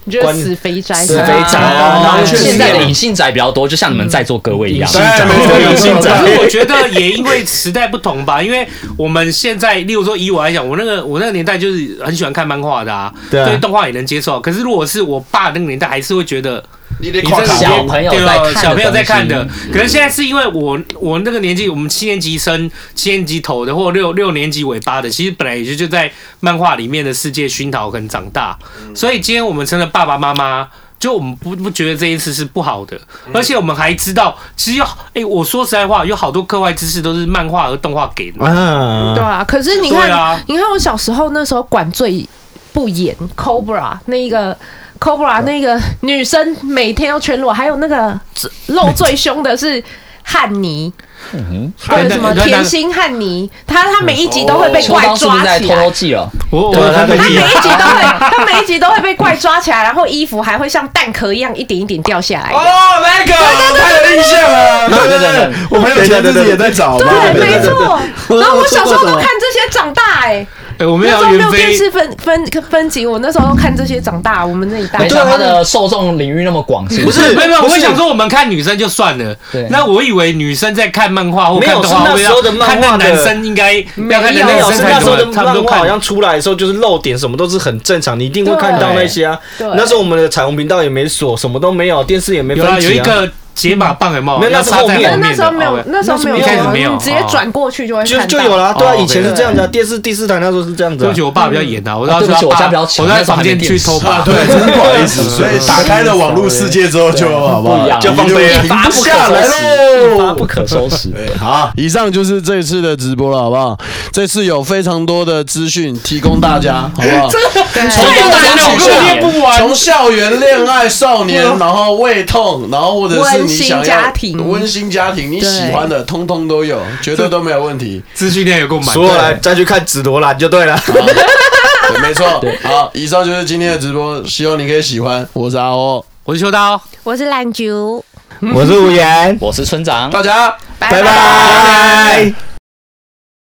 Speaker 2: 你觉得
Speaker 5: 关
Speaker 2: 死肥宅
Speaker 5: 死
Speaker 2: 是吧
Speaker 5: 肥宅啊，
Speaker 4: 哦
Speaker 5: 然后
Speaker 4: 确实
Speaker 1: 现在的
Speaker 5: 的
Speaker 1: 隐性宅比较多，就像你们在座各位一样
Speaker 5: 隐。性宅
Speaker 3: 对没 错
Speaker 5: 隐性
Speaker 4: 可
Speaker 5: 宅
Speaker 4: 是我觉得也因为时代不同吧，因为我们现在，例如说以我来讲，我那个我那个年代就是很喜欢看漫画的啊，
Speaker 5: 对啊
Speaker 4: 对动画也能接受。可是如果是我爸那个年代，还是会觉得
Speaker 3: 你得
Speaker 4: 你这
Speaker 3: 跨
Speaker 4: 个
Speaker 3: 卡
Speaker 1: 小朋友在看的
Speaker 4: 对啊
Speaker 1: 东西
Speaker 4: 小朋友在看的。可是现在是因为我我那个年纪，我们七年级生、七年级头的或六六年级尾巴的，其实本来也就就在漫画里面的世界熏陶跟长大，所以今天我们成了爸爸妈妈。就我们不不觉得这一次是不好的，而且我们还知道，其实有哎、我说实在话，有好多课外知识都是漫画和动画给的。
Speaker 2: 对
Speaker 4: 嗯
Speaker 5: 啊，
Speaker 2: 啊，可是你
Speaker 4: 对
Speaker 2: 看，
Speaker 4: 啊
Speaker 2: 你看我小时候那时候管最不严，Cobra 那一个 Cobra 那个女生每天都全裸，还有那个最露最凶的是。汉尼，或者什么甜心汉尼，他他每一
Speaker 1: 嗯
Speaker 2: 集都会被
Speaker 1: 秋
Speaker 2: 怪
Speaker 1: 刀是不是
Speaker 2: 抓
Speaker 1: 在
Speaker 2: 起
Speaker 1: 偷偷
Speaker 2: 来，
Speaker 1: 记了？
Speaker 4: 我
Speaker 5: 对啊
Speaker 4: 我
Speaker 5: 他
Speaker 4: 没
Speaker 5: 们
Speaker 2: 他每
Speaker 4: 记
Speaker 2: 一
Speaker 4: 啊
Speaker 2: 集都会，他每一集都会被怪抓起来，然后衣服还会像蛋壳一样一点一点掉下来。
Speaker 3: 哦，那个太有印象了，对对对，我朋友前阵子也在找嘛，
Speaker 2: 对，没错。
Speaker 3: 对
Speaker 2: 然后我小时候都
Speaker 3: 我错过什么
Speaker 2: 看这些长大，哎，
Speaker 4: 哎我们
Speaker 2: 那时候
Speaker 4: 要
Speaker 2: 没
Speaker 4: 袁
Speaker 2: 有电
Speaker 4: 飞
Speaker 2: 视分分分级，我那时候都看这些长大，我们那一代
Speaker 1: 没。想到啊他的受众领域那么广，是不是？
Speaker 4: 没有，没有
Speaker 5: 不
Speaker 4: 我
Speaker 5: 是
Speaker 4: 想说我们看女生就算了
Speaker 1: 对，
Speaker 4: 那我以为女生在看漫画或
Speaker 5: 没有
Speaker 4: 看动画，
Speaker 5: 是那时候的
Speaker 4: 我以为
Speaker 5: 漫画
Speaker 4: 看
Speaker 5: 的
Speaker 4: 那男生应该要看
Speaker 2: 没
Speaker 4: 男
Speaker 2: 有
Speaker 5: 老
Speaker 4: 生
Speaker 5: 师
Speaker 4: 才
Speaker 5: 那时候的
Speaker 4: 他们
Speaker 5: 漫
Speaker 4: 都
Speaker 5: 画好
Speaker 4: 看。
Speaker 5: 像出来的时候，就是漏点什么都是很正常，你一定会看到那些啊。
Speaker 2: 对对
Speaker 5: 那时候我们的彩虹频道也没锁，什么都没有，电视也没
Speaker 4: 有啦，
Speaker 5: 分
Speaker 4: 有一
Speaker 5: 级啊。
Speaker 4: 个解码棒有没有？
Speaker 5: 没有那
Speaker 4: 要
Speaker 5: 是
Speaker 4: 插
Speaker 5: 后
Speaker 4: 在
Speaker 5: 面
Speaker 4: 后
Speaker 2: 那
Speaker 4: 面
Speaker 2: 时
Speaker 4: 的
Speaker 2: 候没有
Speaker 4: 哦，
Speaker 2: 那时候没有，啊
Speaker 4: 一开始没有
Speaker 2: 你直接转过去就会
Speaker 5: 就
Speaker 2: 看
Speaker 5: 就
Speaker 2: 到
Speaker 5: 有了啊，对啊，
Speaker 4: 哦
Speaker 5: 以前是
Speaker 4: 对
Speaker 5: 这样的啊，电视第四台那时候是这样子
Speaker 4: 对
Speaker 5: 啊
Speaker 4: 不起，。我爸比较严啊，我到
Speaker 1: 对不起我
Speaker 4: 爸
Speaker 1: 家比较穷
Speaker 4: 我在房间去偷
Speaker 3: 啊
Speaker 4: 吧，，
Speaker 3: 对，真的不好意思，所以打开了网络世界之后就好不
Speaker 1: 不一
Speaker 3: 好？
Speaker 1: 样
Speaker 3: 就
Speaker 5: 放飞了
Speaker 3: 停不下来喽，
Speaker 1: 一发不可收拾。
Speaker 3: 对，好，以上就是这次的直播了，好不好？这次有非常多的资讯提供大家，好不好？从
Speaker 4: 太难了，我根本念不完。
Speaker 3: 从校园恋爱少年，然后胃痛，然后或者是你想
Speaker 2: 温馨
Speaker 3: 要
Speaker 2: 家庭
Speaker 3: 温馨家庭，你喜欢的通通都有，绝对都没有问题。
Speaker 4: 资讯量有够满，
Speaker 5: 所有来再去看紫罗兰就对了。
Speaker 3: 对没错，好，以上就是今天的直播，希望你可以喜欢。我是阿欧，
Speaker 4: 我是秋刀，
Speaker 2: 我是烂酒，
Speaker 5: 我是吴言，
Speaker 1: 我是村长，
Speaker 3: 大家
Speaker 2: 拜拜。
Speaker 5: 拜拜。